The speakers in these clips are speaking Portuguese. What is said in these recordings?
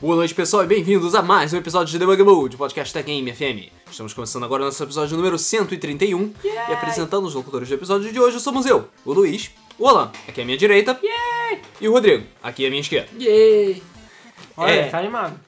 Boa noite, pessoal, e bem-vindos a mais um episódio de Debug Mode, podcast da Game FM. Estamos começando agora o nosso episódio número 131 e apresentando os locutores do episódio de hoje somos eu, o Luiz, o Alan, aqui à minha direita, e o Rodrigo, aqui à minha esquerda. Yay! Olha, É. tá animado.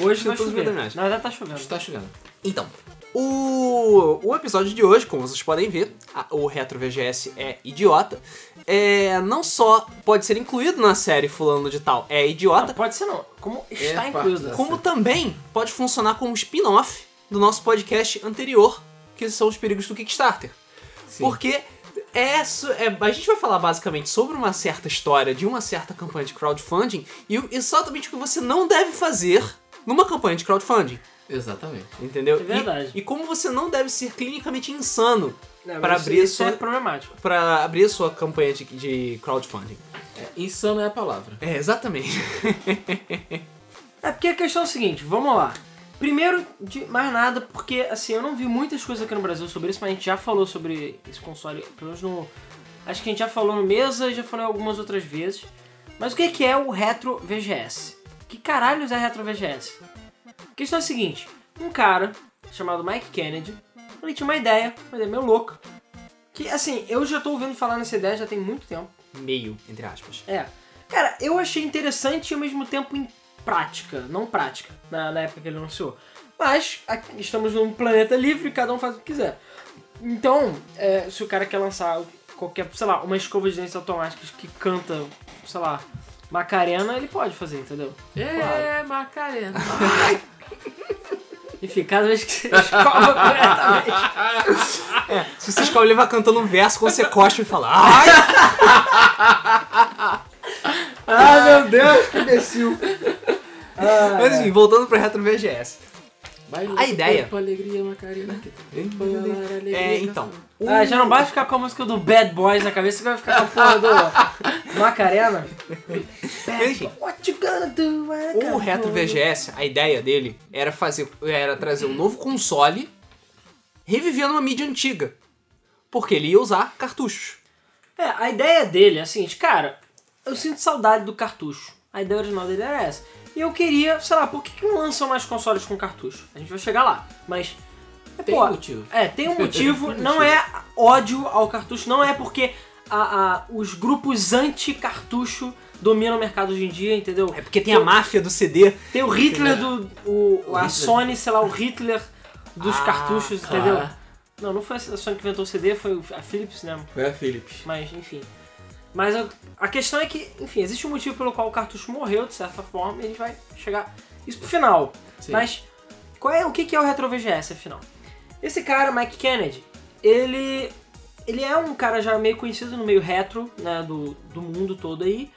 Hoje vai Chutou os chover. verdade. Na verdade tá chovendo. Está chegando. Então, o, o episódio de hoje, como vocês podem ver, a- o Retro VGS é idiota. É, não só pode ser incluído na série Fulano de Tal é Não, idiota, pode ser não. Como está parte incluído. da- como também pode funcionar como um spin-off do nosso podcast anterior, que são os perigos do Kickstarter. Porque é, su- é- a gente vai falar basicamente sobre uma certa história de uma certa campanha de crowdfunding e o- exatamente o que você não deve fazer numa campanha de crowdfunding. Exatamente. Entendeu? É verdade. E, e como você não deve ser clinicamente insano Não, Pra isso- abrir isso sua- é problemático. pra abrir sua campanha de, de crowdfunding. É, insano é a palavra. É, exatamente. É porque a questão é a seguinte, vamos lá. Primeiro, de mais nada, porque assim, eu não vi muitas coisas aqui no Brasil sobre isso, mas a gente já falou sobre esse console, pelo menos no. Acho que a gente já falou no mesa e já falou algumas outras vezes. Mas o que é que é o Retro VGS? Que caralhos é Retro VGS? A questão é a seguinte: um cara chamado Mike Kennedy, ele tinha uma ideia, uma ideia meio louca. Que assim, eu já tô ouvindo falar nessa ideia já tem muito tempo. Meio, entre aspas. É. Cara, eu achei interessante e ao mesmo tempo em prática, não prática, na, na época que ele anunciou. Mas aqui estamos num planeta livre, cada um faz o que quiser. Então, é, se o cara quer lançar qualquer, sei lá, uma escova de dentes automáticas que canta, sei lá, Macarena, ele pode fazer, entendeu? É, Macarena. Enfim, cada vez que você Uh. escova corretamente. É, Se você escolhe levar cantando um verso, quando você costa e fala, ai! Ah, meu Deus! Ah, Que imbecil. Mas é. enfim, voltando pro Retro VGS. Baila A ideia- Com alegria, Macarena. que tem que bailar alegria, É, então. o- Ah, já não basta ficar com a música do Bad Boys na cabeça, que vai ficar com a porra do Macarena. Mas, enfim, What you gonna do? What you o gonna Retro do? VGS, a ideia dele era fazer. Era trazer um novo console revivendo uma mídia antiga. Porque ele ia usar cartuchos. É, a ideia dele é a seguinte, cara, eu sinto saudade do cartucho. A ideia original dele era essa. E eu queria, sei lá, por que, que não lançam mais consoles com cartucho? A gente vai chegar lá. Mas. é, Tem pô, motivo. É, tem um motivo. Tem um não motivo. é ódio ao cartucho, não é porque a- a- os grupos anti-cartucho dominam o mercado hoje em dia, entendeu? É porque tem a máfia do CD. Tem o Hitler do. O, a Hitler. Sony, sei lá, o Hitler dos Ah, cartuchos, claro. entendeu? Não, não foi a Sony que inventou o CD, foi a Philips, né? Foi a Philips. Mas, enfim. Mas a, a questão é que, enfim, existe um motivo pelo qual o cartucho morreu, de certa forma, e a gente vai chegar isso pro final. Sim. Mas qual é, o que que é o Retro VGS, afinal? Esse cara, Mike Kennedy, ele, ele é um cara já meio conhecido no meio retro, né, do, do mundo todo aí.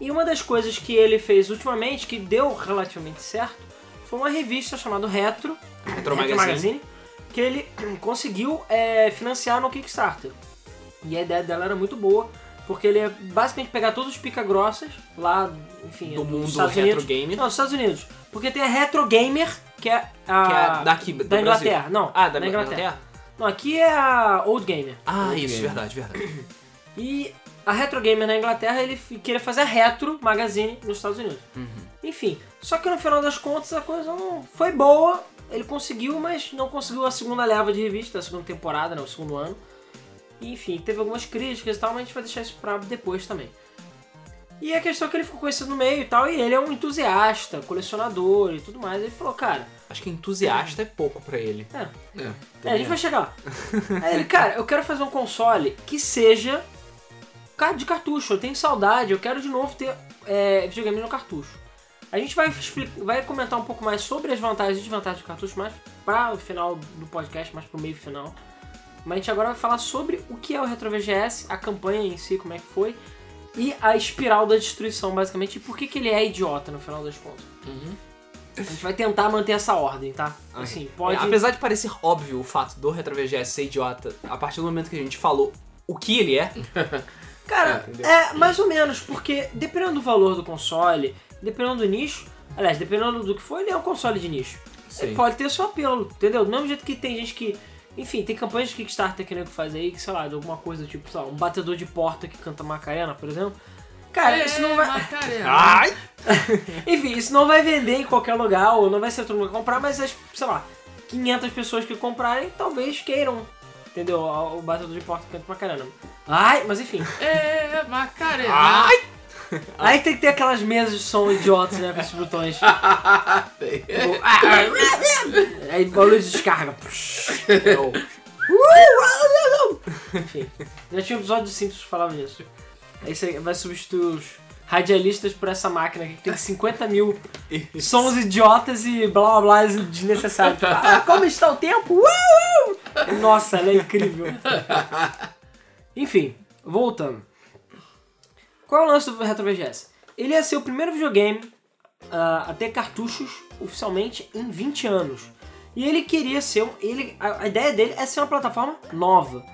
E uma das coisas que ele fez ultimamente, que deu relativamente certo, foi uma revista chamada Retro, Retro Retro Magazine. Magazine, que ele conseguiu é, financiar no Kickstarter. E a ideia dela era muito boa, porque ele ia basicamente pegar todos os pica-grossas lá, enfim, Do dos mundo Estados retro Unidos. game. Não, dos Estados Unidos. Porque tem a Retro Gamer, que é a. Que é daqui, do da Brasil. Inglaterra. Não, Ah, da, da Inglaterra? Não, aqui é a Old Gamer. Ah, Ok. isso, verdade, verdade. E a Retro Gamer na Inglaterra, ele f- queria fazer a Retro Magazine nos Estados Unidos. Enfim, só que no final das contas a coisa não foi boa. Ele conseguiu, mas não conseguiu a segunda leva de revista, a segunda temporada, né, o segundo ano. E, enfim, teve algumas críticas e tal, mas a gente vai deixar isso pra depois também. E a questão é que ele ficou conhecido no meio e tal, e ele é um entusiasta, colecionador e tudo mais. Ele falou, cara, Acho que entusiasta é pouco pra ele. é, É. é, a gente vai chegar lá. Aí ele, cara, eu quero fazer um console que seja ca- de cartucho. Eu tenho saudade, eu quero de novo ter é, videogame no cartucho. A gente vai, expli- vai comentar um pouco mais sobre as vantagens e desvantagens do cartucho mais para o final do podcast, mais pro meio final. Mas a gente agora vai falar sobre o que é o Retro VGS, a campanha em si, como é que foi, e a espiral da destruição, basicamente, e por que, que ele é idiota no final das contas. Uhum. A gente vai tentar manter essa ordem, tá? Ok. Assim, pode. É, apesar de parecer óbvio o fato do Retro VGS ser idiota, a partir do momento que a gente falou o que ele é, Cara, Entendeu? é mais ou menos, porque dependendo do valor do console, dependendo do nicho, aliás, dependendo do que for, ele é um console de nicho. Ele Sim. pode ter seu apelo, entendeu? Do mesmo jeito que tem gente que. Enfim, tem campanhas de Kickstarter que nego faz aí, que sei lá, de alguma coisa tipo, sei lá, um batedor de porta que canta Macarena, por exemplo. Cara, É, isso não vai. Ah! Macarena. Ai! Enfim, isso não vai vender em qualquer lugar, ou não vai ser todo mundo que comprar, mas as, sei lá, 500 pessoas que comprarem talvez queiram. Entendeu? O o batedor de porta canta Macarena. Ai, mas enfim. É, Macarena. Ah! Ai! Aí tem que ter aquelas mesas de som idiotas, né? Com esses botões. Tipo, ah, ah, Aí barulho de descarga. É Enfim, já tinha um episódio dos Simpsons que falava disso. Aí você vai substituir os radialistas por essa máquina aqui que tem 50 mil sons idiotas e blá blá blá desnecessários. Tipo, ah, como está o tempo? Uh, uh. Nossa, ela é incrível. Enfim, voltando. Qual é o lance do Retro VGS? Ele ia ser o primeiro videogame ah, a ter cartuchos oficialmente em 20 anos. E ele queria ser. um- Ele, a a ideia dele é ser uma plataforma nova.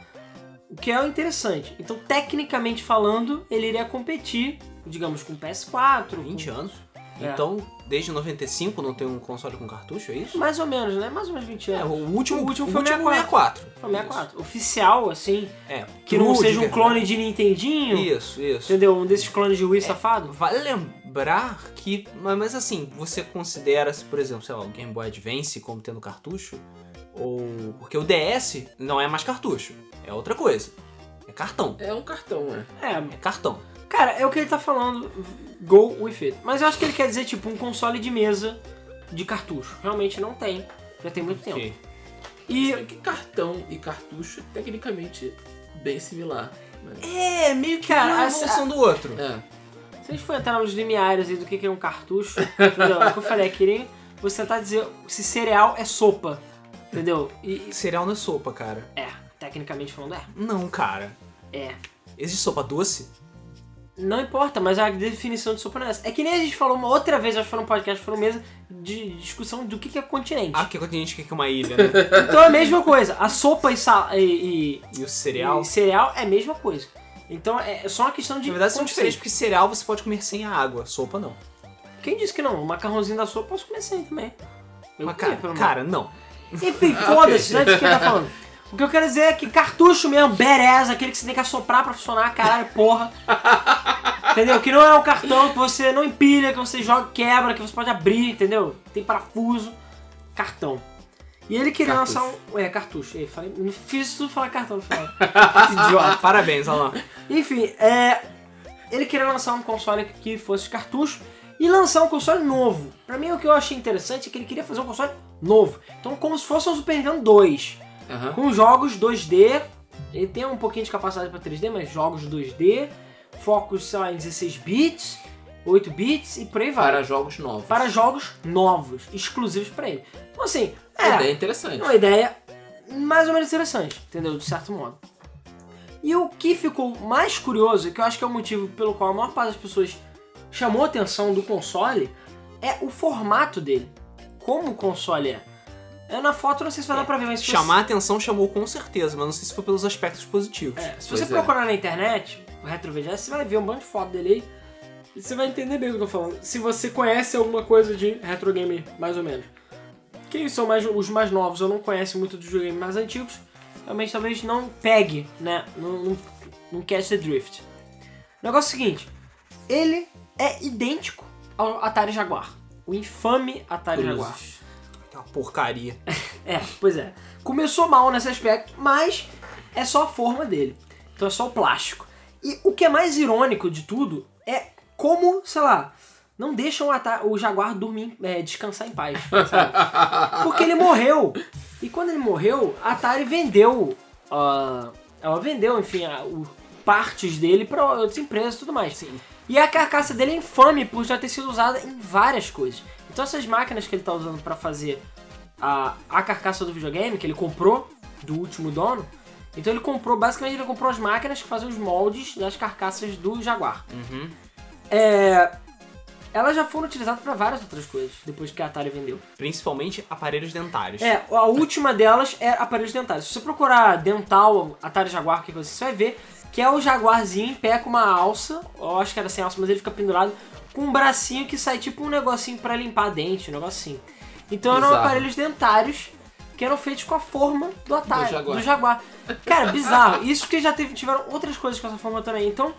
O que é interessante. Então, tecnicamente falando, ele iria competir, digamos, com o PS4. com- 20 anos? É. Então, desde 95 não tem um console com cartucho, é isso? Mais ou menos, né? Mais ou menos 20 É, o anos. último, O último foi 64. Foi 64. Oficial, assim. Isso. É, Que não cru de seja um verdade. clone de Nintendinho. Isso, É. isso. Entendeu? Um desses clones de Wii safado. Vale lembrar que. Mas mas assim, você considera, se por exemplo, sei lá, o Game Boy Advance como tendo cartucho? Ou. Porque o DS não é mais cartucho, é outra coisa. É cartão. É um cartão, né? É, É cartão. Cara, é o que ele tá falando, go with it. Mas eu acho que ele quer dizer, tipo, um console de mesa de cartucho. Realmente não tem. Já tem muito tempo. Ok. E. Só que cartão e cartucho, tecnicamente, bem similar. Mas, É, meio que Cara, uma essa- evolução do outro. é, Se a gente for entrar nos limiares aí do que que é um cartucho, entendeu? É o que eu falei, queria você tentar dizer se cereal é sopa. Entendeu? E. Cereal não é sopa, cara. É, tecnicamente falando, é. Não, cara. É. Existe sopa doce? Não importa, mas a definição de sopa não é essa. É que nem a gente falou uma outra vez, acho que foi num podcast, foi numa mesa de discussão do que que é continente. Ah, que continente que é uma ilha, né? Então é a mesma coisa. A sopa e, sal, e- e E o cereal. E cereal é a mesma coisa. Então é só uma questão de. Na verdade são diferentes, conceito. porque cereal você pode comer sem a água, sopa não. Quem disse que não? O macarrãozinho da sopa eu posso comer sem também. Eu Mas, comia, cara, pelo menos. cara, não. Enfim, foda-se, não é disso que ele tá falando. O que eu quero dizer é que cartucho mesmo, bereza, aquele que você tem que assoprar pra funcionar, caralho, porra. entendeu? Que não é um cartão que você não empilha, que você joga, e quebra, que você pode abrir, entendeu? Tem parafuso. Cartão. E ele queria Cartucho. lançar um. É, cartucho. Eu falei, não fiz tudo falar cartão no final. Que Idiota. Parabéns, Alan. Enfim, é, ele queria lançar um console que fosse cartucho e lançar um console novo. Pra mim, o que eu achei interessante é que ele queria fazer um console novo. Então, como se fosse um Super Nintendo 2, aham. com jogos 2D. Ele tem um pouquinho de capacidade pra 3D, mas jogos 2D, focos, sei lá, em 16 bits, 8 bits e por aí vai. Para jogos novos. Para jogos novos, exclusivos pra ele. Então, assim, É. é, Ideia interessante. uma ideia mais ou menos interessante, entendeu? De certo modo. E o que ficou mais curioso, que eu acho que é o motivo pelo qual a maior parte das pessoas chamou a atenção do console, é o formato dele. Como o console é. Eu na foto não sei se vai dar pra ver, mas se Chamar a atenção chamou com certeza, mas não sei se foi pelos aspectos positivos. você, é, se você Pois é. procurar na internet, o Retro VGS, você vai ver um monte de foto dele aí. E você vai entender bem o que eu tô falando. Se você conhece alguma coisa de retro game, mais ou menos. Quem são mais, os mais novos ou não conhece muito dos videogames mais antigos, realmente talvez não pegue, né? Não, não, não catch the drift. O negócio é o seguinte: ele é idêntico ao Atari Jaguar. O infame Atari Cruzes. Jaguar. Aquela Tá porcaria. É, pois é. Começou mal nesse aspecto, mas é só a forma dele. Então é só o plástico. E o que é mais irônico de tudo é como, sei lá, não deixam o ata- o Jaguar dormir, é, descansar em paz. Sabe? Porque ele morreu. E quando ele morreu, a Atari vendeu. ah, ela vendeu, enfim, a- o- partes dele para outras empresas e tudo mais. E a carcaça dele é infame por já ter sido usada em várias coisas. Então essas máquinas que ele tá usando para fazer a, a carcaça do videogame, que ele comprou do último dono. Então ele comprou, basicamente ele comprou as máquinas que fazem os moldes das carcaças do Jaguar. Uhum. É, elas já foram utilizadas para várias outras coisas, depois que a Atari vendeu. Principalmente aparelhos dentários. É, a última delas é aparelhos dentários. Se você procurar dental, Atari Jaguar, que você vai ver, que é o Jaguarzinho em pé com uma alça, eu acho que era sem alça, mas ele fica pendurado, com um bracinho que sai tipo um negocinho pra limpar dente, um negocinho. Então eram Bizarro. aparelhos dentários que eram feitos com a forma do Atari, do Jaguar. Jaguar. Cara, bizarro. Isso que já teve, tiveram outras coisas com essa forma também. Então,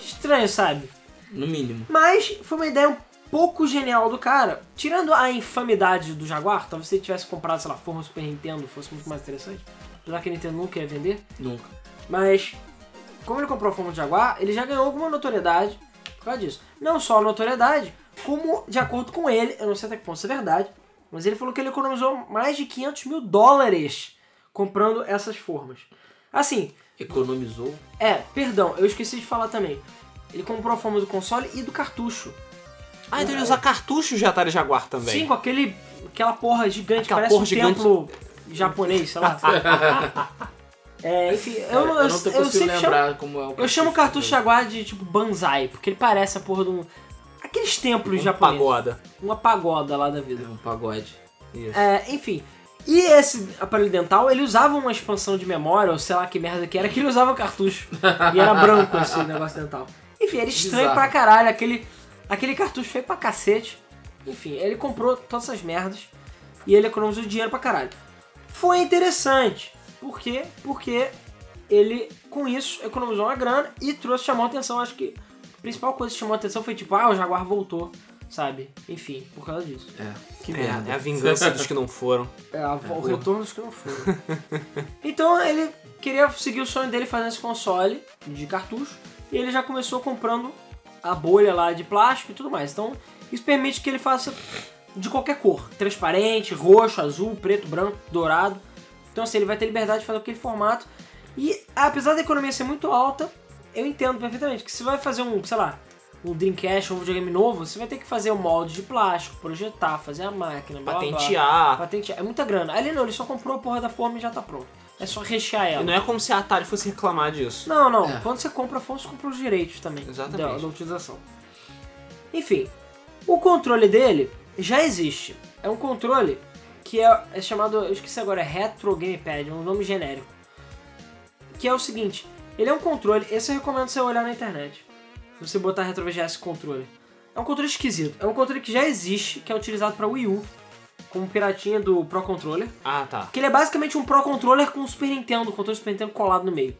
estranho, sabe? no mínimo. Mas foi uma ideia um pouco genial do cara. Tirando a infamidade do Jaguar, talvez se ele tivesse comprado, sei lá, forma Super Nintendo, fosse muito mais interessante. Apesar que a Nintendo nunca ia vender. Nunca. Mas, como ele comprou a forma do Jaguar, ele já ganhou alguma notoriedade por causa disso. Não só notoriedade, como, de acordo com ele, eu não sei até que ponto isso é verdade, mas ele falou que ele economizou mais de 500 mil dólares comprando essas formas. Assim, Economizou. é, perdão, eu esqueci de falar também. Ele comprou a forma do console e do cartucho. Ah, então ele usa cartucho de Atari Jaguar também. Sim, com aquele, aquela porra gigante, Aquela parece porra um gigante. templo japonês, sei lá. é, enfim, eu, não- eu, eu, não tô eu conseguindo sempre chamo, lembrar como é o eu chamo o cartucho Jaguar de tipo Banzai, porque ele parece a porra de um... Aqueles templos Uma japoneses. pagoda. Uma pagoda lá da É vida. um pagode. Isso. É, enfim. E esse aparelho dental, ele usava uma expansão de memória, ou sei lá que merda que era, que ele usava cartucho. E era branco esse negócio dental. Enfim, era estranho Bizarro. pra caralho, aquele, aquele cartucho feio pra cacete. Enfim, ele comprou todas essas merdas e ele economizou dinheiro pra caralho. Foi interessante. Por quê? Porque ele, com isso, economizou uma grana e trouxe, chamou a atenção. Acho que a principal coisa que chamou a atenção foi tipo, ah, o Jaguar voltou, sabe? Enfim, por causa disso. É. É, Que merda. é a vingança dos que não foram. É, a- o retorno dos que não foram. então ele queria seguir o sonho dele fazendo esse console de cartucho e ele já começou comprando a bolha lá de plástico e tudo mais. Então isso permite que ele faça de qualquer cor: transparente, roxo, azul, preto, branco, dourado. Então assim, ele vai ter liberdade de fazer aquele formato. E apesar da economia ser muito alta, eu entendo perfeitamente que se vai fazer um, sei lá, um Dreamcast ou um videogame novo, você vai ter que fazer o molde de plástico, projetar, fazer a máquina, blá, blá, blá. Patentear. Patente é muita grana. Aí ele não, ele só comprou a porra da forma e já tá pronto. É só rechear E ela. não é como se a Atari fosse reclamar disso. Não, não. É. Quando você compra a forma, você compra os direitos também. Exatamente. Da, da utilização. Enfim, o controle dele já existe. É um controle que é, é chamado, eu esqueci agora, é Retro Gamepad, é um nome genérico. Que é o seguinte, ele é um controle, esse eu recomendo você olhar na internet. Se você botar Retro VGS controle. É um controle esquisito. É um controle que já existe, que é utilizado pra Wii U, como piratinha do Pro Controller. Ah, tá. Que ele é basicamente um Pro Controller com um Super Nintendo, um controle Super Nintendo colado no meio.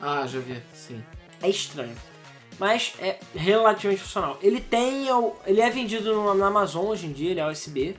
Ah, já vi. Sim. É estranho. Mas é relativamente funcional. Ele tem. o- Ele é vendido no- na Amazon hoje em dia, ele é USB.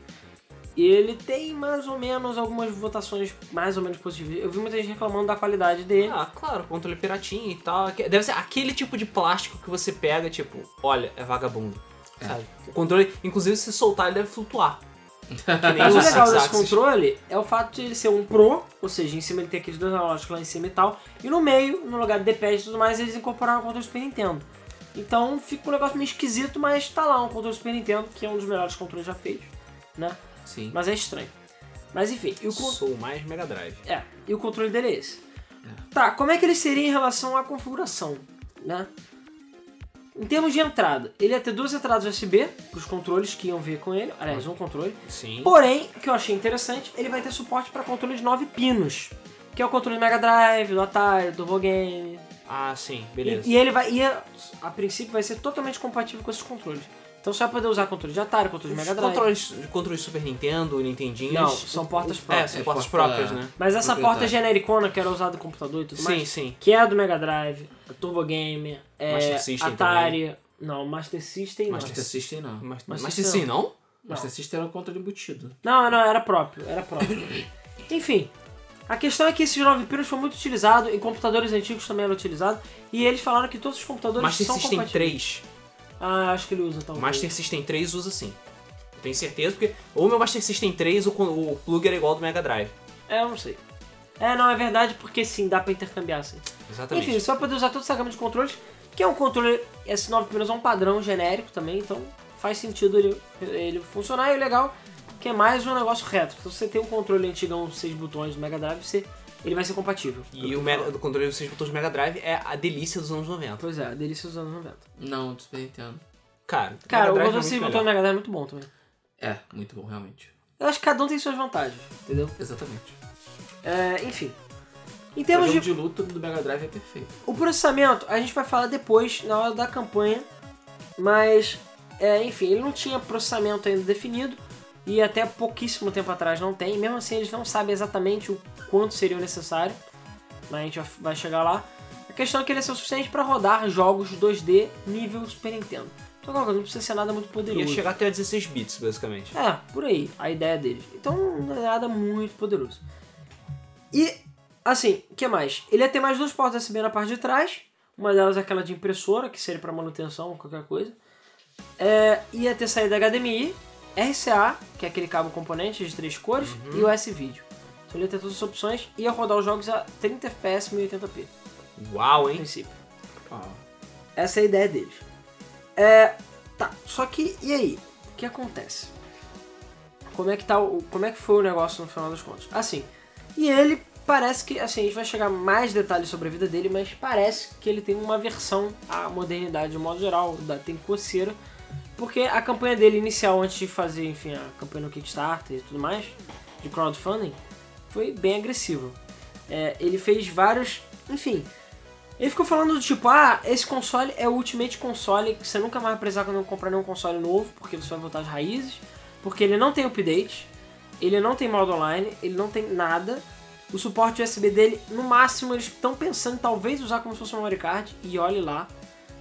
E ele tem mais ou menos algumas votações mais ou menos positivas. Eu vi muita gente reclamando da qualidade dele. Ah, claro, controle piratinha e tal. Que- Deve ser aquele tipo de plástico que você pega, tipo, olha, é vagabundo. Sabe? O controle, inclusive, se soltar, ele deve flutuar. Que nem Mas o os legal desse six-axis. controle é o fato de ele ser um Pro, ou seja, em cima ele tem aqueles dois analógicos lá em cima e tal. E no meio, no lugar de D-pad e tudo mais, eles incorporaram um controle Super Nintendo. Então fica um negócio meio esquisito, mas tá lá um controle Super Nintendo, que é um dos melhores controles já feitos, né? Sim. Mas é estranho. Mas enfim, e o, con- Sou mais Mega Drive. É, e o controle dele é esse. Tá, como é que ele seria em relação à configuração, né? Em termos de entrada, ele ia ter duas entradas USB, os controles que iam vir com ele, aliás, um controle. Sim. Porém, o que eu achei interessante, ele vai ter suporte para controle de 9 pinos, que é o controle do Mega Drive, do Atari, do Vogame. Ah, sim, beleza. E, e ele vai, e a, a princípio vai ser totalmente compatível com esses controles. Então você vai poder usar controle de Atari, controle de Os Mega Drive. controles, controles Super Nintendo, Nintendinho. Não, são portas É, próprias. são É, portas porta- próprias, né? Mas essa Proprietário. porta genericona que era usada do computador e tudo mais. Sim, sim. que é a do Mega Drive, a Turbo Game, é, Master System Atari. Não, Master System não. Master System não. Mas, Mas mas, isso sim, não? Master System era o controle embutido. Não, não, era próprio, era próprio. Enfim, a questão é que esses 9 pinos foi muito utilizado, em computadores antigos também era utilizado, e eles falaram que todos os computadores Master são System compatíveis. 3. Ah, acho que ele usa talvez. Master System 3 usa sim. Eu tenho certeza, porque ou meu Master System 3 ou con- o plug era igual ao do Mega Drive. É, eu não sei. É, não, é verdade, porque sim, dá pra intercambiar assim. Exatamente. Enfim, só poder usar toda essa gama de controles, que é um controle, esses 9 pinos é um padrão genérico também, então faz sentido ele, ele funcionar e o legal que é mais um negócio reto. Então se você tem um controle antigão, 6 botões do Mega Drive, você, ele vai ser compatível. e o mega, do controle dos 6 botões do Mega Drive é a delícia dos anos 90. Pois é, delícia dos anos 90. Não, do Super Nintendo. Cara, Cara, o Mega Drive controle 6 é muito botões do melhor. Mega Drive é muito bom também. É, muito bom, realmente. Eu acho que cada um tem suas vantagens, entendeu? Exatamente. É, enfim. Em O termos jogo de de... luta do Mega Drive é perfeito. um O processamento a gente vai falar depois, na hora da campanha, mas é, enfim, ele não tinha processamento ainda definido e até pouquíssimo tempo atrás não tem. Mesmo assim, eles não sabem exatamente o quanto seria o necessário, mas a gente vai- vai chegar lá. A questão é que ele é o suficiente pra rodar jogos 2D nível Super Nintendo. Então, não precisa ser nada muito poderoso. Ia chegar até a 16 bits, basicamente. É, por aí, a ideia deles. Então não é nada muito poderoso. E, assim, o que mais? Ele ia ter mais duas portas USB na parte de trás. Uma delas é aquela de impressora, que seria para manutenção ou qualquer coisa. É, ia ter saída HDMI, RCA, que é aquele cabo componente de três cores, e o S-Video. Então ele ia ter todas as opções e ia rodar os jogos a 30 FPS 1080p, Uau, no hein? princípio. Ah, Essa é a ideia deles. É. Tá, só que e aí? O que acontece? Como é que, tá o, como é que foi o negócio no final das contas? Assim, e ele parece que, assim, a gente vai chegar mais detalhes sobre a vida dele, mas parece que ele tem uma versão à modernidade de um modo geral, da, tem coceira, porque a campanha dele inicial, antes de fazer, enfim, a campanha no Kickstarter e tudo mais, de crowdfunding, foi bem agressiva. É, ele fez vários, enfim, ele ficou falando do tipo, ah, esse console é o Ultimate Console, que você nunca mais vai precisar quando comprar nenhum console novo, porque você vai voltar às raízes, porque ele não tem update, ele não tem modo online, ele não tem nada. O suporte USB dele, no máximo, eles estão pensando em talvez usar como se fosse um memory card, e olhe lá.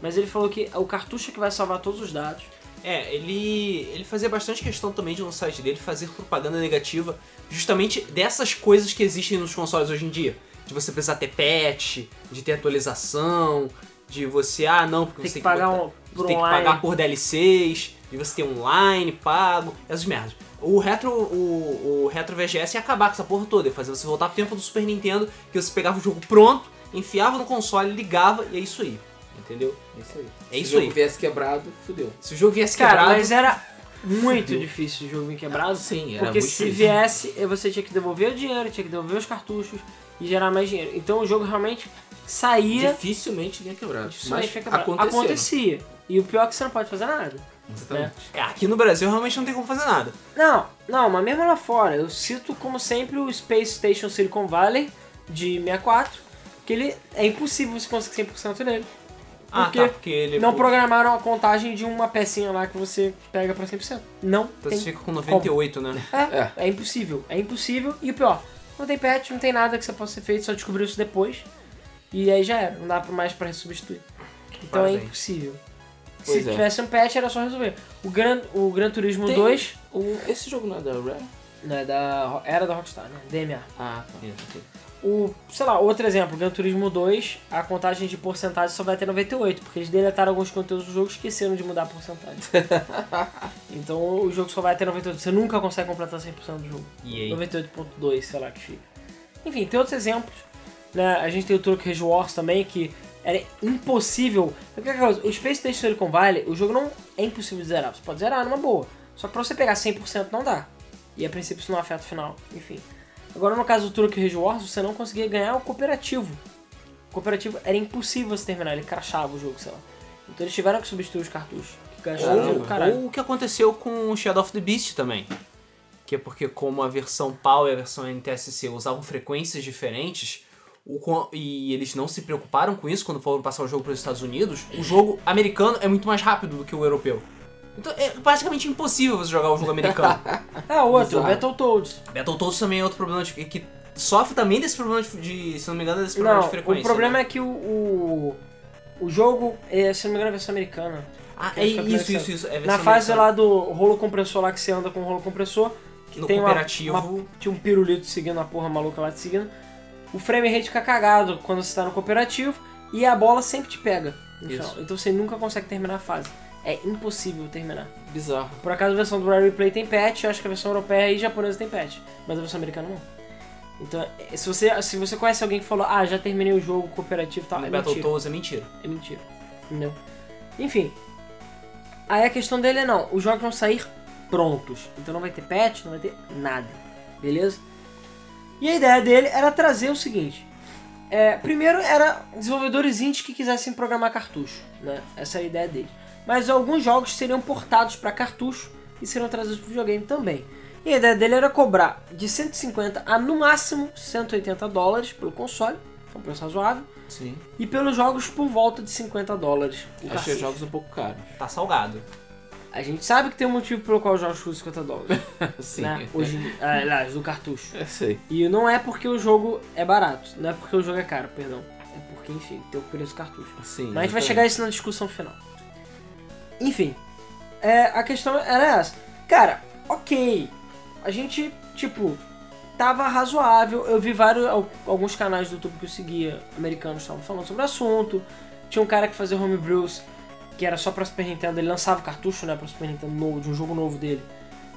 Mas ele falou que é o cartucho que vai salvar todos os dados. É, ele, ele fazia bastante questão também de no site dele fazer propaganda negativa justamente dessas coisas que existem nos consoles hoje em dia. De você precisar ter patch, de ter atualização, de você, ah não, porque Tem você que pagar botar- um, por tem que online. pagar por DLCs, de você ter online pago, essas merdas. O Retro, o, o Retro VGS ia acabar com essa porra toda, ia fazer você voltar pro tempo do Super Nintendo, que você pegava o jogo pronto, enfiava no console, ligava e é isso aí. Entendeu? é isso aí. É isso Se o jogo aí. viesse quebrado, fudeu. Se o jogo viesse Cara, quebrado, mas era muito difícil o jogo vir quebrado. Sim, Porque se viesse, eh, você tinha que devolver o dinheiro, tinha que devolver os cartuchos e gerar mais dinheiro. Então o jogo realmente saía, Dificilmente vinha quebrado. dificilmente Mas né? foi quebrado. aconteceu. acontecia. E o pior é que você não pode fazer nada. Exatamente. é, aqui no Brasil realmente não tem como fazer nada. Não, não, mas mesmo lá fora, eu cito como sempre o Space Station Silicon Valley de 64, que ele é impossível você conseguir 100% nele. Ah, Porque tá, porque ele. Não pô, programaram a contagem de uma pecinha lá que você pega pra 100%. Não Então tem você fica com 98, né? É, é impossível. É impossível. E o pior, não tem patch, não tem nada que você possa ser feito, só descobriu isso depois. E aí já era, não dá pra- mais pra substituir. Então Parabéns. é impossível. Pois Se é. tivesse um patch, era só resolver. O Gran, o Gran Turismo Tem- 2 O- esse jogo não é da Rare? né, da, era da Rockstar, né? DMA. Ah, tá. Ok. O, sei lá, outro exemplo, Gran Turismo 2, a contagem de porcentagem só vai ter 98, porque eles deletaram alguns conteúdos do jogo e esqueceram de mudar a porcentagem. então o jogo só vai ter 98, você nunca consegue completar 100% do jogo. E aí? 98.2, sei lá que fica. Enfim, tem outros exemplos. Né? A gente tem o Truck Rage Wars também, que era impossível. Qualquer coisa, O Space Station Silicon Valley, o jogo não é impossível de zerar. Você pode zerar numa boa. Só que pra você pegar 100% não dá. E a princípio isso não afeta o final. Enfim. Agora no caso do Truck Rage Wars, você não conseguia ganhar o cooperativo. O cooperativo era impossível você terminar, ele crashava o jogo, sei lá. Então eles tiveram que substituir os cartuchos. Que gastou Caramba. o caralho. Ou o que aconteceu com o Shadow of the Beast também. Que é porque como a versão PAL e a versão NTSC usavam frequências diferentes, o co- e eles não se preocuparam com isso quando foram passar o jogo para os Estados Unidos, o jogo americano é muito mais rápido do que o europeu. Então é praticamente impossível você jogar o jogo americano. Ah, outro, Bizarro. Battletoads. Battletoads também é outro problema de, que sofre também desse problema de, de- se não me engano, desse problema Não, de frequência. né? o problema é que o, o, o jogo, é, se não me engano, é a versão americana. Ah, que é é o isso, campeonato. isso, isso. É a Na versão fase americana. lá do rolo compressor lá que você anda com o rolo compressor, que no tem uma- cooperativo. uma- tinha um pirulito seguindo a porra maluca lá te seguindo. O frame rate fica cagado quando você tá no cooperativo e a bola sempre te pega. no Isso. final. Então você nunca consegue terminar a fase. É impossível terminar. Bizarro. Por acaso a versão do Rare Replay tem patch, eu acho que a versão europeia e japonesa tem patch, mas a versão americana não. Então, eh, se você, se você conhece alguém que falou, ah, já terminei o jogo cooperativo e tal, no é mentira. Battletoads é mentira. É mentira. Entendeu? Enfim. Aí a questão dele é não, os jogos vão sair prontos. Então não vai ter patch, não vai ter nada. Beleza? E a ideia dele era trazer o seguinte. é, primeiro era desenvolvedores indies que quisessem programar cartucho, né? Essa era a ideia dele. Mas alguns jogos seriam portados para cartucho e seriam trazidos para videogame também. E a ideia dele era cobrar de 150 a no máximo 180 dólares pelo console, que é um preço razoável, Sim. e pelos jogos por volta de 50 dólares. o Achei cacete. os jogos um pouco caros. Tá salgado. A gente sabe que tem um motivo pelo qual os jogos custam 50 dólares, Sim. né? Hoje, em- ah, aliás, do cartucho. Eu sei. E não é porque o jogo é barato, não é porque o jogo é caro, perdão. É porque, enfim, tem o preço cartucho. Sim. Mas a gente vai exatamente. chegar a isso na discussão final. Enfim, é, a questão era essa. Cara, ok. A gente, tipo, tava razoável. Eu vi vários, al- alguns canais do YouTube que eu seguia, americanos, estavam falando sobre o assunto. Tinha um cara que fazia homebrews, que era só pra Super Nintendo. Ele lançava o cartucho, né, pra Super Nintendo novo, de um jogo novo dele.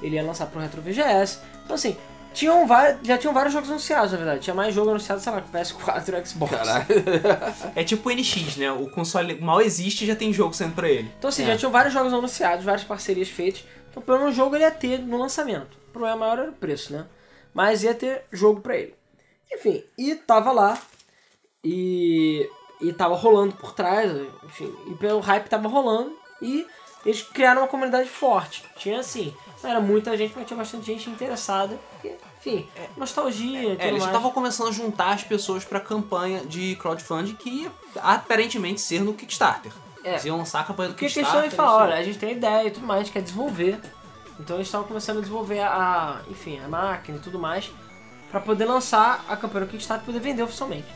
Ele ia lançar pro Retro VGS. Então, assim, tinham vai- já tinham vários jogos anunciados, na verdade. Tinha mais jogo anunciado, sei lá, com PS4 e Xbox. Caralho. É tipo o NX, né? O console mal existe e já tem jogo saindo pra ele. Então, assim, É. já tinham vários jogos anunciados, várias parcerias feitas. Então, pelo menos o jogo ele ia ter no lançamento. O problema maior era o preço, né? Mas ia ter jogo pra ele. Enfim, e tava lá. E, e tava rolando por trás, enfim. E pelo hype tava rolando. E eles criaram uma comunidade forte. Tinha, assim, não era muita gente, mas tinha bastante gente interessada. Porque, enfim, nostalgia e tudo É, eles já mais. estavam começando a juntar as pessoas pra campanha de crowdfunding que ia aparentemente ser no Kickstarter. É. Eles iam lançar a campanha do Porque a Kickstarter. assim. questão é falar, assim. olha, a gente tem ideia e tudo mais, a gente quer desenvolver. Então eles estavam começando a desenvolver a, enfim, a máquina e tudo mais pra poder lançar a campanha do Kickstarter e poder vender oficialmente.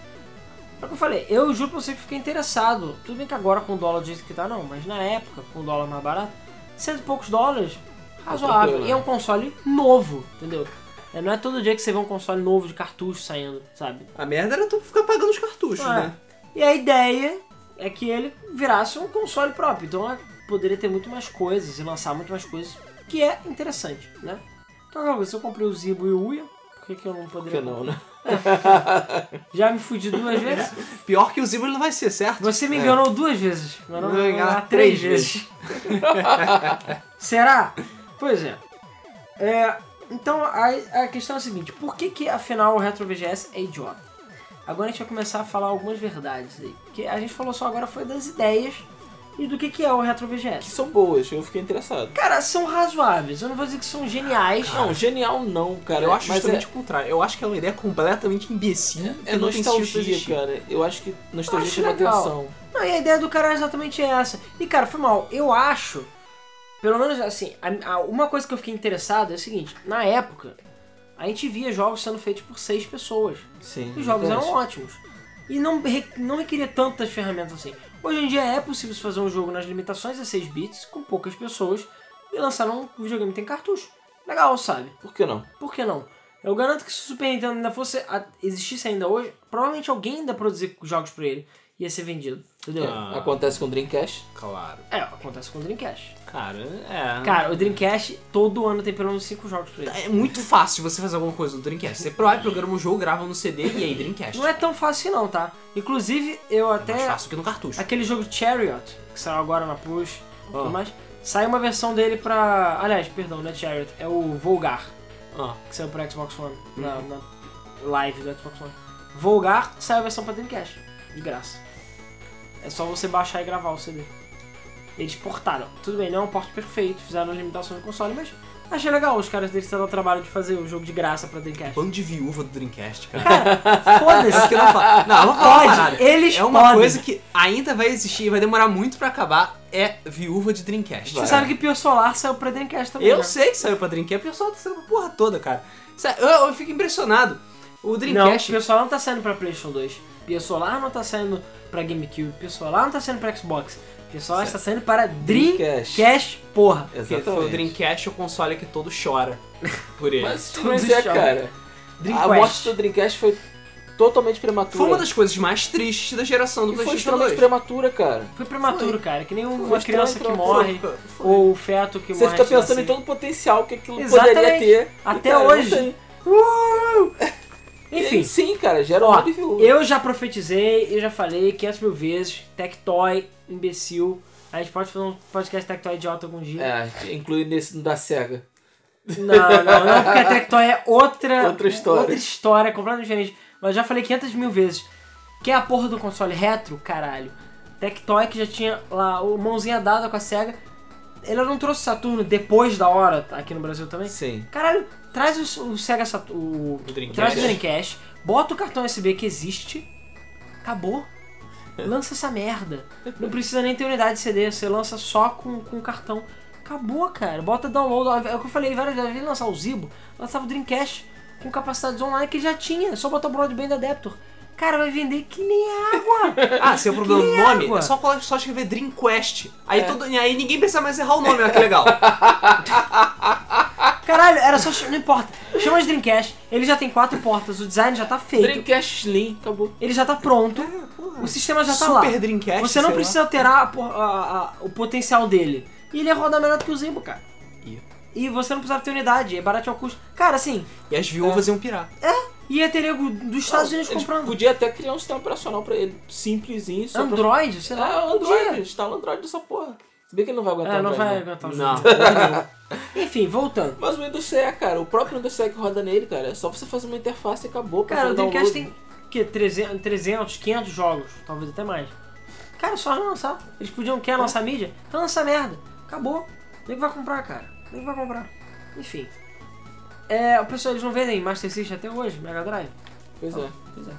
É o que eu falei, eu juro pra você que fiquei interessado. Tudo bem que agora com o dólar do jeito que tá, não, mas na época, com o dólar mais barato, cento e poucos dólares, razoável. tranquilo, né? E é um console novo, entendeu? É, Não é todo dia que você vê um console novo de cartucho saindo, sabe? A merda era tu ficar pagando os cartuchos, né? É. né? E a ideia é que ele virasse um console próprio. Então ela poderia ter muito mais coisas e lançar muito mais coisas, que é interessante, né? Então, aquela coisa, se eu comprei o Zibo e o Uia, por que, que eu não Por que poderia? não, né? Já me fudi duas vezes. Pior que o Zibo ele não vai ser, certo? É. Você me enganou duas vezes. Mas não, Não, não enganar três três vezes. Será? Pois é. É, então a, a questão é a seguinte: por que, que afinal o Retro VGS é idiota? Agora a gente vai começar a falar algumas verdades aí. Porque a gente falou só agora foi das ideias e do que, que é o Retro Que VGS. são boas, eu fiquei interessado. Cara, são razoáveis. Eu não vou dizer que são geniais. Não, genial não, cara. Eu acho É, Mas justamente o contrário. Eu acho que é uma ideia completamente imbecil. que é, é não tem sentido pra nostalgia, existir. cara. Eu acho que nostalgia Acho chama legal. atenção. Não, e a ideia do cara é exatamente essa. E, cara, foi mal. Eu acho, pelo menos assim, a- a- uma coisa que eu fiquei interessado é o seguinte: na época, a gente via jogos sendo feitos por seis pessoas. Sim. Os jogos é um eram verdade. ótimos. E não, re- não requeria tantas ferramentas assim. Hoje em dia é possível se fazer um jogo nas limitações a 6 bits, com poucas pessoas, e lançar um videogame que tem cartucho. Legal, sabe? Por que não? Por que não? Eu garanto que se o Super Nintendo ainda fosse a- existisse ainda hoje, provavelmente alguém ainda produzir jogos pra ele ia ser vendido, entendeu? Ah. É, Acontece com o Dreamcast. Claro. É, acontece com o Dreamcast. Cara, é. Cara, o Dreamcast todo ano tem pelo menos 5 jogos pra ele. É muito fácil você fazer alguma coisa no Dreamcast. Você vai, programa um jogo, grava no CD e aí Dreamcast. Não é tão fácil não, tá? Inclusive, eu até. É mais fácil que no cartucho. Aquele jogo Chariot, que saiu agora na Push e Ah. tudo mais, saiu uma versão dele pra. Aliás, perdão, não é Chariot, é o Volgar, Ah, Uhum. que saiu pra Xbox One, na, na live do Xbox One. Volgar saiu a versão pra Dreamcast, de graça. É só você baixar e gravar o CD. Eles portaram. Tudo bem, não é um porte perfeito, fizeram as limitações do console, mas achei legal os caras deles terem dado o trabalho de fazer o jogo de graça pra Dreamcast. bando de viúva do Dreamcast, cara. Isso Foda-se! que eu não falo. Não, eu vou falar uma Pode, parada. eles É uma podem. coisa que ainda vai existir e vai demorar muito pra acabar. É viúva de Dreamcast. Vai. Você sabe que Pio Solar saiu pra Dreamcast também. Eu né? sei que saiu pra Dreamcast, o pessoal tá saindo pra porra toda, cara. Sério, Eu, eu fico impressionado. O Dreamcast. Não, o pessoal não tá saindo pra PlayStation 2. Pessoal lá não tá saindo pra GameCube. Pessoal lá não tá saindo pra Xbox. Pessoal está saindo para é Dreamcast. Dreamcast, porra. porque foi o Dreamcast é o console que todo chora por ele. Mas Tudo pois é, chama. cara. A morte Dreamcast. do Dreamcast foi totalmente prematura. Foi uma das coisas mais tristes da geração do E foi PlayStation 2. extremamente prematura, cara. Foi prematuro, cara. Que nem uma Foi criança que estranho, morre. Foi- foi- Ou o feto que Você morre. fica antes de pensando em nascer. todo o potencial que aquilo poderia assim. Exatamente. ter. E, Até cara, não hoje. tem. é Enfim. Sim, cara, gera um Ó, mundo e viúva. eu já profetizei, eu já falei 500 mil vezes. Tectoy, imbecil. A gente pode fazer um podcast Tectoy idiota algum dia. É, incluir nesse no da SEGA. Não, não, não, porque a Tectoy é outra, Outra história. outra história completamente diferente. Mas já falei 500 mil vezes. Que é a porra do console retro, caralho. Tectoy que já tinha lá o mãozinha dada com a SEGA. Ela não trouxe Saturno depois da hora aqui no Brasil também? Sim. Caralho, traz o, o Sega Saturno. O, O Dreamcast. traz o Dreamcast, bota o cartão USB que existe. Acabou. Lança essa merda. Não precisa nem ter unidade de CD, você lança só com, com cartão. Acabou, cara. Bota download. É o que eu falei várias vezes. Ao invés de lançar o Zibo, lançava o Dreamcast com capacidades online que já tinha. Só botar o Broadband Adapter. Cara, vai vender que nem água. Ah, seu problema do nome água. é só, colo- só escrever Dream Quest. Aí, É. todo, e aí ninguém precisa mais errar o nome, olha que legal. Caralho, era só. ch- Não importa. Chama de Dreamcast. Ele já tem quatro portas, o design já tá feito. Dreamcast Slim, acabou. Ele já tá pronto. O sistema já tá lá. Super Dreamcast, Você não sei precisa alterar a por- a- a- o potencial dele. E ele ia rodar melhor do que o Zimbo, cara. Ia. E você não precisava ter unidade, é barato ao custo. Cara, assim, E as viúvas iam pirar. ia ter nego dos Estados Unidos Eles Tá, comprando. Podia até criar um sistema operacional pra ele, simplesinho, só pra Android, sei lá. Ah, o podia. Android, instala o Android dessa porra. Se bem que ele não vai aguentar É, o não Android. vai não. aguentar o jogo. Não. Enfim, voltando. Mas o Windows CE, cara, o próprio Windows CE que roda nele, cara, é só você fazer uma interface e acabou. pra Cara, o fazer Dreamcast download. tem que 300, 300, 500 jogos, talvez até mais. Cara, só lançar. Eles podiam quer lançar mídia? Então lança merda. Acabou. Nem que vai comprar, cara. Nem que vai comprar. Enfim. É, o pessoal, eles não vendem Master System até hoje, Mega Drive. Pois é. Pois é.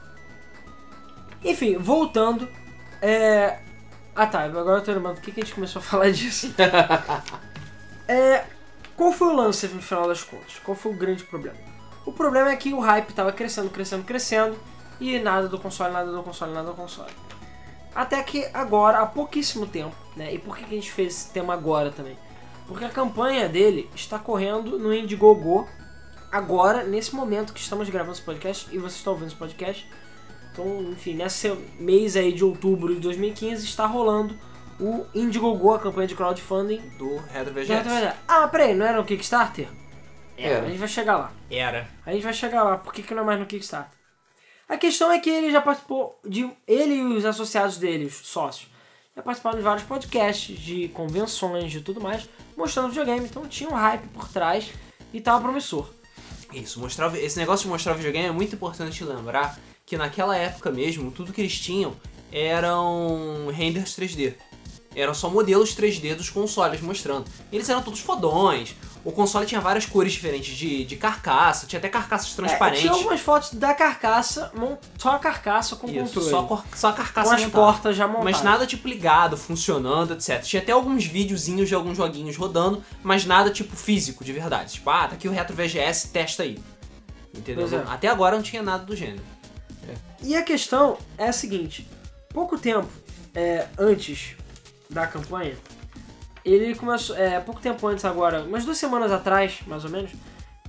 Enfim, voltando. É... Ah tá, agora eu tô lembrando. Por que, que a gente começou a falar disso? é... Qual foi o lance no final das contas? Qual foi o grande problema? O problema é que o hype tava crescendo, crescendo, crescendo. E nada do console, nada do console, nada do console. Até que agora, há pouquíssimo tempo, né? E por que, que a gente fez esse tema agora também? Porque a campanha dele está correndo no Indiegogo agora, nesse momento que estamos gravando esse podcast e vocês estão ouvindo esse podcast. Então, enfim, nesse mês aí de outubro de 2015 está rolando o Indiegogo, a campanha de crowdfunding. Do Retro VGS. Ah, peraí, não era no Kickstarter? Era. É. A gente vai chegar lá. Era. A gente vai chegar lá. Por que, que não é mais no Kickstarter? A questão é que ele já participou de. Ele e os associados dele, os sócios, já participaram de vários podcasts, de convenções, de tudo mais, mostrando videogame. Então tinha um hype por trás e tava promissor. Isso, mostrar, esse negócio de mostrar videogame é muito importante lembrar que naquela época mesmo, tudo que eles tinham eram renders 3D. Eram só modelos 3D dos consoles mostrando. Eles eram todos fodões. O console tinha várias cores diferentes de, de carcaça, tinha até carcaças É, transparentes. tinha algumas fotos da carcaça, mon- só a carcaça com Isso, controle. só, cor- só a carcaça com as montada. portas já montadas. Mas nada tipo ligado, funcionando, etc. Tinha até alguns videozinhos de alguns joguinhos rodando, mas nada tipo físico, de verdade. Tipo, ah, tá aqui o Retro VGS, testa aí. Entendeu? Pois é. Até agora não tinha nada do gênero. E a questão é a seguinte: pouco tempo é, antes da campanha, ele começou. É, pouco tempo antes agora, umas duas semanas atrás, mais ou menos,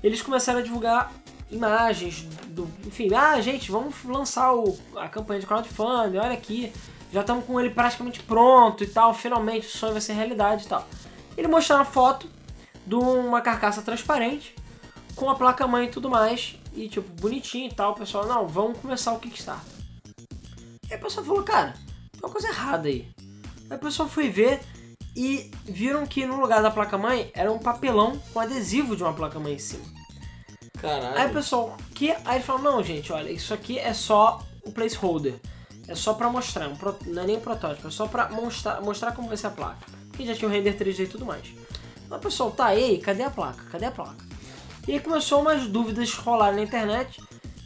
eles começaram a divulgar imagens do. Enfim, ah, gente, vamos lançar o- a campanha de crowdfunding, olha aqui. Já estamos com ele praticamente pronto e tal, finalmente o sonho vai ser realidade e tal. Ele mostrou uma foto de uma carcaça transparente com a placa mãe e tudo mais, e tipo, bonitinho e tal, o pessoal, não, vamos começar o Kickstarter. Aí o pessoal falou, cara, tem uma coisa errada aí. Aí o pessoal foi ver e viram que no lugar da placa mãe era um papelão com adesivo de uma placa mãe em cima. Caralho. Aí o pessoal, que? Aí ele falou, não, gente, olha, isso aqui é só o placeholder. É só pra mostrar, um pro- não é nem um protótipo, é só pra mostrar, mostrar como vai ser a placa. Porque já tinha o render 3D e tudo mais. Mas o pessoal, tá, ei, cadê a placa? Cadê a placa? E aí começou umas dúvidas rolar na internet.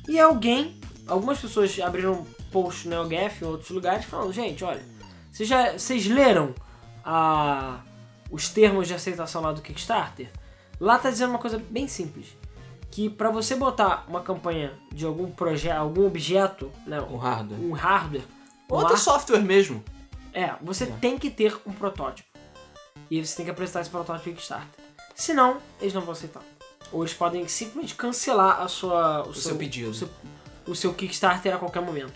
E alguém, algumas pessoas abriram post no NeoGaf em outros lugares falando, gente, olha, vocês, já, vocês leram a, os termos de aceitação lá do Kickstarter? Lá tá dizendo uma coisa bem simples. Que pra você botar uma campanha de algum projeto, algum objeto, né, Um hardware. um hardware, um Outro ar- software mesmo. é, você tem que ter um protótipo. E você tem que apresentar esse protótipo no Kickstarter. Senão, eles não vão aceitar. Ou eles podem simplesmente cancelar a sua, o, O seu pedido. o seu, o seu Kickstarter a qualquer momento.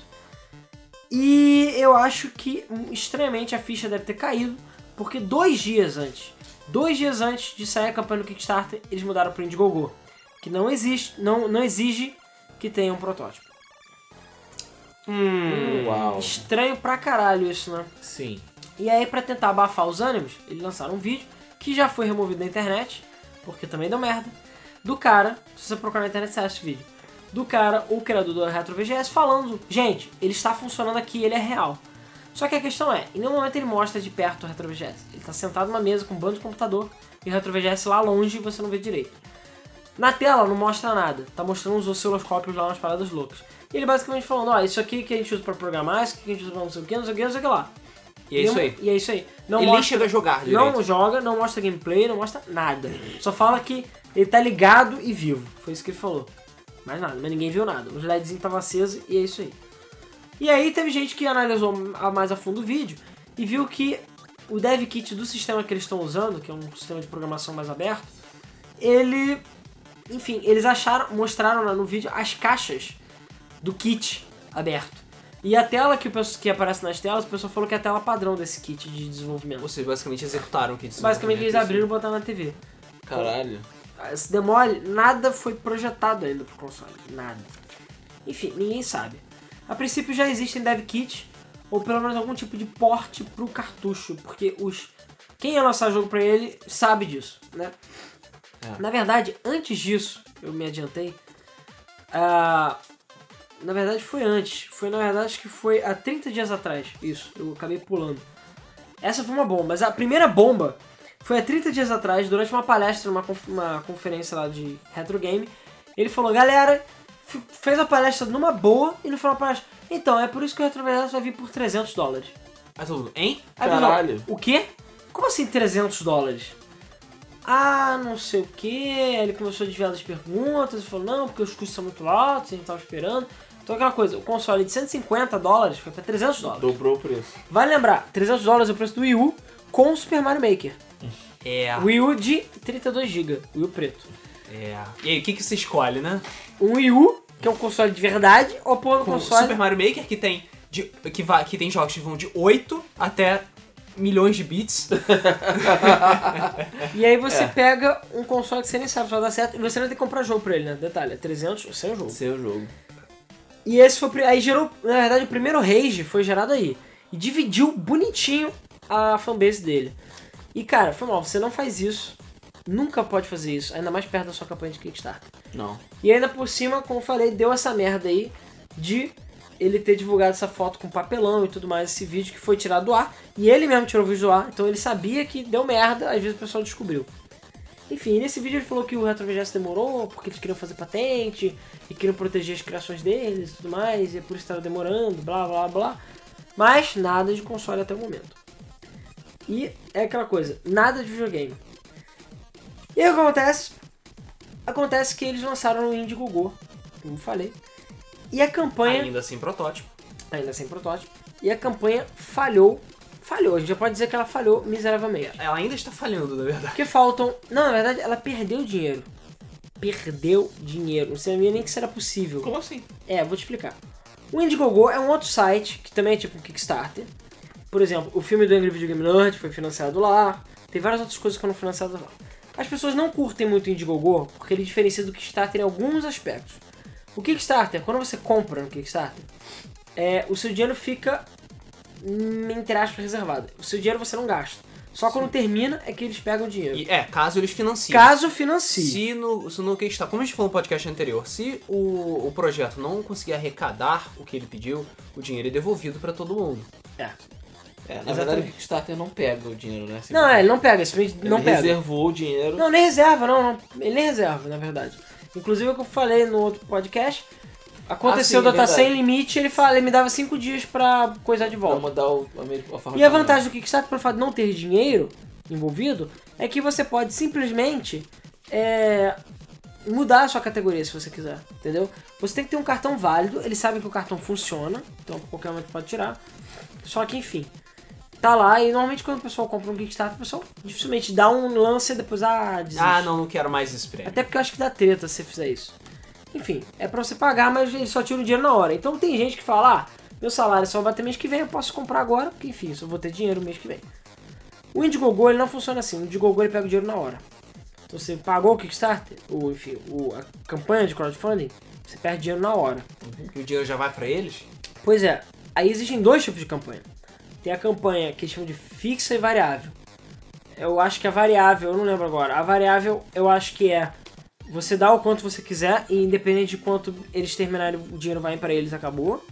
E eu acho que hum, estranhamente a ficha deve ter caído, porque dois dias antes, dois dias antes de sair a campanha do Kickstarter, eles mudaram para Indiegogo, que não existe, não, não exige que tenha um protótipo. Hum. Uau. Estranho pra caralho isso, né? Sim. E aí, pra tentar abafar os ânimos, eles lançaram um vídeo que já foi removido da internet, porque também deu merda. Do cara, se você procurar na internet, você acha esse vídeo. Do cara, o criador do Retro VGS, falando: Gente, ele está funcionando aqui, ele é real. Só que a questão é: em nenhum momento ele mostra de perto o Retro VGS. Ele está sentado numa mesa com um bando de computador e o Retro VGS lá longe e você não vê direito. Na tela não mostra nada, tá mostrando uns osciloscópios lá umas paradas loucas. E ele basicamente falando: Ó, isso aqui que a gente usa pra programar, isso aqui que a gente usa pra não sei o que, não sei o que, não sei o que lá. E é isso aí. E é isso aí. Não Ele nem mostra, chega a jogar direito. não joga, não mostra gameplay, não mostra nada. Só fala que ele tá ligado e vivo. Foi isso que ele falou. Mais nada, mas ninguém viu nada. Os LEDzinhos estavam acesos e é isso aí. E aí teve gente que analisou a- mais a fundo o vídeo e viu que o dev kit do sistema que eles estão usando, que é um sistema de programação mais aberto, ele. Enfim, eles acharam, mostraram lá no vídeo as caixas do kit aberto. E a tela que, o pes- que aparece nas telas, o pessoal falou que é a tela padrão desse kit de desenvolvimento. Ou seja, basicamente executaram o que eles né? Basicamente eles abriram e botaram na TV. Caralho. Se demole, nada foi projetado ainda pro console. Nada. Enfim, ninguém sabe. A princípio já existem dev kits, ou pelo menos algum tipo de porte pro cartucho, porque os. Quem ia lançar jogo pra ele sabe disso, né? É. Na verdade, antes disso, eu me adiantei. ah, na verdade foi antes. Foi na verdade acho que foi há 30 dias atrás. Isso, eu acabei pulando. Essa foi uma bomba, mas a primeira bomba foi há 30 dias atrás, durante uma palestra, uma, conf- uma conferência lá de retro game. Ele falou, galera, f- fez a palestra numa boa e no final da palestra, então, é por isso que o Retroverso vai vir por 300 dólares. Aí todo mundo, hein? Aí, pessoal, Caralho. O quê? Como assim 300 dólares? Ah, não sei o que. Ele começou a desviar das perguntas e falou: não, porque os custos são muito altos, a gente tava esperando. Então, aquela coisa, o console de 150 dólares foi pra 300 dólares. Dobrou o preço. Vale lembrar: 300 dólares é o preço do Wii U com o Super Mario Maker. É, Wii U de 32GB, Wii U preto. é. E aí, o que, que você escolhe, né? Um Wii U, que é um console de verdade, ou pôr no Com o console. Super Mario Maker, que tem, de, que, va- que tem jogos que vão de 8 até milhões de bits. E aí É. você pega um console que você nem sabe se vai dar certo e você não tem que comprar jogo pra ele, né? Detalhe: é 300 sem é o jogo. Seu jogo. E esse foi. o pri- Aí gerou. Na verdade, o primeiro rage foi gerado aí. E dividiu bonitinho a fanbase dele. E cara, foi mal, você não faz isso. Nunca pode fazer isso, ainda mais perto da sua campanha de Kickstarter. Não. E ainda por cima, como eu falei, deu essa merda aí de ele ter divulgado essa foto com papelão e tudo mais, esse vídeo que foi tirado do ar. E ele mesmo tirou o vídeo do ar, então ele sabia que deu merda, às vezes o pessoal descobriu. Enfim, nesse vídeo ele falou que o RetroVGS demorou, porque eles queriam fazer patente, e queriam proteger as criações deles e tudo mais, e é por isso estava demorando, blá blá blá. Mas nada de console até o momento. E é aquela coisa, nada de videogame. E aí o que acontece? Acontece que eles lançaram no Indiegogo, como eu falei. E a campanha. Ainda assim, protótipo. Ainda sem protótipo. E a campanha falhou. Falhou, a gente já pode dizer que ela falhou miseravelmente. Ela ainda está falhando, na verdade. Porque faltam. Não, na verdade, ela perdeu dinheiro. Perdeu dinheiro. Não sabia nem que isso era possível. Como assim? É, vou te explicar. O Indiegogo é um outro site que também é tipo um Kickstarter. Por exemplo, o filme do Angry Video Game Nerd foi financiado lá. Tem várias outras coisas que foram financiadas lá. As pessoas não curtem muito o Indiegogo porque ele diferencia do Kickstarter em alguns aspectos. O Kickstarter, quando você compra no Kickstarter, é, o seu dinheiro fica, hum, entre aspas, reservado. O seu dinheiro você não gasta. Só quando termina é que eles pegam o dinheiro. E, é, caso eles financiem. Caso financie. Se no, se no Kickstarter, como a gente falou no podcast anterior, se o, o projeto não conseguir arrecadar o que ele pediu, o dinheiro é devolvido pra todo mundo. É. É, na Exatamente. verdade o Kickstarter não pega o dinheiro, né? Assim, Não, é, ele não pega, simplesmente Ele não pega. reservou o dinheiro. Não, nem reserva, não, não. Ele nem reserva, na verdade. Inclusive, é o que eu falei no outro podcast, aconteceu Ah, de sim, eu estar verdade. sem limite, ele, fala, ele me dava cinco dias pra coisar de Pra volta. mandar o, a, mesma- Tá forma E a de pagar. vantagem do Kickstarter, pelo fato de não ter dinheiro envolvido, é que você pode simplesmente é, mudar a sua categoria se você quiser, entendeu? Você tem que ter um cartão válido, eles sabem que o cartão funciona, então a qualquer momento pode tirar. Só que, enfim, tá lá e normalmente quando o pessoal compra um Kickstarter, o pessoal dificilmente dá um lance e depois, ah, desiste. Ah, não, não quero mais esse prêmio. Até porque eu acho que dá treta se você fizer isso. Enfim, é pra você pagar, mas ele só tira o dinheiro na hora. Então tem gente que fala, ah, meu salário só vai ter mês que vem, eu posso comprar agora, porque enfim, só vou ter dinheiro mês que vem. O Indiegogo ele não funciona assim, o Indiegogo ele pega o dinheiro na hora. Então, Você pagou o Kickstarter, ou enfim, o- a campanha de crowdfunding, você perde dinheiro na hora. E o dinheiro já vai pra eles? Pois é, aí existem dois tipos de campanha. Tem a campanha que eles chamam de fixa e variável. Eu acho que a variável, eu não lembro agora, a variável eu acho que é você dá o quanto você quiser e independente de quanto eles terminarem, o dinheiro vai pra eles, acabou.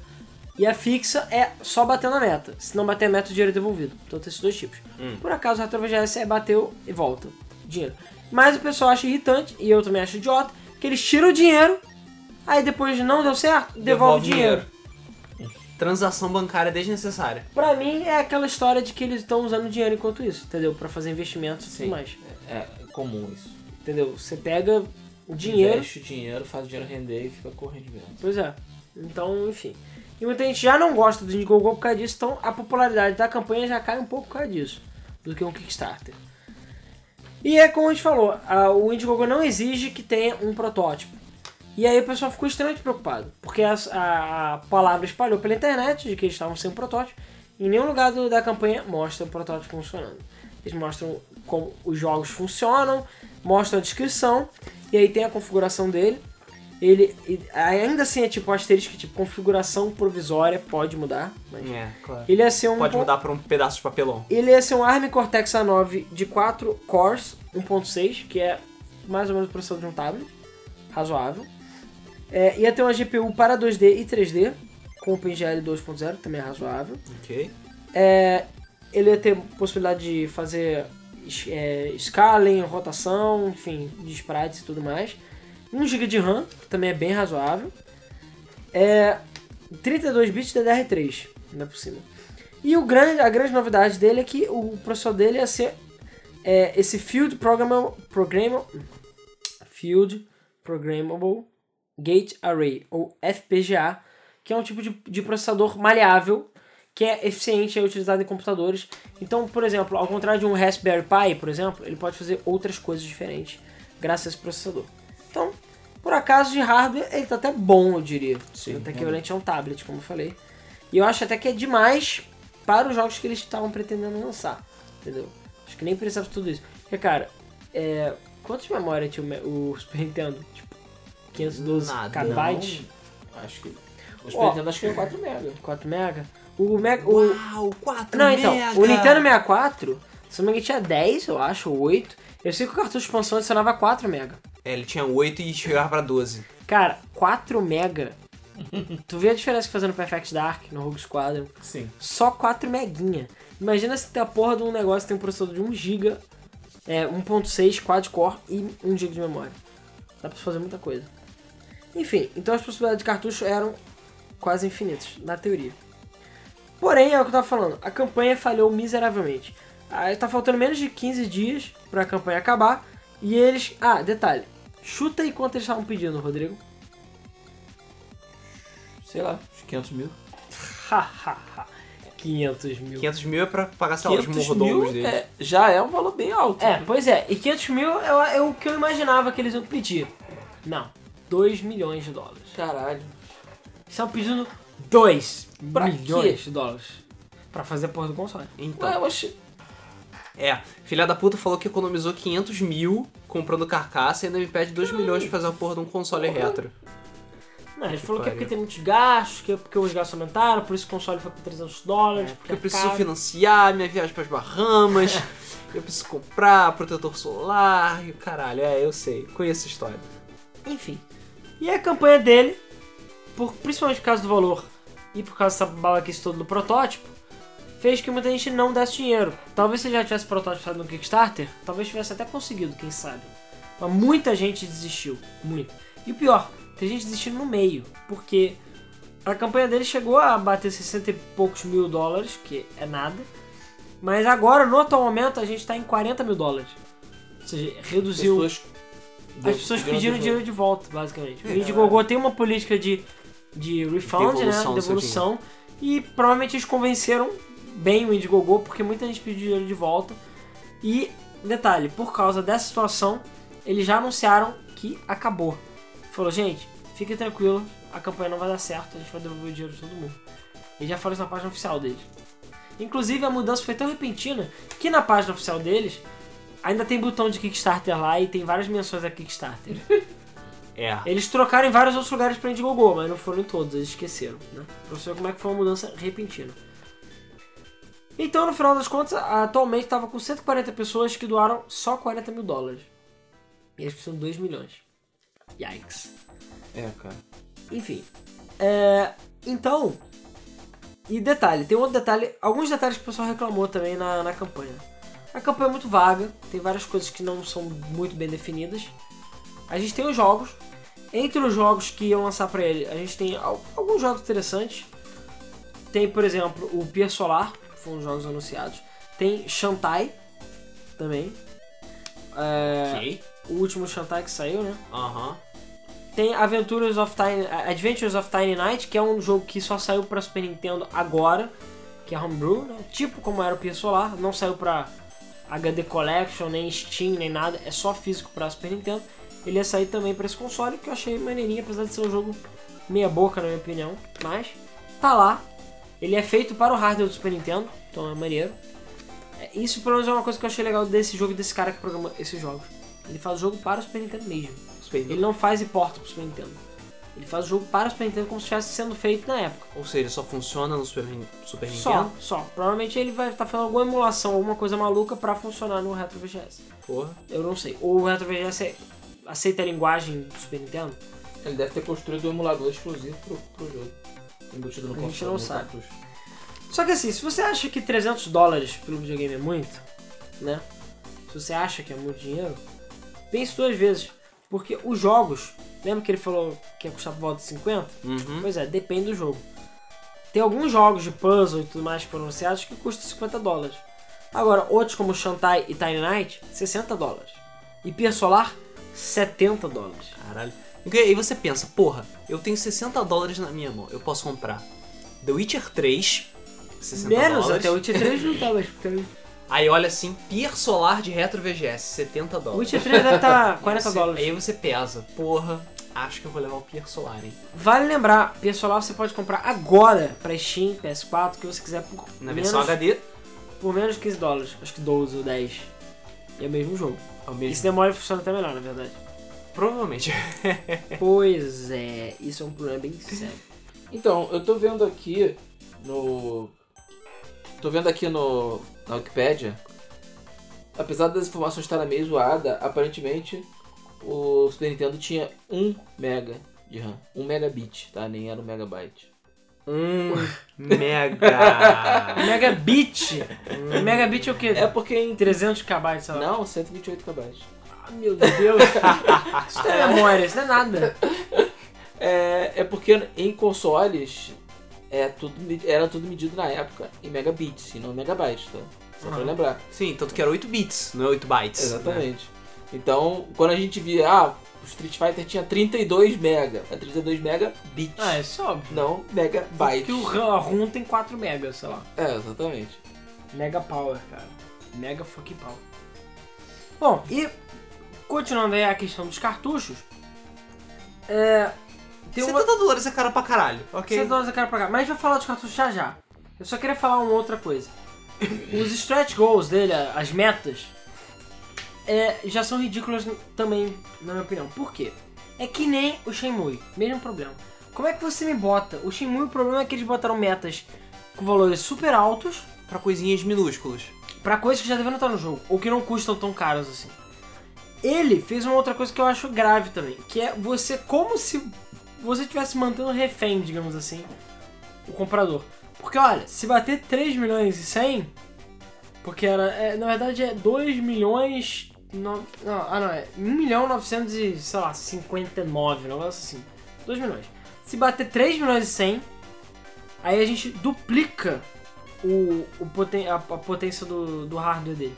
E a fixa é só batendo a meta. Se não bater a meta, o dinheiro é devolvido. Então tem esses dois tipos. Por acaso, a RetroVGS é bateu e volta. Dinheiro. Mas o pessoal acha irritante, e eu também acho idiota, que eles tiram o dinheiro, aí depois não deu certo, devolve, o dinheiro. Transação bancária é desnecessária. Pra mim é aquela história de que eles estão usando dinheiro enquanto isso, entendeu? Pra fazer investimentos e tudo Sim. mais. É, é comum isso. Entendeu? Você pega o dinheiro. Investe o dinheiro, faz o dinheiro render e fica correndo mesmo. Pois é. Então, enfim. E muita gente já não gosta do Indiegogo por causa disso, então a popularidade da campanha já cai um pouco por causa disso, do que um Kickstarter. E é como a gente falou, a- o Indiegogo não exige que tenha um protótipo. E aí o pessoal ficou extremamente preocupado, porque as- a, a palavra espalhou pela internet de que eles estavam sem um protótipo, e em nenhum lugar do- da campanha mostra o protótipo funcionando. Eles mostram como os jogos funcionam, mostram a descrição, e aí tem a configuração dele. Ele e- ainda assim é tipo um asterisco, tipo configuração provisória, pode mudar, mas É, claro. ele ia ser um Pode pon- mudar pra um pedaço de papelão. ele ia ser um ARM Cortex A9 de 4 cores, 1.6, que é mais ou menos o processador de um tablet, razoável. É, ia ter uma GPU para 2D e 3D, com o PNGL 2.0, que também é razoável. Ok. É, ele ia ter possibilidade de fazer es- é, scaling, rotação, enfim, de sprites e tudo mais. 1 GB de RAM, que também é bem razoável. É, 32 bits DDR3, ainda por cima. E o grande, a grande novidade dele é que o processador dele ia ser é, esse Field Programmable, Programmable, Field Programmable Gate Array, ou FPGA, que é um tipo de, de processador maleável que é eficiente e é utilizado em computadores. Então, por exemplo, ao contrário de um Raspberry Pi, por exemplo, ele pode fazer outras coisas diferentes graças a esse processador. Então, por acaso de hardware, ele tá até bom, eu diria. Sim, até realmente. equivalente a um tablet, como eu falei. E eu acho até que é demais para os jogos que eles estavam pretendendo lançar. Entendeu? Acho que nem precisava de tudo isso. Porque, cara, é... quantos de memória tinha o me- o Super Nintendo? Tipo, 512 Nada, KB? Acho que. Os Ó. Nintendo acho que é 4 mega. 4 mega? O Mega. O... Uau, 4 Não, então, mega. o Nintendo 64, se não me engano, tinha 10, eu acho, ou 8. Eu sei que o cartucho de expansão adicionava 4 mega. É, ele tinha 8 e chegava pra 12. Cara, 4 mega. tu vê a diferença que fazia no Perfect Dark, no Rogue Squadron. Sim. Só 4 meguinha. Imagina se tem a porra de um negócio que tem um processador de 1 GB, é, 1.6 quad-core e 1 GB de memória. Dá pra fazer muita coisa. Enfim, então as possibilidades de cartucho eram quase infinitas, na teoria. Porém, é o que eu tava falando, a campanha falhou miseravelmente. Ah, tá faltando menos de 15 dias pra campanha acabar e eles. Ah, detalhe. Chuta aí quanto eles estavam pedindo, Rodrigo. Sei lá, uns 500 mil. Hahaha. 500 mil. 500 mil é pra pagar, sei lá, os 500 mordomos dele. é- já é um valor bem alto. É, pois é. E 500 mil é, o- é o que eu imaginava que eles iam pedir. Não. 2 milhões de dólares. Caralho. Eles estavam pedindo 2 Pra milhões de dólares. Pra fazer a porra do console. Então, Ué, eu achei. é. Filha da puta falou que economizou 500 mil comprando carcaça e ainda me pede 2 milhões pra fazer a porra de um console retro. Não, ele falou que é pariu. porque tem muitos gastos, que é porque os gastos aumentaram, por isso o console foi por 300 dólares. Porque eu é preciso caro. financiar minha viagem pras Bahamas, eu preciso comprar protetor solar e o caralho. É, eu sei. Conheço a história. Enfim. E a campanha dele, por, principalmente por causa do valor e por causa dessa balaquice toda do protótipo, fez que muita gente não desse dinheiro. Talvez se ele já tivesse prototipado no Kickstarter, talvez tivesse até conseguido, quem sabe. Mas muita gente desistiu, muito. E o pior, tem gente desistindo no meio, porque a campanha dele chegou a bater 60 e poucos mil dólares, que é nada. Mas agora, no atual momento, a gente está em 40 mil dólares. Ou seja, reduziu. Pessoas. As pessoas pediram de dinheiro de volta, basicamente. O É. Indiegogo tem uma política de, de refund, Devolução né? do seu Devolução. E provavelmente eles convenceram bem o Indiegogo, porque muita gente pediu dinheiro de volta. E, detalhe, por causa dessa situação, eles já anunciaram que acabou. Falou, gente, fique tranquilo, a campanha não vai dar certo, a gente vai devolver o dinheiro de todo mundo. Eles já falaram isso na página oficial deles. Inclusive, a mudança foi tão repentina que na página oficial deles ainda tem botão de Kickstarter lá e tem várias menções a Kickstarter. É. Eles trocaram em vários outros lugares pra Indiegogo, mas não foram em todos, eles esqueceram, né? Pra você ver como é que foi uma mudança repentina. Então, no final das contas, atualmente tava com 140 pessoas que doaram só 40 mil dólares. E eles precisam de 2 milhões. Yikes. É, cara. Enfim. É, então. E detalhe, tem um outro detalhe. Alguns detalhes que o pessoal reclamou também na, na campanha. A campanha é muito vaga, tem várias coisas que não são muito bem definidas. A gente tem os jogos. Entre os jogos que iam lançar pra ele, a gente tem al- alguns jogos interessantes. Tem, por exemplo, o Pier Solar, que foi um dos jogos anunciados. Tem Shantai também. É, Ok. o último Shantai que saiu, né? Aham. Tem Adventures of Tiny, Adventures of Tiny Night, que é um jogo que só saiu pra Super Nintendo agora, que é homebrew, né? Tipo como era o Pia Solar, não saiu pra HD Collection, nem Steam, nem nada, é só físico pra Super Nintendo. Ele ia sair também pra esse console, que eu achei maneirinho, apesar de ser um jogo meia boca, na minha opinião. Mas, tá lá. Ele é feito para o hardware do Super Nintendo, então é maneiro. É, Isso, pelo menos, é uma coisa que eu achei legal desse jogo e desse cara que programa esses jogos. Ele faz o jogo para o Super Nintendo mesmo. Super Nintendo. Ele não faz e porta pro Super Nintendo. Ele faz o jogo para o Super Nintendo como se estivesse sendo feito na época. Ou seja, só funciona no Super, Nin- Super Só, Nintendo. só. Provavelmente ele vai estar fazendo alguma emulação, alguma coisa maluca pra funcionar no Retro VGS. Porra. Eu não sei. Ou o Retro VGS é- aceita a linguagem do Super Nintendo? Ele deve ter construído um emulador exclusivo pro, pro jogo. Embutido no A gente console, não no sabe. cartucho. Só que assim, se você acha que 300 dólares pelo videogame é muito, né? Se você acha que é muito dinheiro, pense duas vezes. Porque os jogos, lembra que ele falou que ia custar por volta de 50? Uhum. Pois é, depende do jogo. Tem alguns jogos de puzzle e tudo mais que foram anunciados que custam 50 dólares. Agora, outros como Shantae e Tiny Knight, 60 dólares. E Pier Solar, 70 dólares. Caralho. E aí você pensa, porra, eu tenho 60 dólares na minha mão, eu posso comprar The Witcher 3, 60 Menos dólares. até o Witcher 3 não tá mais. porque Aí olha assim, Pier Solar de Retro VGS, 70 O dólares. Witcher 3 deve estar tá 40 Você- dólares. Aí você pesa, porra, acho que eu vou levar o Pier Solar, hein? Vale lembrar, Pier Solar você pode comprar agora pra Steam, PS4, o que você quiser por Na menos, versão HD, por menos 15 dólares. Acho que 12 ou 10. E é o mesmo jogo. é o E mesmo. se demora, funciona até melhor, na verdade. Provavelmente. Pois é, isso é um problema bem sério. Então, eu tô vendo aqui no. Tô vendo aqui no. na Wikipédia. Apesar das informações estarem meio zoada, aparentemente o Super Nintendo tinha 1 mega de RAM. 1 megabit, tá? Nem era um megabyte. Um mega. Megabit! Megabit é o quê? É porque em. 300 KB, sei lá. Não, 128 KB. Ah, meu Deus! isso não é memória, isso não é nada. É, é porque em consoles é tudo, me- era tudo medido na época em megabits e não megabytes, tá? Só pra Uhum. lembrar. Sim, tanto que era 8 bits, não é 8 bytes. né? Exatamente. Então, quando a gente via, ah, o Street Fighter tinha 32 mega. É 32 megabits. Ah, é só óbvio. Não megabytes. Porque o RAM, a ROM tem 4 MB, sei lá. É, exatamente. Mega power, cara. Mega fucking power. Bom, e continuando aí a questão dos cartuchos. É. Tem uma. 70 dólares é cara pra caralho, ok? 100 dólares eu quero pagar. Mas a gente vai falar dos cartuchos já já. Eu só queria falar uma outra coisa. Os stretch goals dele, a- as metas, é, já são ridículas n- também, na minha opinião. Por quê? É que nem o Shenmue, mesmo problema. Como é que você me bota? O Shenmue, o problema é que eles botaram metas com valores super altos Pra coisinhas minúsculas. Pra coisas que já deveriam estar no jogo, ou que não custam tão caras assim. Ele fez uma outra coisa que eu acho grave também, que é você como se você estivesse mantendo refém, digamos assim, o comprador. Porque olha, se bater 3 milhões e 100, porque era, é, na verdade é 2 milhões no- não, ah não, é 1 milhão 900 e, sei lá, 59, um negócio assim. 2 milhões. Se bater 3 milhões e 100, aí a gente duplica o, o poten a, a potência do, do hardware dele.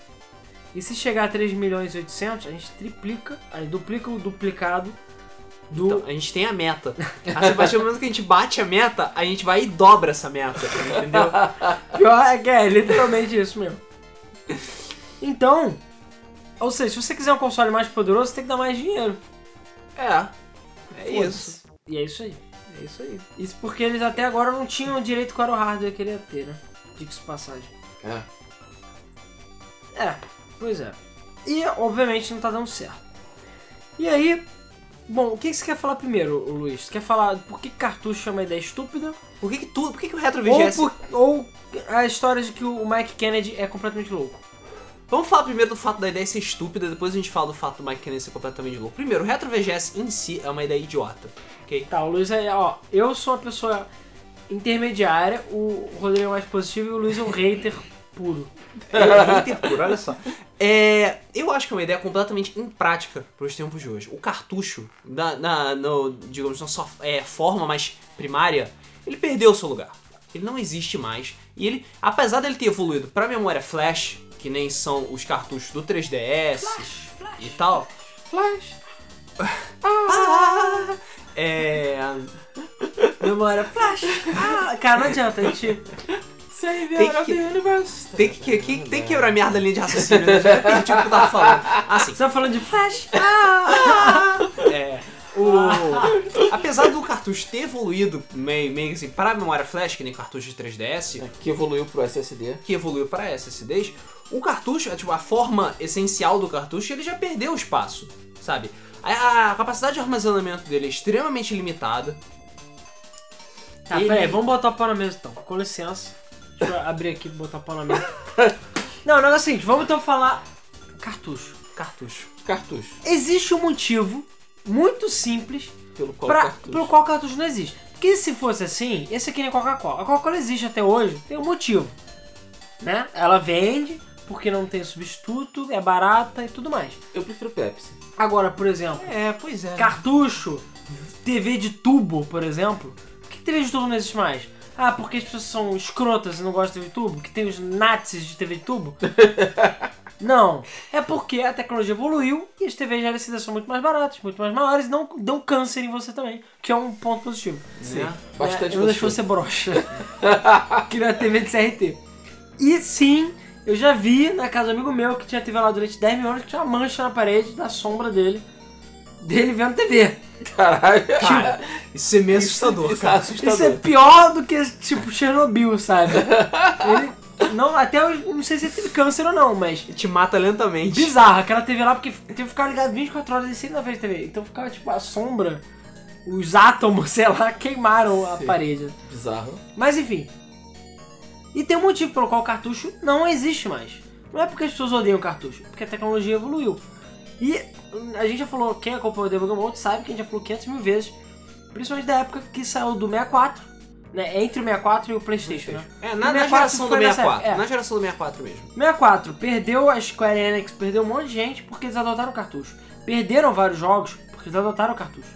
E se chegar a 3 milhões e 800, a gente triplica, aí duplica o duplicado do. Então, a gente tem a meta. A partir do momento que a gente bate a meta, a gente vai e dobra essa meta, entendeu? Pior é que é literalmente isso mesmo. Então, ou seja, se você quiser um console mais poderoso, você tem que dar mais dinheiro. É. É isso. Foda-se. E é isso aí. É isso aí. Isso porque eles até agora não tinham direito qual era o hardware que ele ia ter, né? Diga-se de passagem. É. É, pois é. E obviamente não tá dando certo. E aí, bom, o que que você quer falar primeiro, ô, Luiz? Você quer falar por que cartucho é uma ideia estúpida? Por que, que tudo. Por que, que o Retro Ou, VGS. por- ou a história de que o Mike Kennedy é completamente louco? Vamos falar primeiro do fato da ideia ser estúpida, depois a gente fala do fato do Mike Kennedy ser completamente louco. Primeiro, o Retro VGS em si é uma ideia idiota. Ok? Tá, o Luiz é, ó, eu sou uma pessoa intermediária, o Rodrigo é mais positivo e o Luiz é um hater puro. É, Interpura, olha só. É, eu acho que é uma ideia completamente imprática para os tempos de hoje. O cartucho, na, na- no, digamos, na sua é, forma mais primária, ele perdeu o seu lugar. Ele não existe mais. E ele, apesar dele ter evoluído para memória flash, que nem são os cartuchos do 3DS e tal, Flash. ah, memória. Flash! Ah, cara, não adianta, a gente. Save Tem out of que- the universe. Tem que, que- tem que quebrar a merda da linha de raciocínio, né? Já entendi o que eu tava falando. Assim, Você tá falando de Flash? Ah! é. O... Apesar do cartucho ter evoluído meio, meio assim para a memória flash, que nem cartucho de 3DS, Que evoluiu pro SSD. que evoluiu para SSDs, o cartucho, tipo, a forma essencial do cartucho, ele já perdeu espaço, sabe? A, a capacidade de armazenamento dele é extremamente limitada. Tá, Ele- peraí, vamos botar o pau na mesa então. Com licença. Deixa eu abrir aqui e botar o pau na mesa. Não, o negócio é o seguinte, vamos então falar cartucho. Cartucho. Cartucho. Existe um motivo muito simples Pelo qual pra, cartucho. pelo qual cartucho não existe. Porque se fosse assim, esse aqui nem Coca-Cola. A Coca-Cola existe até hoje, tem um motivo. Né? Ela vende porque não tem substituto, é barata e tudo mais. Eu prefiro Pepsi. Agora, por exemplo, É, pois é. cartucho, TV de tubo, por exemplo. Por que TV de tubo não existe mais? Ah, porque as pessoas são escrotas e não gostam de TV de tubo? Que tem os nazis de TV de tubo? não. É porque a tecnologia evoluiu e as TVs já LCD são muito mais baratas, muito mais maiores e não dão câncer em você também, que é um ponto positivo. Sim. Bastante é, não deixou positivo. você broxa. que na TV de CRT. E sim, eu já vi na casa do amigo meu que tinha TV lá durante 10 mil anos que tinha uma mancha na parede da sombra dele. Dele vendo TV. Caralho. Cara, isso é meio assustador, Isso é cara. assustador. Isso é pior do que, tipo, Chernobyl, sabe? Ele, não, até eu não sei se ele teve câncer ou não, mas... Te mata lentamente. Bizarro, aquela TV lá, porque teve que ficar ligado 24 horas e sempre na frente da TV. Então ficava, tipo, a sombra, os átomos, sei lá, queimaram a Sim. parede. Bizarro. Mas enfim. E tem um motivo pelo qual o cartucho não existe mais. Não é porque as pessoas odeiam o cartucho, porque a tecnologia evoluiu. E hum, a gente já falou, quem acompanha o Debug Mode sabe que a gente já falou 500 mil vezes, principalmente da época que saiu do 64, né? Entre o 64 e o PlayStation, né? É, na, O na 64 geração do foi nessa 64. época, é. Na geração do 64 mesmo. 64 perdeu a Square Enix, perdeu um monte de gente porque eles adotaram o cartucho. Perderam vários jogos porque eles adotaram o cartucho.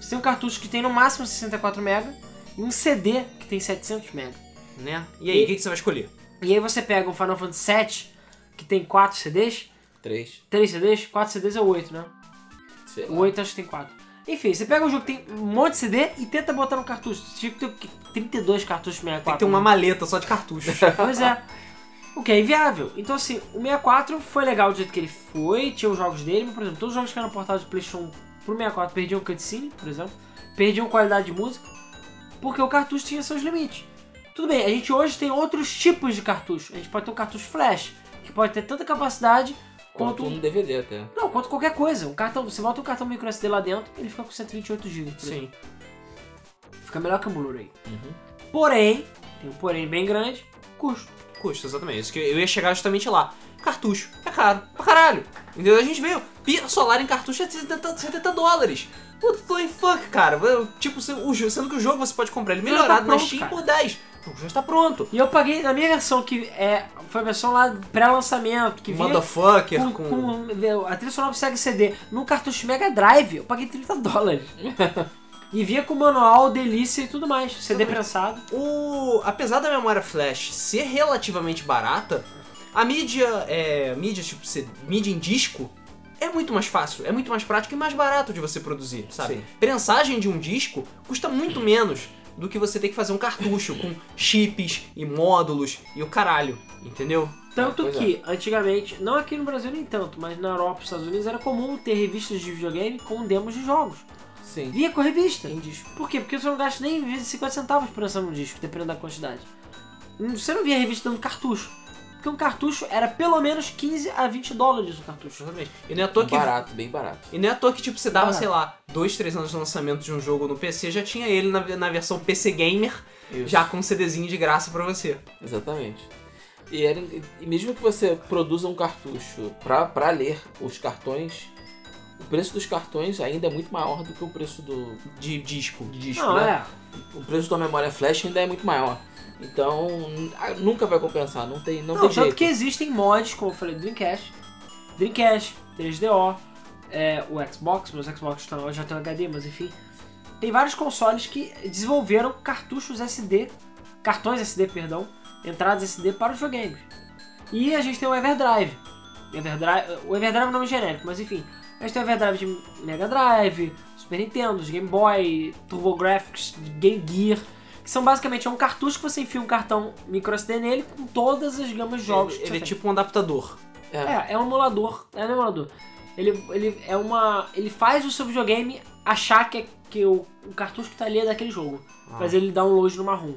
Você tem um cartucho que tem no máximo 64 MB e um CD que tem 700 MB. Né? E aí, E- o que, que você vai escolher? E aí você pega um Final Fantasy VII, que tem 4 CDs, Três. 3 CDs, 4 CDs é 8, né? Sei lá. O 8 acho que tem 4. Enfim, você pega um jogo que tem um monte de CD e tenta botar no cartucho. Tipo, tem o quê? 32 cartuchos Tem 64. que ter uma né? maleta só de cartuchos. Pois é. O que é inviável. Então, assim, o 64 foi legal do jeito que ele foi, tinha os jogos dele, mas, por exemplo, todos os jogos que eram portados do PlayStation pro 64 perdiam cutscene, por exemplo, perdiam qualidade de música, porque o cartucho tinha seus limites. Tudo bem, a gente hoje tem outros tipos de cartucho. A gente pode ter um cartucho flash, que pode ter tanta capacidade Quanto quanto. um DVD até. Não, quanto qualquer coisa. Um cartão, você bota um cartão micro SD lá dentro, ele fica com 128 GB. Sim. Fica melhor que um Blu-ray. Uhum. Porém, tem um porém bem grande, custo. Custa, exatamente. Isso que eu ia chegar justamente lá. Cartucho é caro pra caralho. Entendeu? A gente veio. Pia solar em cartucho é 70, 70 dólares. What the fuck, cara? Eu, Tipo, se- o jo- sendo que o jogo você pode comprar ele Já tá melhorado na pronto, Steam cara. por 10. O jogo já está pronto. E eu paguei na minha versão, que é, foi a versão lá pré-lançamento, que vinha Um Motherfucker com, com. com a trilha sonora pro Sega CD. Num cartucho Mega Drive, eu paguei 30 dólares. e vinha com manual, delícia e tudo mais. CD Exatamente. prensado. O, apesar da memória flash ser relativamente barata, a mídia, é, mídia tipo C- mídia em disco é muito mais fácil, é muito mais prático e mais barato de você produzir, sabe? Sim. Prensagem de um disco custa muito menos do que você ter que fazer um cartucho com chips e módulos e o caralho, entendeu? Tanto pois que, antigamente, não aqui no Brasil nem tanto, mas na Europa e Estados Unidos era comum ter revistas de videogame com demos de jogos. Sim. Vinha com a revista. Tem disco. Por quê? Porque você não gasta nem às vezes, 50 centavos por lançar um disco, dependendo da quantidade. Hum, Você não via a revista dando cartucho. Porque um cartucho era pelo menos 15 a 20 dólares um cartucho. Exatamente. E não é à toa que Barato, bem barato. E não é à toa que, tipo, você dava, Barato. sei lá, dois, três anos de lançamento de um jogo no PC, já tinha ele na, na versão PC Gamer, Isso. já com um CDzinho de graça pra você. Exatamente. E, era, e mesmo que você produza um cartucho pra, pra ler os cartões, o preço dos cartões ainda é muito maior do que o preço do De disco. de disco, Não, né? é. O preço da memória flash ainda é muito maior. Então, n- ah, nunca vai compensar, não tem, não Não, tem tanto jeito. que existem mods, como eu falei, do Dreamcast, Dreamcast, 3DO, é, o Xbox, mas o Xbox tá- já tem HD, mas enfim. Tem vários consoles que desenvolveram cartuchos SD, cartões SD, perdão, entradas SD para os videogames. E a gente tem o Everdrive. Everdrive o Everdrive é um nome genérico, mas enfim. A gente tem o Everdrive de Mega Drive, Super Nintendo, Game Boy, TurboGrafx, Game Gear, que são basicamente é um cartucho que você enfia um cartão micro SD nele com todas as gamas de jogos. Ele, que ele você é tem. tipo um adaptador. É. É, é um emulador. É um emulador. Ele, ele é uma. Ele faz o seu videogame achar que, é- que o, o cartucho que tá ali é daquele jogo. Ah. Mas ele dá um load no marrom.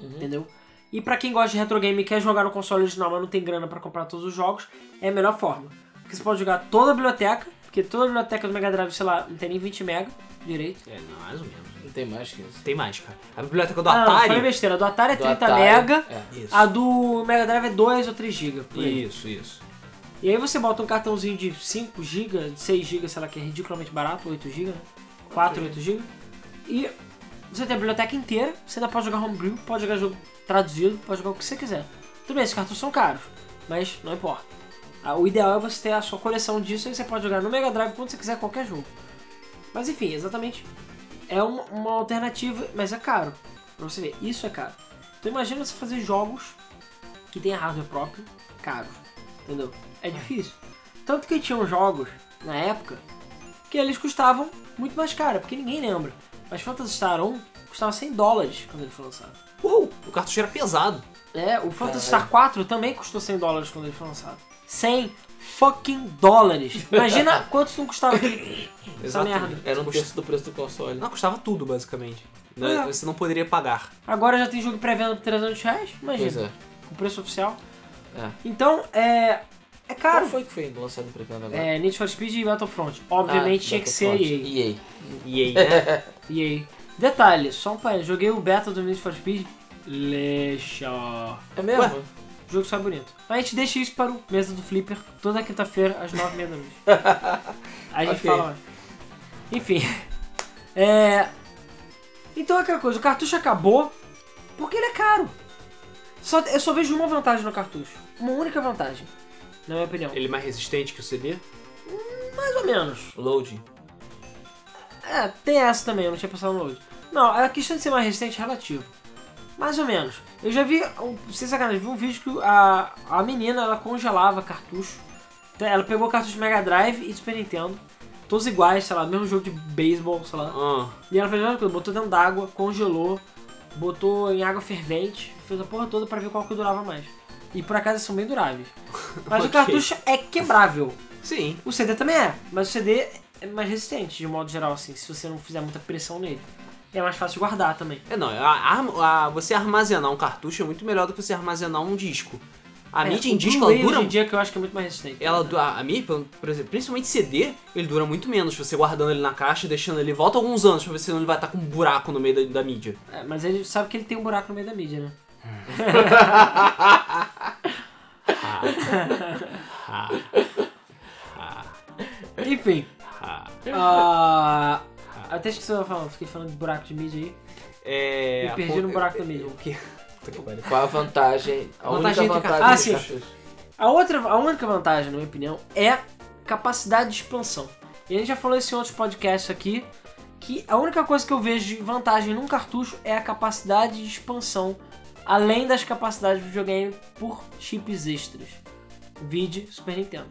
Uhum. Entendeu? E pra quem gosta de retro game e quer jogar no console original, mas não tem grana pra comprar todos os jogos, é a melhor forma. Porque você pode jogar toda a biblioteca, porque toda a biblioteca do Mega Drive, sei lá, não tem nem 20 mega direito. É, não, mais ou menos. Não tem mais que isso. Tem mais, cara. A biblioteca do ah, não, falei Atari. besteira. A do Atari é Do 30 Atari, mega, É. Isso. a do Mega Drive é 2 ou 3 GB. por aí. Isso, isso. E aí você bota um cartãozinho de 5 GB, de 6 GB, sei lá, que é ridiculamente barato, 8 GB, né? 4, 8 GB. E você tem a biblioteca inteira, você ainda pode jogar homebrew, pode jogar jogo traduzido, pode jogar o que você quiser. Tudo bem, esses cartões são caros, mas não importa. Ah, O ideal é você ter a sua coleção disso e você pode jogar no Mega Drive quando você quiser qualquer jogo. Mas enfim, exatamente. É um- uma alternativa, mas é caro. Pra você ver, isso é caro. Então imagina você fazer jogos que tem hardware próprio, caros. Entendeu? É difícil. Tanto que tinham jogos, na época, que eles custavam muito mais caro, porque ninguém lembra. Mas Phantasy Star 1 custava 100 dólares quando ele foi lançado. Uou, o cartucho era pesado. É, o Phantasy Caralho. Star 4 também custou 100 dólares quando ele foi lançado. 100 fucking dólares. Imagina quanto não custava aquele... essa Exato. merda. Era um Custa- terço do preço do console. Não, custava tudo, basicamente. É. Você não poderia pagar. Agora já tem jogo pré-venda por 300 reais? Pois Imagina. é. Com preço oficial. É. Então, é... É Qual caro. foi que foi lançado em pré-venda agora? É, Need for Speed e Battlefront. Obviamente Ah, tinha que ser Battlefront. EA. EA. E aí, né? E aí? Detalhe, só um parênteses, joguei o beta do Need for Speed. Lexa. O É mesmo? jogo só é bonito. A gente deixa isso para o Mesa do Flipper, toda quinta-feira, às nove e meia da noite. A gente Ok. fala. Enfim. É. Então é aquela coisa, o cartucho acabou porque ele é caro. Só, eu só vejo uma vantagem no cartucho. Uma única vantagem. Na minha opinião. Ele é mais resistente que o CD? Mais ou menos. Loading. É, tem essa também, eu não tinha pensado no hoje. Não, a questão de ser mais resistente é relativo. Mais ou menos. Eu já vi, um- sem sacanagem, vi um vídeo que a, a menina ela congelava cartucho. Então, Ela pegou cartucho de Mega Drive e de Super Nintendo. Todos iguais, sei lá, mesmo jogo de beisebol, sei lá. Ah, E ela fez a mesma coisa, botou dentro d'água, congelou, botou em água fervente, fez a porra toda pra ver qual que durava mais. E por acaso são bem duráveis. Mas o Ok. cartucho é quebrável. sim. O CD também é, mas o CD é mais resistente, de modo geral, assim, se você não fizer muita pressão nele. E é mais fácil de guardar também. É não, a, a- a- você armazenar um cartucho é muito melhor do que você armazenar um disco. A É, mídia o em disco ela Blu-ray dura. um- hoje em dia que eu acho que é muito mais resistente. Ela, du- a, a mídia, por por exemplo, principalmente CD, ele dura muito menos. Você guardando ele na caixa, deixando ele. Volta alguns anos pra ver se ele não vai estar com um buraco no meio da, da mídia. É, mas ele sabe que ele tem um buraco no meio da mídia, né? Ah, Enfim. ah. ah, até esqueci o que eu tava falando, fiquei falando de buraco de mídia aí. É. Me perdi a- no buraco da mídia. O quê? Puta que pariu. Qual a vantagem? A Vantagem única entre vantagem cartuchos. dos Ah, sim. cartuchos. A outra, a única vantagem, na minha opinião, é capacidade de expansão. E a gente já falou isso em outros podcasts aqui, que a única coisa que eu vejo de vantagem num cartucho é a capacidade de expansão, além das capacidades do videogame por chips extras. Vide Super Nintendo.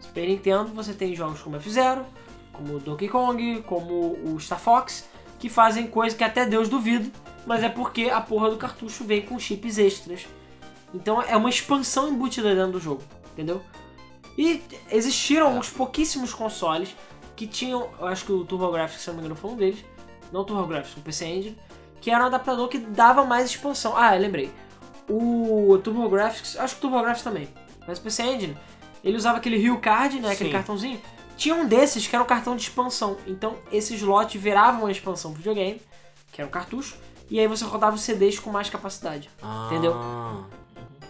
Super Nintendo você tem jogos como F-Zero, como Donkey Kong, como o Star Fox, que fazem coisa que até Deus duvida, mas é porque a porra do cartucho vem com chips extras. Então é uma expansão embutida dentro do jogo, entendeu? E existiram alguns pouquíssimos consoles que tinham, eu acho que o TurboGrafx, se eu não me engano, foi um deles, não o TurboGrafx, o PC Engine, que era um adaptador que dava mais expansão. Ah, eu lembrei. O TurboGrafx, acho que o TurboGrafx também, mas o PC Engine, ele usava aquele Rio Card, né, aquele Sim. cartãozinho. Tinha um desses que era um cartão de expansão. Então esses lotes viravam uma expansão pro videogame, que era um cartucho, e aí você rodava os CDs com mais capacidade. Entendeu? Ah,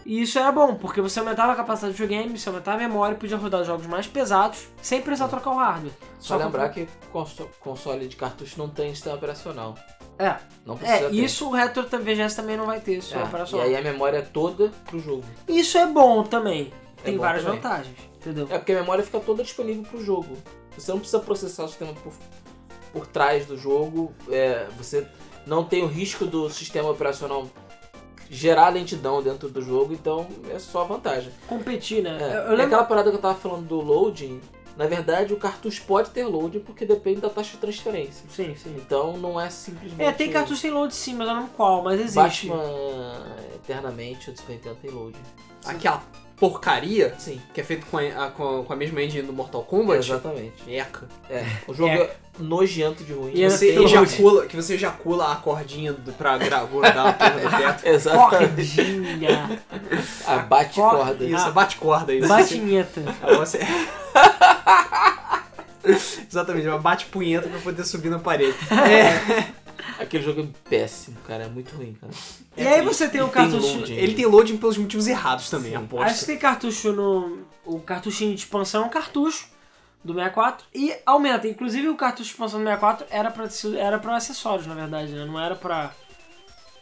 E isso era bom, porque você aumentava a capacidade do videogame, você aumentava a memória e podia rodar jogos mais pesados sem precisar trocar o hardware. Só com- lembrar que conso- console de cartucho não tem sistema operacional. É, Não precisa é ter. isso o Retro VGS também não vai ter, isso é, É, e operacional. aí a memória é toda pro jogo. Isso é bom também. É Tem bom várias também. vantagens, entendeu? É porque a memória fica toda disponível pro jogo. Você não precisa processar o sistema por, por trás do jogo. é, você não tem o risco do sistema operacional gerar lentidão dentro do jogo, então é só vantagem. Competir, né? É, Eu, eu E lembro. aquela parada que eu tava falando do loading, Na verdade, o cartucho pode ter load porque depende da taxa de transferência. Sim, sim. Então não é simplesmente. É, tem cartucho sem load sim, mas eu não lembro qual, mas existe. Batman Eternamente, o do Super Nintendo tem load. Aquela porcaria Sim, que é feito com a, a- com a- com a mesma engine do Mortal Kombat. exatamente. Eca. O jogo é, nojento de ruim. E Que Eu você, tenho ejacula, que você ejacula a cordinha do, pra gra- grudar a porra do teto. Exatamente. Ah, Cordinha. A bate-corda. Isso, Ah, bate corda isso. Batinheta. Aí você- Exatamente, uma bate-punheta pra poder subir na parede. É. Aquele jogo é péssimo, cara. É muito ruim, cara. É e aí triste. você tem o Tem cartucho. load. Ele tem loading pelos motivos errados também, Aí você aposto. tem cartucho no. O cartuchinho de expansão é um cartucho do 64 e aumenta. Inclusive o cartucho de expansão do 64 era pra, ser- era pra acessórios, na verdade, né? Não era pra.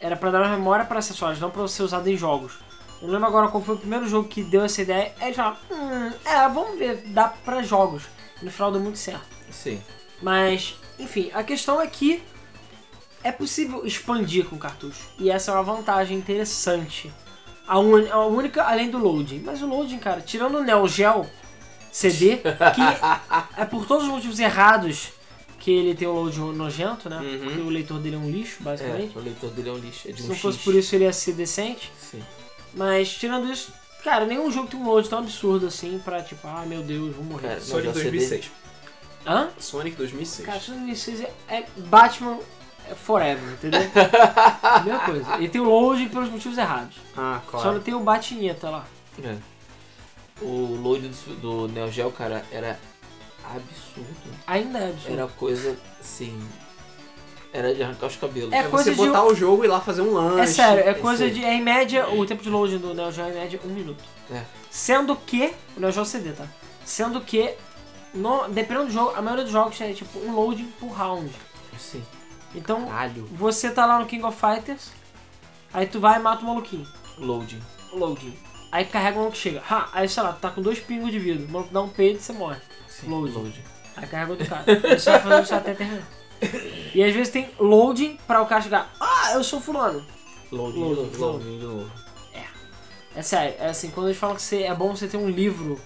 Era pra dar uma memória pra acessórios, não pra ser usado em jogos. Eu não lembro agora qual foi o primeiro jogo que deu essa ideia. Aí eles falaram, hum, é, vamos ver, dá pra jogos. E no final deu muito certo. Sim. Mas, enfim, a questão é que é possível expandir com cartucho. E essa é uma vantagem interessante. A, un- a única, além do loading. Mas o loading, cara, tirando o Neo Geo CD, que é por todos os motivos errados que ele tem o loading nojento, né? Uhum. Porque o leitor dele é um lixo, basicamente. É, o leitor dele é um lixo. É de Se um não fosse X. por isso, ele ia ser decente. Sim. Mas, tirando isso, cara, nenhum jogo tem um load tão absurdo assim pra, tipo, ah, meu Deus, vou morrer. Cara, Sonic não, já 2006. Hã? Sonic 2006. Cara, Sonic 2006 é, é Batman Forever, entendeu? Mesma coisa. Ele tem o loading pelos motivos errados. Ah, Só claro. não tem o batinheta lá. É. O load do, do Neo Geo, cara, era absurdo. Ainda é absurdo. Era coisa, assim... Era de arrancar os cabelos. É É coisa você de botar o jogo e ir lá fazer um lanche. É sério, é isso coisa aí. de. É em média, o tempo de loading do Neo Geo é em média um minuto. É. Sendo que. O Neo Geo CD, tá? Sendo que. No, dependendo do jogo, a maioria dos jogos é tipo um loading por round. Sim. Então, Caralho. você tá lá no King of Fighters, aí tu vai e mata o maluquinho. Loading. Loading. Aí carrega o maluco que chega. Ha! Aí sei lá, tu tá com dois pingos de vida. O maluco dá um peido e você morre. Sim. Loading. Loading. Aí carrega outro cara. Ele só vai fazendo isso até terminar. E às vezes tem loading pra o cara chegar. Ah, eu sou fulano. Loading. Loading, Loading. Loading. de novo. É sério, é assim, quando eles falam que você- é bom você ter um livro,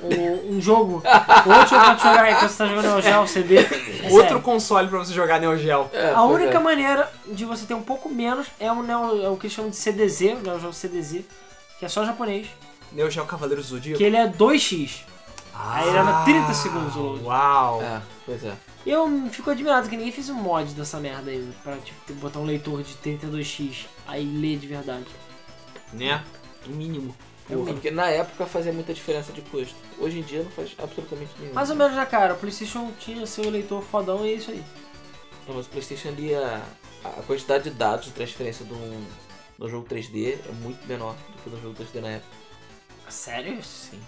ou um jogo, ou outro jogo pra te jogar aí, quando você tá jogando Neo Geo, CD. É Outro sério. console pra você jogar Neo Geo. É, A pois é. única maneira de você ter um pouco menos é, um Neo- é o que eles chamam de CDZ, né, o Neo Geo CDZ, que é só japonês, Neo Geo Cavaleiro Zodíaco. Ah, que ele é 2x. Aí era na 30 segundos o load. Uau. É, pois é. Eu fico admirado que ninguém fez um mod dessa merda ainda, pra tipo, ter- botar um leitor de 32x, aí ler de verdade. Né? O mínimo. Porra, porque na época fazia muita diferença de custo. Hoje em dia não faz absolutamente nenhum. Mais ou menos já, cara, o PlayStation tinha seu leitor fodão e é isso aí. É, mas o PlayStation ali, a, a quantidade de dados de transferência de um, de um jogo 3D é muito menor do que do jogo 2D na época. Sério? Sim.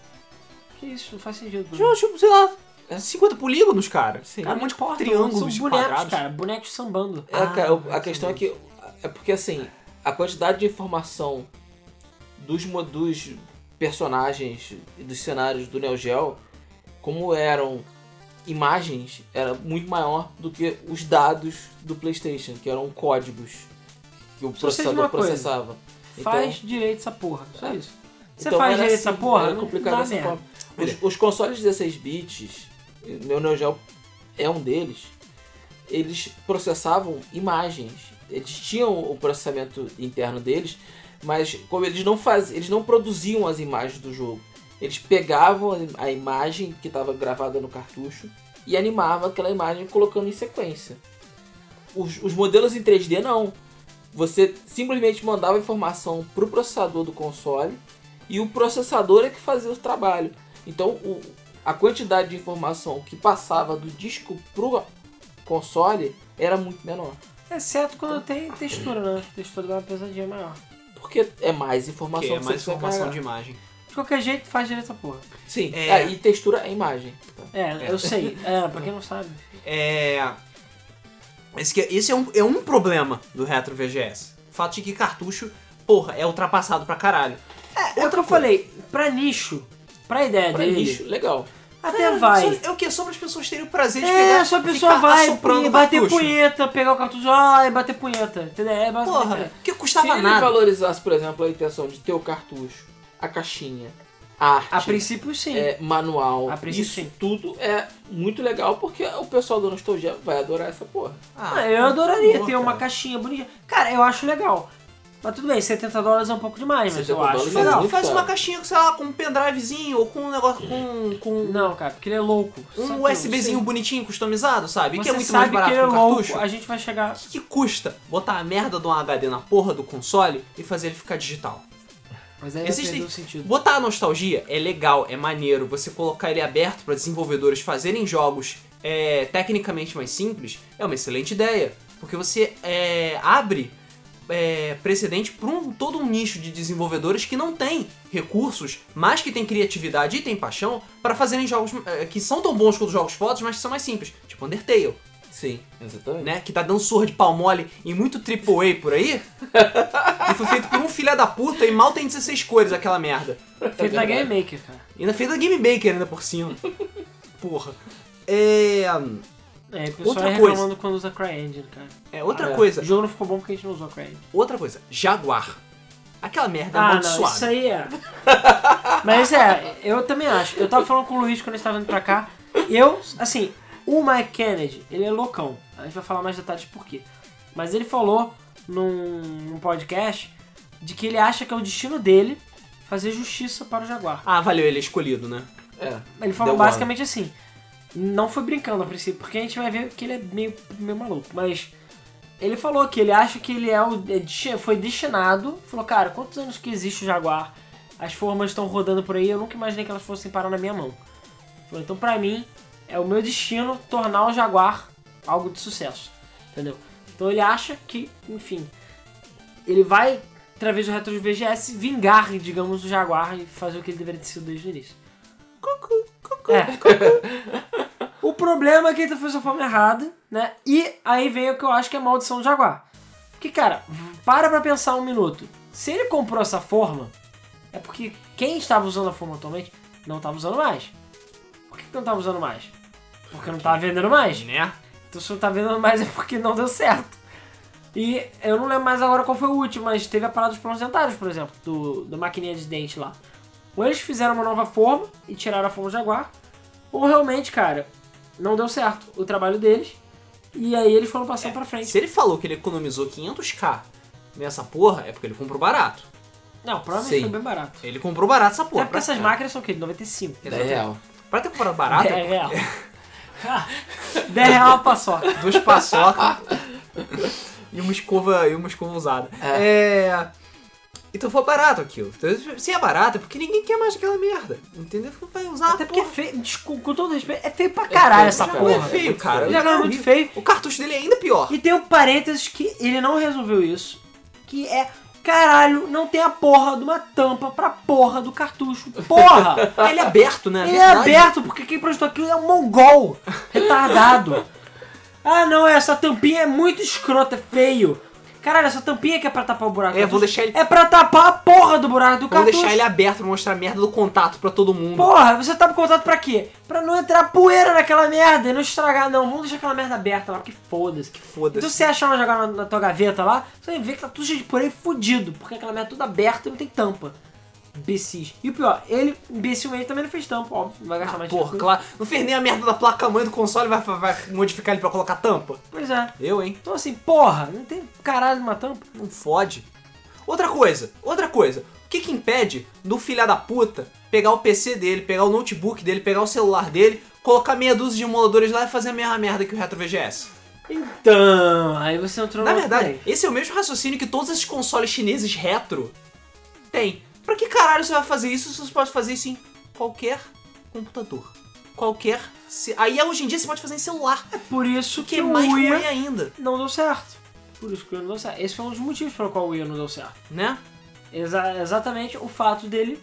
Que isso, não faz sentido. Bruno. Tipo, sei lá, 50 polígonos, cara. Sim. Cara, um monte de Porra, são triângulos de bonecos, quadrados. cara, bonecos sambando. É, Ah, cara, o- a mais questão ou é que. É porque assim, a quantidade de informação dos, mo- dos personagens e dos cenários do Neo Geo, como eram imagens, era muito maior do que os dados do PlayStation, que eram códigos que o Só sei de uma coisa. processador processava. Faz direito essa porra, só isso. Você Então faz era direito assim, essa porra, era não complicado dá dessa merda. forma. Os, os consoles 16 bits, meu Neo Geo é um deles, eles processavam imagens. Eles tinham o processamento interno deles, mas como eles não faz, eles não produziam as imagens do jogo. Eles pegavam a im- a imagem que estava gravada no cartucho e animavam aquela imagem colocando em sequência. Os, os modelos em 3D não. Você simplesmente mandava a informação para o processador do console e o processador é que fazia o trabalho. Então o- a quantidade de informação que passava do disco pro console era muito menor. Exceto quando tem textura, né? A textura dá uma pesadinha maior. Porque é mais informação Porque é que mais você informação de precisa imagem. De qualquer jeito, faz direito essa porra. carregar. Sim, É. é, e textura é imagem. É, eu sei. É, pra quem não sabe. É. Esse, que- esse é, um, é um problema do Retro VGS. O fato de que cartucho, porra, é ultrapassado pra caralho. É, é o que eu falei, pra nicho, pra ideia Pra dele, É nicho, legal. até vai. Só- é o quê? Só para as pessoas terem o prazer de pegar. É, só a pessoa ficar vai assoprando e o bater cartucho. punheta, pegar o cartucho, ah, e bater punheta, entendeu? É basicamente. Porra, que Se custava ele nada. valorizasse, por exemplo, a intenção de ter o cartucho, a caixinha, arte, Tipo, A princípio, sim. é, manual. A princípio, Isso sim. tudo é muito legal porque o pessoal do Nostalgia vai adorar essa porra. Ah, eu adoraria pô, ter uma cara. caixinha bonita. Cara, eu acho legal. Mas tudo bem, 70 dólares é um pouco demais, mas 70 eu acho dólares é legal. muito. Faz cara. uma caixinha, sei lá, com um pendrivezinho ou com um negócio. com. com Não, cara, porque ele é louco. Sabe um que eu- USBzinho sim. bonitinho, customizado, sabe? Você que é muito mais sabe barato que que ele é um louco, cartucho. a gente vai chegar... O que, que custa botar a merda de um HD na porra do console e fazer ele ficar digital? Mas aí Existem- perdeu o sentido. Botar a nostalgia é legal, é maneiro. Você colocar ele aberto para desenvolvedores fazerem jogos é, tecnicamente mais simples é uma excelente ideia. Porque você é, abre é, precedente para um, todo um nicho de desenvolvedores que não tem recursos, mas que tem criatividade e tem paixão para fazerem jogos é, que são tão bons quanto jogos fotos, mas que são mais simples. Tipo Undertale, Sim, exatamente. né? Que tá dando surra de pau mole em muito AAA por aí. e foi feito por um filha da puta e mal tem 16 cores aquela merda. Feito na verdade. Game Maker, cara. E ainda fez a Game Maker ainda por cima. Porra. É. É, o pessoal Outra é coisa. reclamando quando usa CryEngine, cara. é, outra Ah, é. O coisa. jogo não ficou bom porque a gente não usou a CryEngine. Outra coisa. Jaguar. Aquela merda Ah, não, amaldiçoada. isso aí é. Mas é, eu também acho. Eu tava falando com o Luiz quando a gente tava vindo pra cá. Eu, assim, o Mike Kennedy, ele é loucão. A gente vai falar mais detalhes por quê. Mas ele falou num, num podcast de que ele acha que é o destino dele fazer justiça para o Jaguar. Ah, valeu, ele é escolhido, né? É. Ele falou Deu basicamente assim. Não foi brincando a princípio, porque a gente vai ver que ele é meio, meio maluco. Mas ele falou que ele acha que ele é o, é desti- foi destinado. Falou, cara, quantos anos que existe o Jaguar? As formas estão rodando por aí, eu nunca imaginei que elas fossem parar na minha mão. Falou, então pra mim, é o meu destino tornar o Jaguar algo de sucesso. Entendeu? Então ele acha que, enfim, ele vai, através do Retro de VGS, vingar, digamos, o Jaguar e fazer o que ele deveria ter sido desde o início. É. o problema é que ele fez a forma errada, né? E aí veio o que eu acho que é a maldição do Jaguar. Porque, cara, para pra pensar um minuto. Se ele comprou essa forma, é porque quem estava usando a forma atualmente não estava usando mais. Por que que não estava usando mais? Porque não estava vendendo mais. Né? Então se não tá vendendo mais é porque não deu certo. E eu não lembro mais agora qual foi o último, mas teve a parada dos planos dentários, por exemplo, do, da maquininha de dente lá. Ou eles fizeram uma nova forma e tiraram a forma Jaguar, ou realmente, cara, não deu certo o trabalho deles. E aí eles foram passando pra frente. Se ele falou que ele economizou 500k nessa porra, é porque ele comprou barato. Não, provavelmente Sim. foi bem barato. Ele comprou barato essa Até porra. É porque essas máquinas são o quê? De 95. 10 É real. Pra ter comprado 10 barato, real. 10 real a paçoca. duas paçoca e uma escova e uma escova usada. É. Então foi barato aquilo. Então, se é barato, é porque ninguém quer mais aquela merda. Entendeu? Vai usar Até a porque é porra. feio, desculpa, com todo respeito, é feio pra caralho feio essa pra Já porra. é feio, cara. O Jaguar é muito feio. O cartucho dele é ainda pior. E tem um parênteses que ele não resolveu isso, que é caralho, não tem a porra de uma tampa pra porra do cartucho. Porra! Ele é aberto, né? Ele é Verdade. aberto porque quem projetou aquilo é um mongol retardado. Ah, não, essa tampinha é muito escrota, é feio. Caralho, essa tampinha que é pra tapar o buraco. do É, vou cartucho deixar ele. É pra tapar a porra do buraco do Vou cartucho. deixar ele aberto pra mostrar a merda do contato pra todo mundo. Porra, você tá me contando pra quê? Pra não entrar poeira naquela merda e não estragar, não. Vamos deixar aquela merda aberta lá, porque foda-se. que foda-se. Então se você achar uma jogada na, na tua gaveta lá, você vai ver que tá tudo cheio de porém fudido, porque aquela merda é toda aberta e não tem tampa. Imbecis. E o pior, ele, imbecilmente, também não fez tampa, óbvio, não vai gastar Ah, mais porra, dinheiro. claro. Não fez nem a merda da placa-mãe do console vai, vai modificar ele pra colocar tampa. Pois é. Eu, hein? Então assim, porra, não tem caralho de uma tampa. Não fode. Outra coisa, outra coisa. O que que impede do filha da puta pegar o PC dele, pegar o notebook dele, pegar o celular dele, colocar meia dúzia de emuladores lá e fazer a mesma merda que o Retro VGS? Então, aí você entrou Na no verdade, esse é o mesmo raciocínio que todos esses consoles chineses retro têm. Pra que caralho você vai fazer isso se você pode fazer isso em qualquer computador? Qualquer. ce- Aí é, hoje em dia você pode fazer em celular. por isso O que, que é o mais ruim Wii ainda, não deu certo. Por isso que o Wii não deu certo. Esse foi um dos motivos pelo qual o Wii não deu certo. né? Exa- exatamente o fato dele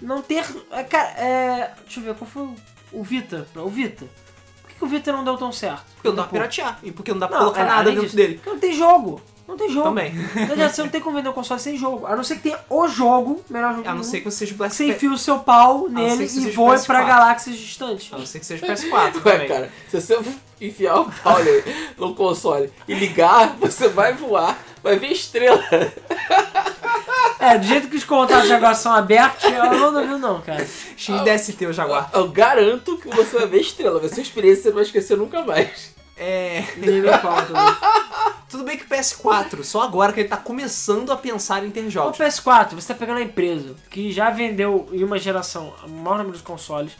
não ter. é, Cara, é, deixa eu ver, qual foi o, o Vita? O Vita. Por que, que o Vita não deu tão certo? Porque não dá pra Pô, piratear. E porque não dá pra Não, colocar é, nada além dentro disso. dele. Porque não tem jogo. Não tem jogo. Também. Não adianta, você não tem como vender um console sem jogo. A não ser que tenha o jogo, melhor jogo A do não mundo, ser que você seja o Black Você enfia o seu não pau ser nele que seja e de voe PS4. pra galáxias distantes. A não ser que seja PS4 Ué, também. cara, se você enfiar o pau ali no console e ligar, você vai voar, vai ver estrela. É, do jeito que os contatos agora são abertos, eu não duvido não, cara. XDST, o Jaguar. Eu garanto que você vai ver estrela, vai ser uma experiência que você não vai esquecer nunca mais. É. Nível pau também. Tudo bem que o PS4, só agora que ele tá começando a pensar em ter O jogos. PS4, você tá pegando a empresa que já vendeu em uma geração o maior número de consoles,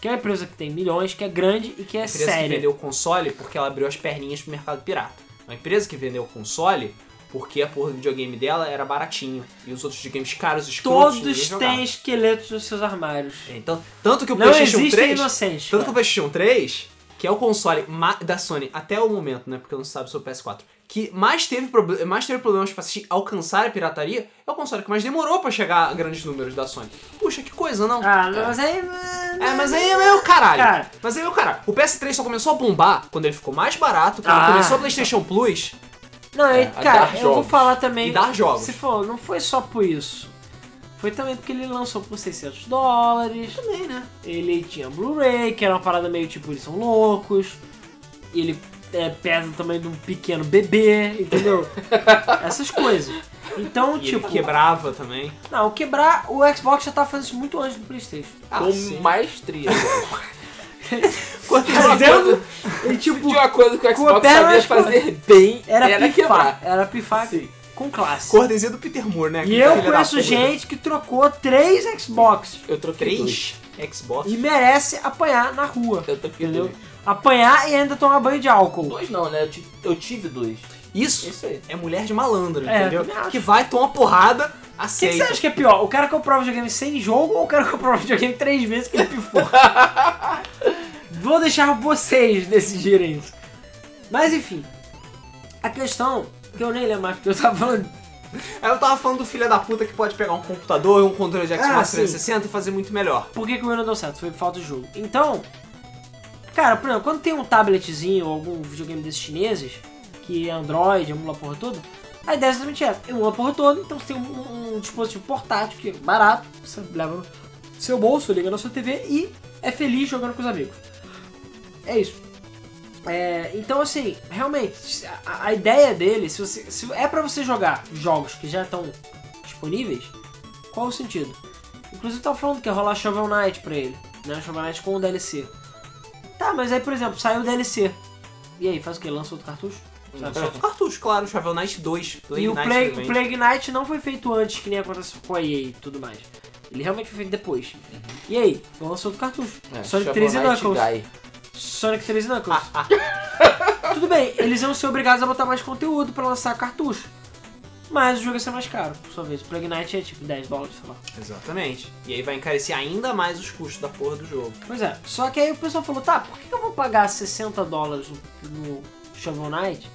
que é uma empresa que tem milhões, que é grande e que é empresa que séria. vendeu o console porque ela abriu as perninhas pro mercado pirata. Uma empresa que vendeu o console porque a porra do videogame dela era baratinho. E os outros videogames caros, escrotos, ninguém Todos jogava. têm esqueletos nos seus armários. Então, tanto que o Não PlayStation existem 3... inocentes. Tanto que o cara. PlayStation 3, que é o console ma- da Sony até o momento, né? Porque não se sabe sobre o PS4, que mais teve, proble- mais teve problemas pra se alcançar a pirataria, é o console que mais demorou pra chegar a grandes números da Sony. Puxa, que coisa, não? Ah, não, mas aí. tá. É, mas aí é meu caralho. Cara. Mas aí é meu caralho. O PS3 só começou a bombar quando ele ficou mais barato, quando Ah. começou a PlayStation Plus. Não, aí, É, a cara, dar eu vou jogos. falar também. E dar jogos. Se for, não foi só por isso. Foi também porque ele lançou por 600 dólares. Também, né? Ele tinha Blu-ray, que era uma parada meio tipo, eles são loucos. E ele é, pesa também de um pequeno bebê, entendeu? Essas coisas. Então, E tipo, ele tá quebrava também. não, quebrar, o Xbox já tava fazendo isso muito antes do Playstation. Ah, Com sim. maestria. Quanto Tinha uma Fazendo- coisa- E Tinha tipo, uma coisa que o com a Xbox perna sabia nas costas. fazer bem, era, era, pifar. quebrar. Era pifar Sim. com classe. Cortesia do Peter Moore, né? E Aquele eu filho da conheço puta. gente que trocou três Xbox Eu troquei dois. Três Xbox. e merece apanhar na rua. Eu troquei Entendeu? dois. Apanhar e ainda tomar banho de álcool. Dois não, né? Eu tive, eu tive dois. Isso Isso aí. é mulher de malandro, É, entendeu? também acho. Que vai, toma porrada, O que, que você aceita. acha que é pior? O cara comprou o videogame sem jogo ou o cara comprou o videogame três vezes que ele pifou? Vou deixar vocês decidirem isso. Mas enfim, a questão que eu nem lembro mais porque eu tava falando. Aí eu tava falando do filho da puta que pode pegar um computador e um controle de Xbox Ah, sim. 360 e fazer muito melhor. Por que, que o meu não deu certo? Foi por falta de jogo. Então, cara, por exemplo, quando tem um tabletzinho ou algum videogame desses chineses, que é Android, emula a porra toda, a ideia é exatamente essa. Emula a porra toda, então você tem um, um dispositivo portátil que é barato, você leva no seu bolso, liga na sua TV e é feliz jogando com os amigos. É isso. É, então, assim, realmente, a, a ideia dele, se, você, se é pra você jogar jogos que já estão disponíveis, qual o sentido? Inclusive, tava falando que ia rolar Shovel Knight pra ele, né? Shovel Knight com o DLC. Tá, mas aí, por exemplo, saiu o DLC. E aí, faz o que? Lança outro cartucho? Sabe? Só com cartucho, claro, Shovel Knight 2, Play É. e o Knight Plague, também. o Plague Knight não foi feito antes, que nem aconteceu com a EA e tudo mais. Ele realmente foi feito depois. E aí, lançou outro cartucho. É, É, Sonic 3 e Knuckles. Sonic 3 e Knuckles. Ah, Tudo bem, eles iam ser obrigados a botar mais conteúdo pra lançar cartucho. Mas o jogo ia ser mais caro, por sua vez. O Plague Knight é tipo 10 dólares, sei lá. Exatamente. E aí vai encarecer ainda mais os custos da porra do jogo. Pois é, só que aí o pessoal falou, tá, por que eu vou pagar 60 dólares no, no Shovel Knight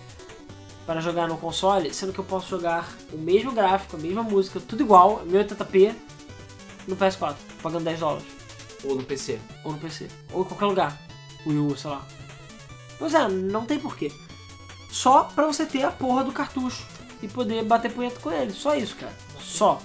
para jogar no console, sendo que eu posso jogar o mesmo gráfico, a mesma música, tudo igual, 1080p, no PS4, pagando 10 dólares, Ou no PC. ou no PC, ou em qualquer lugar, Wii U, sei lá. Pois é, não tem porquê. Só pra você ter a porra do cartucho e poder bater punheta com ele, só isso, cara, só.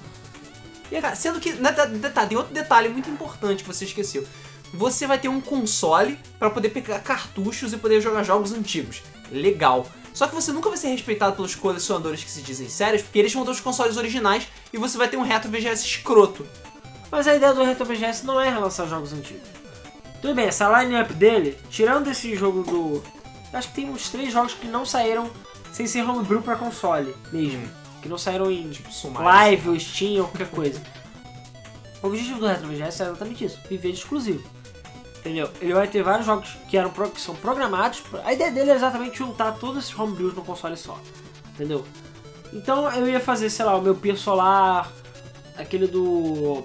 E, cara, sendo que, né, tá- tá- tá, tem outro detalhe muito importante que você esqueceu. Você vai ter um console pra poder pegar cartuchos e poder jogar jogos antigos. Legal. Só que você nunca vai ser respeitado pelos colecionadores que se dizem sérios, porque eles vão ter os consoles originais e você vai ter um retro VGS escroto. Mas a ideia do Retro VGS não é relançar jogos antigos. Tudo bem, essa line-up dele, tirando esse jogo do. eu Acho que tem uns três jogos que não saíram sem ser homebrew pra console mesmo. Que não saíram em Tipo, sumário. live ou Steam ou qualquer coisa. O objetivo do Retro VGS é exatamente isso: viver de exclusivo. Entendeu? Ele vai ter vários jogos que, eram, pro- que são programados. pra- A ideia dele é exatamente juntar todos esses homebrews num console só. Entendeu? Então eu ia fazer, sei lá, o meu Pier Solar, aquele do.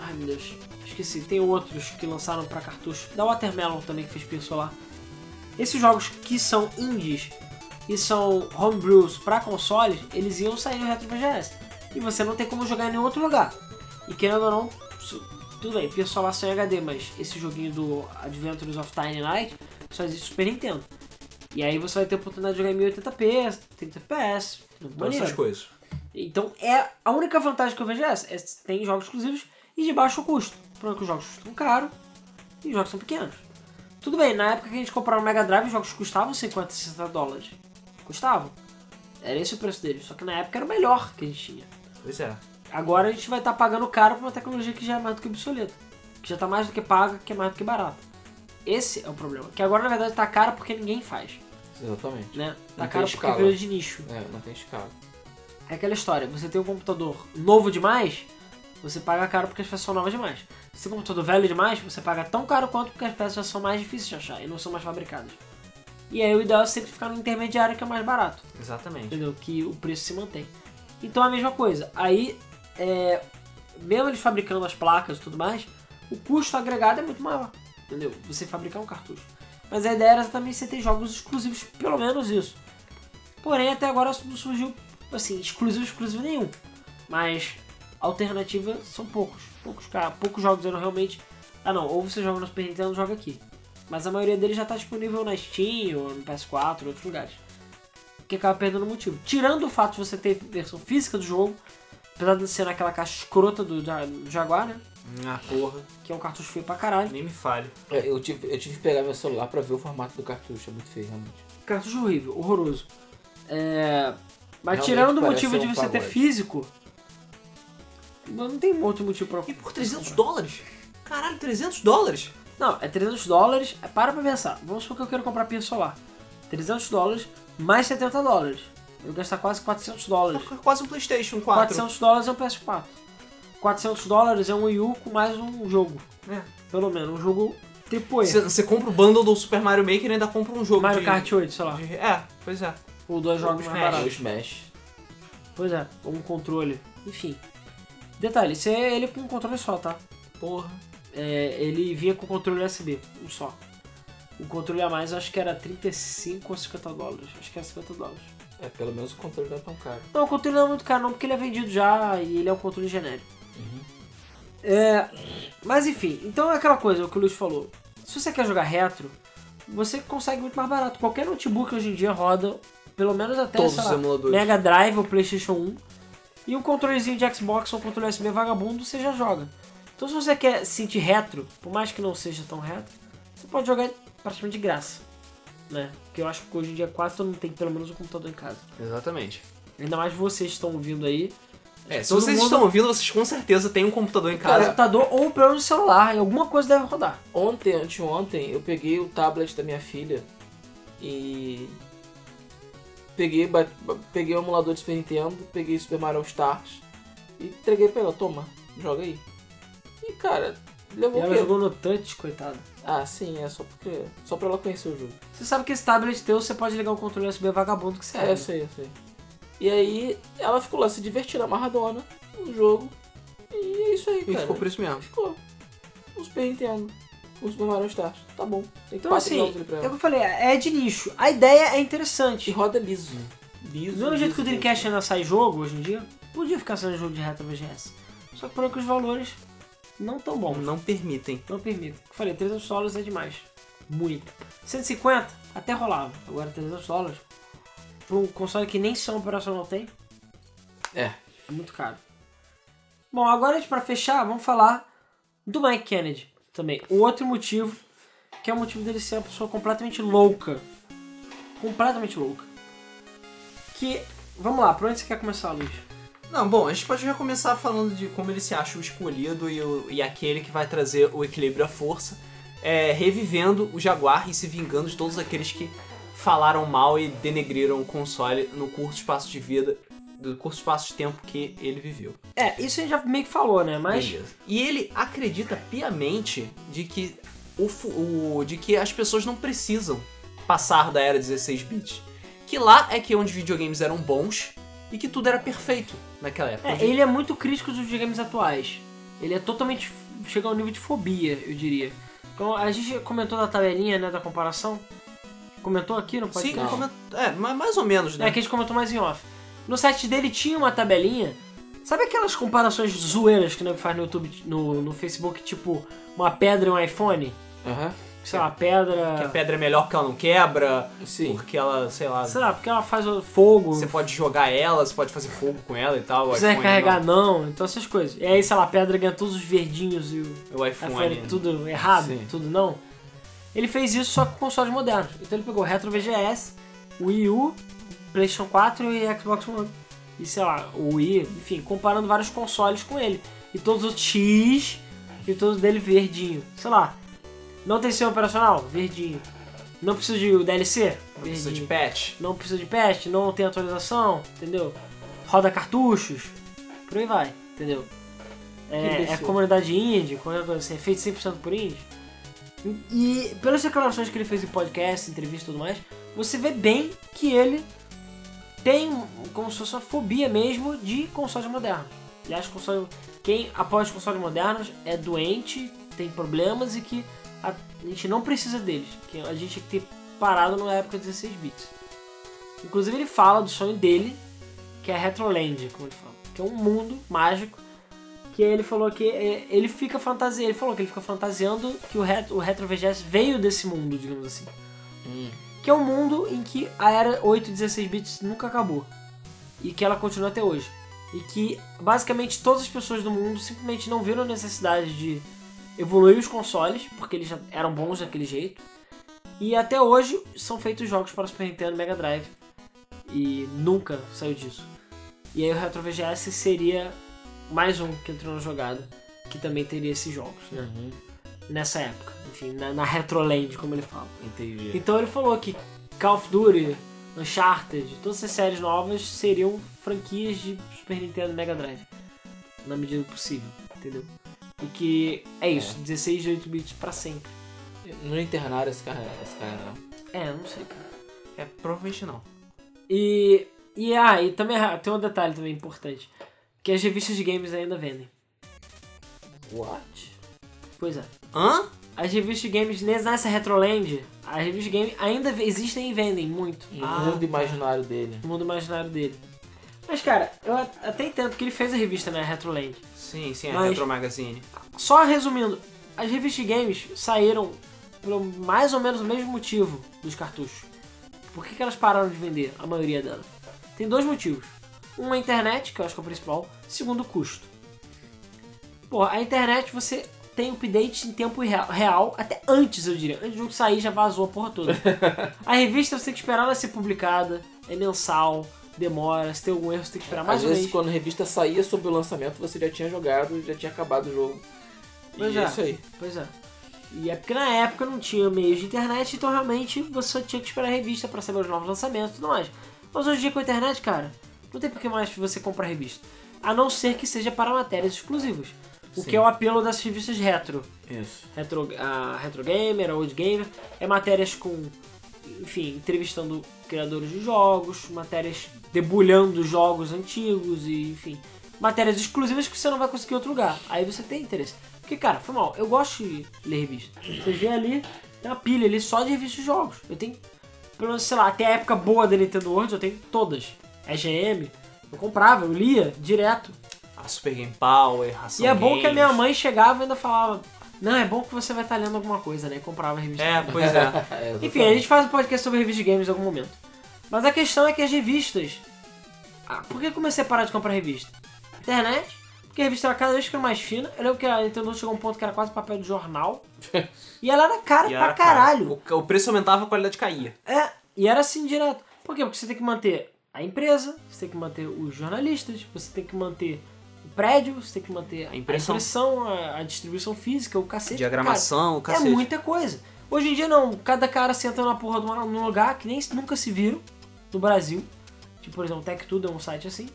Ai meu Deus, esqueci. Tem outros que lançaram pra cartucho. Da Watermelon também que fez Pier Solar. Esses jogos que são indies e são homebrews pra consoles, eles iam sair no Retro VGS. E você não tem como jogar em nenhum outro lugar. E querendo ou não, su- tudo bem, Pier Solar só em HD, mas esse joguinho do Adventures of Tiny Light só existe no Super Nintendo. E aí você vai ter a oportunidade de jogar em 1080p, 30 FPS, tudo Todas maneiro. essas coisas. Então é a única vantagem que eu vejo é essa. É, tem jogos exclusivos e de baixo custo. Porém, que os jogos custam caro e os jogos são pequenos. Tudo bem, na época que a gente comprava o Mega Drive, os jogos custavam 50, 60 dólares. Custavam. Era esse o preço deles. Só que na época era o melhor que a gente tinha. Pois é. Agora a gente vai estar pagando caro por uma tecnologia que já é mais do que obsoleta. Que já tá mais do que paga, que é mais do que barata. Esse é o problema. Que agora, na verdade, tá caro porque ninguém faz, Exatamente. né? Tá Não tem caro porque escala. virou de nicho. É, não tem escala. É aquela história, você tem um computador novo demais, você paga caro porque as peças são novas demais. Se tem um computador velho demais, você paga tão caro quanto porque as peças já são mais difíceis de achar e não são mais fabricadas. E aí o ideal é sempre ficar no intermediário que é mais barato Exatamente. entendeu? Que o preço se mantém. Então é a mesma coisa. Aí, é, mesmo eles fabricando as placas e tudo mais, o custo agregado é muito maior, entendeu? Você fabricar um cartucho. Mas a ideia era também você ter jogos exclusivos, pelo menos isso. Porém, até agora não surgiu, assim, exclusivo, exclusivo nenhum. Mas alternativa são poucos. Poucos, ca- poucos jogos eram realmente... Ah não, ou você joga no Super Nintendo ou joga aqui. Mas a maioria deles já está disponível na Steam, ou no PS4, ou outros lugares que acaba perdendo o motivo. Tirando o fato de você ter versão física do jogo, apesar de ser naquela caixa escrota do, Ja- do Jaguar, né? Ah, porra. Que é um cartucho feio pra caralho. Nem me falhe. É, eu, tive, eu tive que pegar meu celular pra ver o formato do cartucho, é muito feio, realmente. Cartucho horrível, horroroso. É... Mas Realmente tirando o parece motivo de um você ter pagode. físico, não tem outro motivo pra E por 300 dólares? Caralho, 300 dólares? Não, é 300 dólares. é- Para pra pensar. Vamos supor que eu quero comprar pia solar. 300 dólares mais 70 dólares. Eu vou gastar quase 400 dólares. É quase um PlayStation 4. 400 dólares é um PS4. 400 dólares é um Wii U com mais um jogo. É. Pelo menos, um jogo tipo Você, E. você compra o bundle do Super Mario Maker e ainda compra um é jogo Mario de... Kart 8, sei lá. de- É, pois é. Ou dois jogos mais Smash. É, o baratos. Smash. Pois é, ou um controle. Enfim. Detalhe, isso é ele com um controle só, tá? Porra. É, ele vinha com controle USB, um só. O controle a mais eu acho que era 35 ou 50 dólares. Acho que era 50 dólares. É, pelo menos o controle não é tão caro. Não, o controle não é muito caro não, porque ele é vendido já e ele é um controle genérico. Uhum. É, mas enfim, então é aquela coisa, o que o Luiz falou. Se você quer jogar retro, você consegue muito mais barato. Qualquer notebook hoje em dia roda, pelo menos até, Todos sei os lá, emuladores. Mega Drive ou Playstation 1. E um controlezinho de Xbox ou um controle USB vagabundo, você já joga. Então se você quer sentir retro, por mais que não seja tão retro, você pode jogar praticamente de graça. Né? Porque eu acho que hoje em dia quase todo mundo tem pelo menos um computador em casa. Exatamente. Ainda mais vocês que estão ouvindo aí. É, se Todo vocês mundo- estão ouvindo, vocês com certeza têm um computador em Cara, casa. computador ou pelo menos um celular, e alguma coisa deve rodar. Ontem, anteontem, eu peguei o tablet da minha filha e. Peguei, ba- ba- peguei o emulador de Super Nintendo, peguei Super Mario All Stars e entreguei pra ela, toma, joga aí. E cara, E levou o ela quê? jogou no touch, coitada. Ah, sim, é só porque. Só pra ela conhecer o jogo. Você sabe que esse tablet teu você pode ligar um controle USB vagabundo que você É, é. eu sei, eu sei. E aí ela ficou lá se divertindo amarradona no jogo. E é isso aí, E cara. ficou por isso mesmo. Ficou. O Super Nintendo. O Super Mario All Stars. Tá bom. Tem Então quatro assim, jogos ali pra é o ela. que eu falei, é de nicho. A ideia é E interessante. roda liso. Liso. Do mesmo jeito que o liso, Dreamcast ainda sai jogo hoje em dia, podia ficar saindo jogo de retro VGS. Só que por aí que os valores não tão bons. Não permitem. Não permito. Eu Falei, 300 dólares é demais. Muito. 150 até rolava. Agora 300 dólares para um console que nem som operacional tem, liso. É. é muito caro. Bom, agora para fechar, vamos falar do Mike Kennedy também. O outro motivo, que é o motivo dele ser uma pessoa completamente louca. Completamente louca. Que, vamos lá, pra onde você quer começar, Luiz? Não, bom, a gente pode já começar falando de como ele se acha o escolhido e, o- e aquele que vai trazer o equilíbrio à força, é, revivendo o Jaguar e se vingando de todos aqueles que falaram mal e denegriram o console no curto espaço de vida, do curto espaço de tempo que ele viveu. É, isso a gente já meio que falou, né? Mas Beleza. E ele acredita piamente de que, o, fu- o- de que as pessoas não precisam passar da era 16 bits. Que lá é que onde videogames eram bons e que tudo era perfeito naquela época. É, Hoje- ele é muito crítico dos videogames atuais. Ele é totalmente. f- chega ao nível de fobia, eu diria. Então, a gente comentou na tabelinha, né, da comparação. Comentou aqui no Sim, podcast? não. comenta- é, ma- mais ou menos, né? É, que a gente comentou mais em off. No site dele tinha uma tabelinha. Sabe aquelas comparações zoeiras que o nego faz no YouTube, no, no Facebook, tipo uma pedra e um iPhone? Aham. Sei lá, pedra. Que a pedra é melhor porque ela não quebra, Sim. porque ela, sei lá, Sei lá, porque ela faz o fogo. você pode jogar ela, você pode fazer fogo com ela e tal. não o precisa iPhone é né? carregar, não. Então essas coisas. E aí, sei lá, a pedra ganha todos os verdinhos e o. não, o iPhone. é iPhone tudo errado, Sim. tudo não. Ele fez isso só com consoles modernos. Então ele pegou Retro VGS, Wii U, PlayStation 4 e Xbox One. e sei lá, o Wii, enfim, comparando vários consoles com ele. E todos os X e todos dele verdinho. Sei lá. Não tem sistema operacional? Verdinho. Não precisa de DLC? Não precisa de Verdinho. patch. Não precisa de patch, não tem atualização, entendeu? Roda cartuchos, por aí vai, entendeu? É, é imbecil. comunidade indie, comunidade assim, é feito 100% por indie. E pelas declarações que ele fez em podcast, entrevista e tudo mais, você vê bem que ele tem como se fosse uma fobia mesmo de consoles modernos. Ele acha que console, quem apoia os consoles modernos é doente, tem problemas e que a gente não precisa deles. Que a gente tinha que ter parado na época 16 bits. Inclusive ele fala do sonho dele, que é a Retroland, como ele fala. Que é um mundo mágico. Que ele falou que é, ele fica fantasia. Ele falou que ele fica fantasiando que o, retro, o Retro VGS veio desse mundo, digamos assim. Que é um mundo em que a era 8 16 bits nunca acabou. E que ela continua até hoje. E que basicamente todas as pessoas do mundo simplesmente não viram a necessidade de evoluir os consoles, porque eles já eram bons daquele jeito. E até hoje são feitos jogos para Super Nintendo Mega Drive. E nunca saiu disso. E aí o Retro VGS seria mais um que entrou na jogada, que também teria esses jogos, né? Uhum. Nessa época. Enfim, na, na Retroland, como ele fala. Entendi. Então ele falou que Call of Duty, Uncharted, todas essas séries novas seriam franquias de Super Nintendo e Mega Drive. Na medida do possível, entendeu? E que é isso, 16 de 8 bits pra sempre. Não internaram esse cara, esse cara não. É, não sei, cara. É, provavelmente não. E, e, ah, e também ah, tem um detalhe também importante. Que as revistas de games ainda vendem. What? Pois é. Hã? As revistas de games nessa Retroland, as revistas de games ainda existem e vendem muito. No Ah, tá. mundo imaginário dele. O mundo imaginário dele. Mas, cara, eu a- até entendo que ele fez a revista, né, Retroland. Sim, sim, é Mas- Retro Magazine. Só resumindo, as revistas de games saíram por mais ou menos o mesmo motivo dos cartuchos. Por que, que elas pararam de vender, a maioria delas? Tem dois motivos. Um é a internet, que eu acho que é o principal. Segundo, o custo. Pô, a internet você tem update em tempo real, real, até antes, eu diria. Antes do jogo sair, já vazou a porra toda. a revista você tem que esperar ela ser publicada, é mensal, demora, se tem algum erro você tem que esperar mais Às um vezes, mês. quando a revista saía sobre o lançamento, você já tinha jogado, já tinha acabado o jogo. Pois e é. é isso aí. Pois é. E é porque na época não tinha meios de internet, então realmente você só tinha que esperar a revista pra saber os novos lançamentos e tudo mais. Mas hoje em dia com a internet, cara, não tem por que mais você comprar revista. A não ser que seja para matérias exclusivas. O Sim. que é o apelo das revistas retro. Isso. Retro, a retro Gamer, a Old Gamer. É matérias com, enfim, entrevistando criadores de jogos, matérias debulhando jogos antigos e, enfim, matérias exclusivas que você não vai conseguir em outro lugar. Aí você tem interesse. Porque, cara, foi mal. Eu gosto de ler revista. Você vê ali, tem uma pilha ali só de revistas de jogos. Eu tenho, pelo menos, sei lá, até a época boa da Nintendo World, eu tenho todas. EGM, eu comprava, eu lia direto. A Super Game Power, Ração E é bom Games. que a minha mãe chegava e ainda falava: Não, é bom que você vai estar lendo alguma coisa, né? E comprava a revista. É, pois é. É, Enfim, a gente faz um podcast sobre revista de games em algum momento. Mas a questão é que as revistas. Ah, por que eu comecei a parar de comprar revista? Internet, porque a revista era cada vez ficando mais fina. Eu lembro que a Nintendo chegou a um ponto que era quase papel de jornal. e ela era cara E pra era, cara, caralho. o- o preço aumentava, a qualidade caía. É, e era assim direto. Por quê? Porque você tem que manter a empresa, você tem que manter os jornalistas, você tem que manter o prédio, você tem que manter A impressão. a, impressão, a- a distribuição física, o cacete. Diagramação, o cara. cacete. É muita coisa. Hoje em dia não, cada cara senta na porra de uma- num lugar que nem nunca se viram no Brasil. Tipo, por exemplo, o Tech Tudo é um site assim.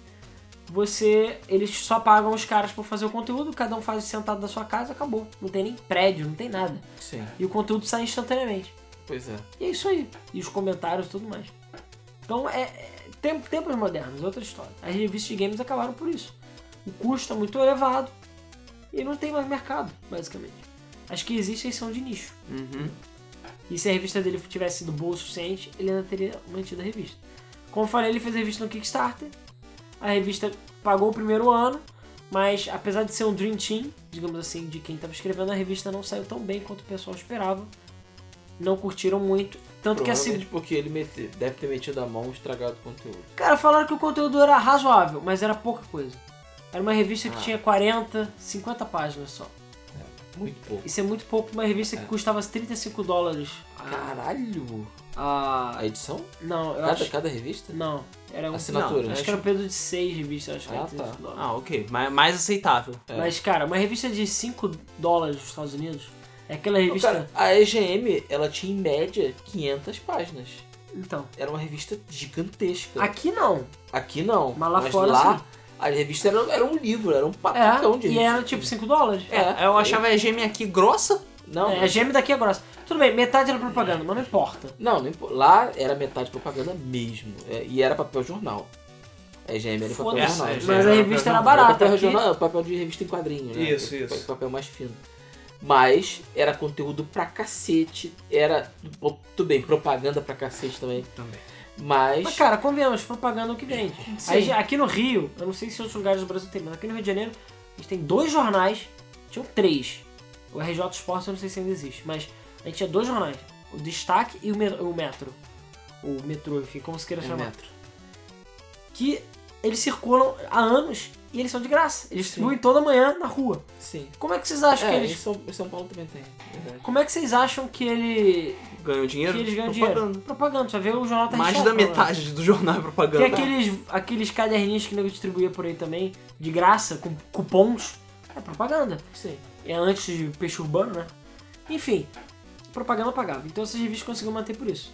Você, eles só pagam os caras por fazer o conteúdo, cada um faz sentado da sua casa, acabou. Não tem nem prédio, não tem nada. Sim, E o conteúdo sai instantaneamente. pois é. E é isso aí. E os comentários e tudo mais. Então é. é tem- tempos modernos, outra história. As revistas de games acabaram por isso. O custo é muito elevado e não tem mais mercado, basicamente. As que existem são de nicho. Uhum. E se a revista dele tivesse sido boa o suficiente, ele ainda teria mantido a revista. Como eu falei, ele fez a revista no Kickstarter. A revista pagou o primeiro ano, mas apesar de ser um Dream Team, digamos assim, de quem estava escrevendo, a revista não saiu tão bem quanto o pessoal esperava. Não curtiram muito. Tanto que assim, tipo, a segunda. Provavelmente porque ele mete- deve ter metido a mão e estragado o conteúdo. Cara, falaram que o conteúdo era razoável, mas era pouca coisa. Era uma revista que Ah. tinha 40, 50 páginas só. Muito pouco. É. Isso é muito pouco pra uma revista que custava 35 dólares. Caralho! a. A edição? Não, eu Cada, acho. cada revista? Não, era um. Assinatura. né? não, Acho que era um peso de 6 revistas, acho que era Ah, tá. 35 dólares. Ah, ok. Mais, mais aceitável. É. Mas, cara, uma revista de 5 dólares nos Estados Unidos é aquela Não, revista. cara, a EGM, ela tinha em média 500 páginas. Então. Era uma revista gigantesca. Aqui não. Aqui não. Mas lá fora, lá, sim. a revista era, era um livro, era um patacão de É, e era tipo 5 dólares. É, eu achava a EGM aqui grossa. Não, É, a gêmea daqui é grossa. Tudo bem, metade era propaganda, mas não importa. não, não impo- lá era metade propaganda mesmo. É, e era papel jornal. A EGM era papel Foda-se, jornal. é, mas já a era revista propaganda. era Era barata. papel, aqui- jornal, papel de revista em quadrinho, né? Isso, Pa- isso. Papel mais fino. Mas era conteúdo pra cacete. Era, pô, tudo bem, propaganda pra cacete também. Também. Mas, Mas, cara, convenhamos, propaganda é o que vende. Sim. Aí, aqui no Rio, eu não sei se em outros lugares do Brasil tem, mas aqui no Rio de Janeiro, a gente tem dois jornais, tinham três. O RJ Esportes eu não sei se ainda existe, mas a gente tinha dois jornais. O Destaque e o, Me- o Metro. O Metrô, enfim, como se queira É chamar. metro. Que eles circulam há anos e eles são de graça. Eles distribuem toda manhã na rua. Sim. Como é que vocês acham é, que eles... em, São, em São Paulo também tem. verdade. Como é que vocês acham que ele... Ganham Que dinheiro? eles ganham propaganda. dinheiro? Propaganda. Você vê o jornal tá Mais recheado da de propaganda. metade do jornal é propaganda. Tem aqueles, aqueles caderninhos que o nego distribuía por aí também, de graça, com cupons. É propaganda. Sim. É antes de peixe urbano, né? Enfim, propaganda pagava. Então essas revistas conseguiam manter por isso.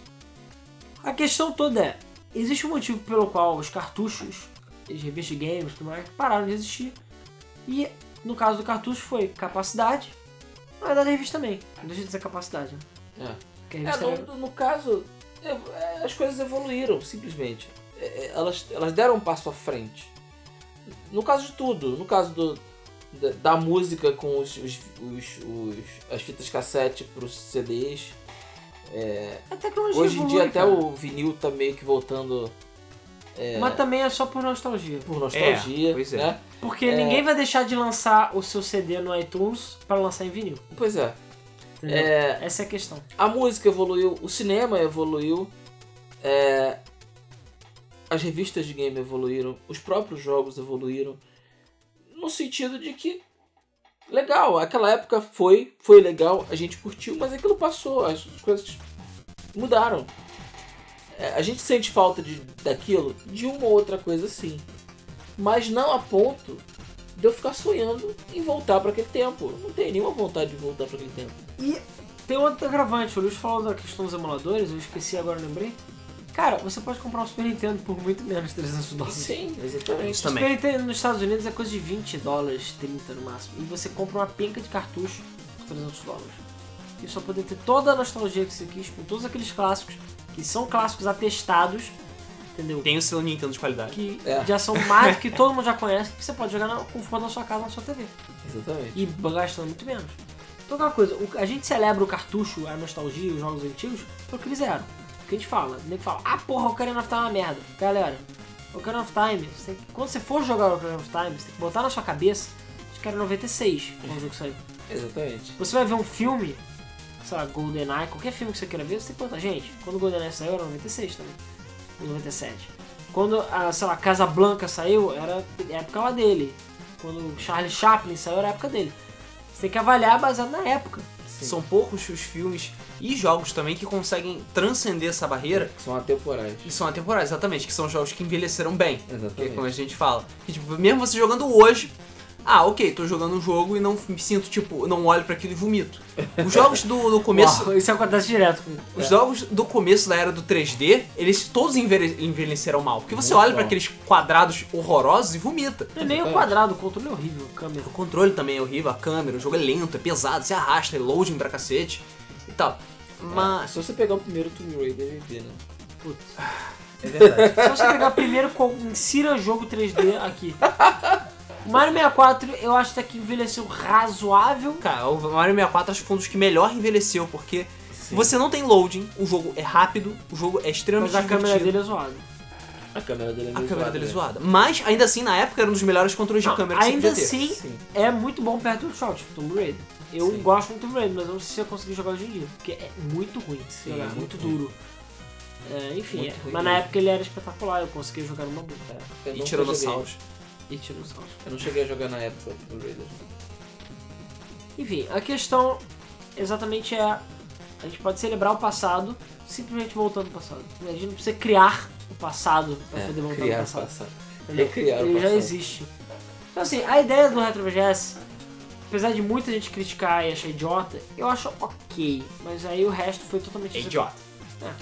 A questão toda é: existe um motivo pelo qual os cartuchos, as revistas de games e tudo mais, pararam de existir. E no caso do cartucho foi capacidade. Na verdade, a revista também. Não deixa de ser capacidade, né? É. Porque a É, revista era- no, no caso, ev- é, as coisas evoluíram, simplesmente. É, é, Elas, elas deram um passo à frente. No caso de tudo, no caso do, da, da música com os, os, os- os- as fitas cassete para os CDs. a é tecnologia Hoje em evolui, dia até cara. o vinil tá meio que voltando Mas também é só por nostalgia. por nostalgia, É, pois é. né? Porque ninguém vai deixar de lançar o seu CD no iTunes para lançar em vinil. Pois é. entendeu? É, Essa é a questão. a música evoluiu, o cinema evoluiu, é, as revistas de game evoluíram, os próprios jogos evoluíram, no sentido de que legal, aquela época foi, foi legal, a gente curtiu, mas aquilo passou, as coisas mudaram. É, a gente sente falta de, daquilo, de uma ou outra coisa assim, mas não a ponto de eu ficar sonhando em voltar para aquele tempo. Eu não tenho nenhuma vontade de voltar para aquele tempo. E tem outro agravante. O Luiz falou da questão dos emuladores, eu esqueci agora, lembrei. Cara, você pode comprar um Super Nintendo por muito menos de 300 dólares. Sim, exatamente. Isso O também. Super Nintendo nos Estados Unidos é coisa de 20 dólares, 30 no máximo. E você compra uma penca de cartucho por 300 dólares. E só poder ter toda a nostalgia que você quis com todos aqueles clássicos, que são clássicos atestados, entendeu? Tem o selo Nintendo de qualidade. que É. já são mais que todo mundo já conhece, que você pode jogar no conforto da sua casa, na sua TV. Exatamente. E gastando muito menos. Então aquela coisa, o- a gente celebra o cartucho, a nostalgia, os jogos antigos, porque eles eram. Porque a gente fala, o nego fala, ah porra, o Ocarina of Time é uma merda. Galera, o Ocarina of Time, você tem que- quando você for jogar o Ocarina of Time, você tem que botar na sua cabeça acho que era 96 quando o jogo saiu. Exatamente. Você vai ver um filme, sei lá, GoldenEye, qualquer filme que você queira ver, você tem que botar. Gente, quando o GoldenEye saiu era 96 também. Ou 97. Quando, a, sei lá, Casa Blanca saiu, era época lá dele. Quando o Charlie Chaplin saiu, era época dele. Você tem que avaliar baseado na época. São poucos os filmes e jogos também que conseguem transcender essa barreira São atemporais. e são atemporais, exatamente, que são jogos que envelheceram bem. Que é como Exatamente. a gente fala. Que, tipo, mesmo você jogando hoje, ah, ok, tô jogando um jogo e não me sinto, tipo, não olho pra aquilo e vomito. Os jogos do, do começo. Uau, isso acontece direto comigo. Os jogos do começo da era do 3D, eles todos envelhe- envelheceram mal. Porque você Muito olha pra mal. aqueles quadrados horrorosos e vomita. Não é nem o quadrado, o controle é horrível, a câmera. O controle também é horrível, a câmera, o jogo é lento, é pesado, se arrasta, é loading pra cacete e tal. É. Mas. Se você pegar o primeiro Tomb Raider, vai ver, né? Putz. É verdade. Só você pegar primeiro com insira jogo 3D aqui. O Mario 64 eu acho até que envelheceu razoável. Cara, o Mario 64 acho que foi um dos que melhor envelheceu, porque você não tem loading, o jogo é rápido, o jogo é extremamente Mas a câmera divertido. dele é zoada. A câmera dele é A meio câmera zoada, dele é né? zoada. Mas, ainda assim, na época era um dos melhores controles Não, de câmera que ainda você podia ter. assim, Sim. é muito bom perto do shot, tipo Tomb Raider. Eu Sim. gosto muito do Tomb Raider, mas eu não sei se eu consegui jogar hoje em dia, porque é muito ruim Sim, jogar, é é muito muito duro. É, enfim, Muito é. mas ruim na mesmo. época ele era espetacular, eu consegui jogar numa boa. É. Eu E nunca tiranossauros. E tira um o salto. joguei. Eu não cheguei a jogar na época do Tomb Raider. Enfim, a questão exatamente é A gente pode celebrar o passado simplesmente voltando ao passado. A gente não precisa criar o passado pra É, poder voltar ao criar o passado. passado. entendeu? Recriar o Ele já passado. existe. Então assim, a ideia do Retro VGS, apesar de muita gente criticar e achar idiota, eu acho ok. Mas aí o resto foi totalmente É executado. idiota.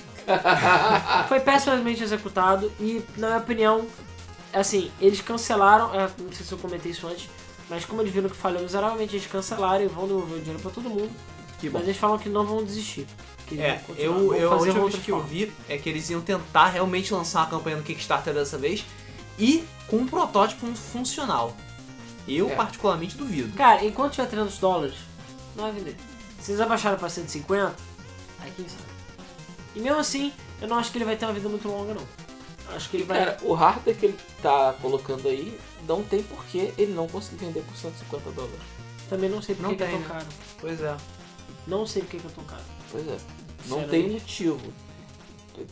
Foi pessimamente executado e, na minha opinião, assim, eles cancelaram. é, Não sei se eu comentei isso antes, mas como eles viram que falhou miseravelmente, eles cancelaram e vão devolver o dinheiro pra todo mundo. Que bom. Mas eles falam que não vão desistir. Que eles É, vão continuar, eu, vão eu a fazer última outra vez que eu forma. vi é que eles iam tentar realmente lançar a campanha no Kickstarter dessa vez e com um protótipo funcional. Eu É. particularmente duvido. Cara, enquanto tiver 300 dólares, não vai vender. Vocês abaixaram pra 150, aí quem sabe. E mesmo assim, eu não acho que ele vai ter uma vida muito longa, não. Acho que ele É. vai. Cara, o hardware que ele tá colocando aí, não tem porquê ele não conseguir vender por 150 dólares. também não sei Não porque que tem, eu tô né? caro. Pois é. Não sei porque que eu tô caro. Pois é. Não Sinceramente. tem motivo.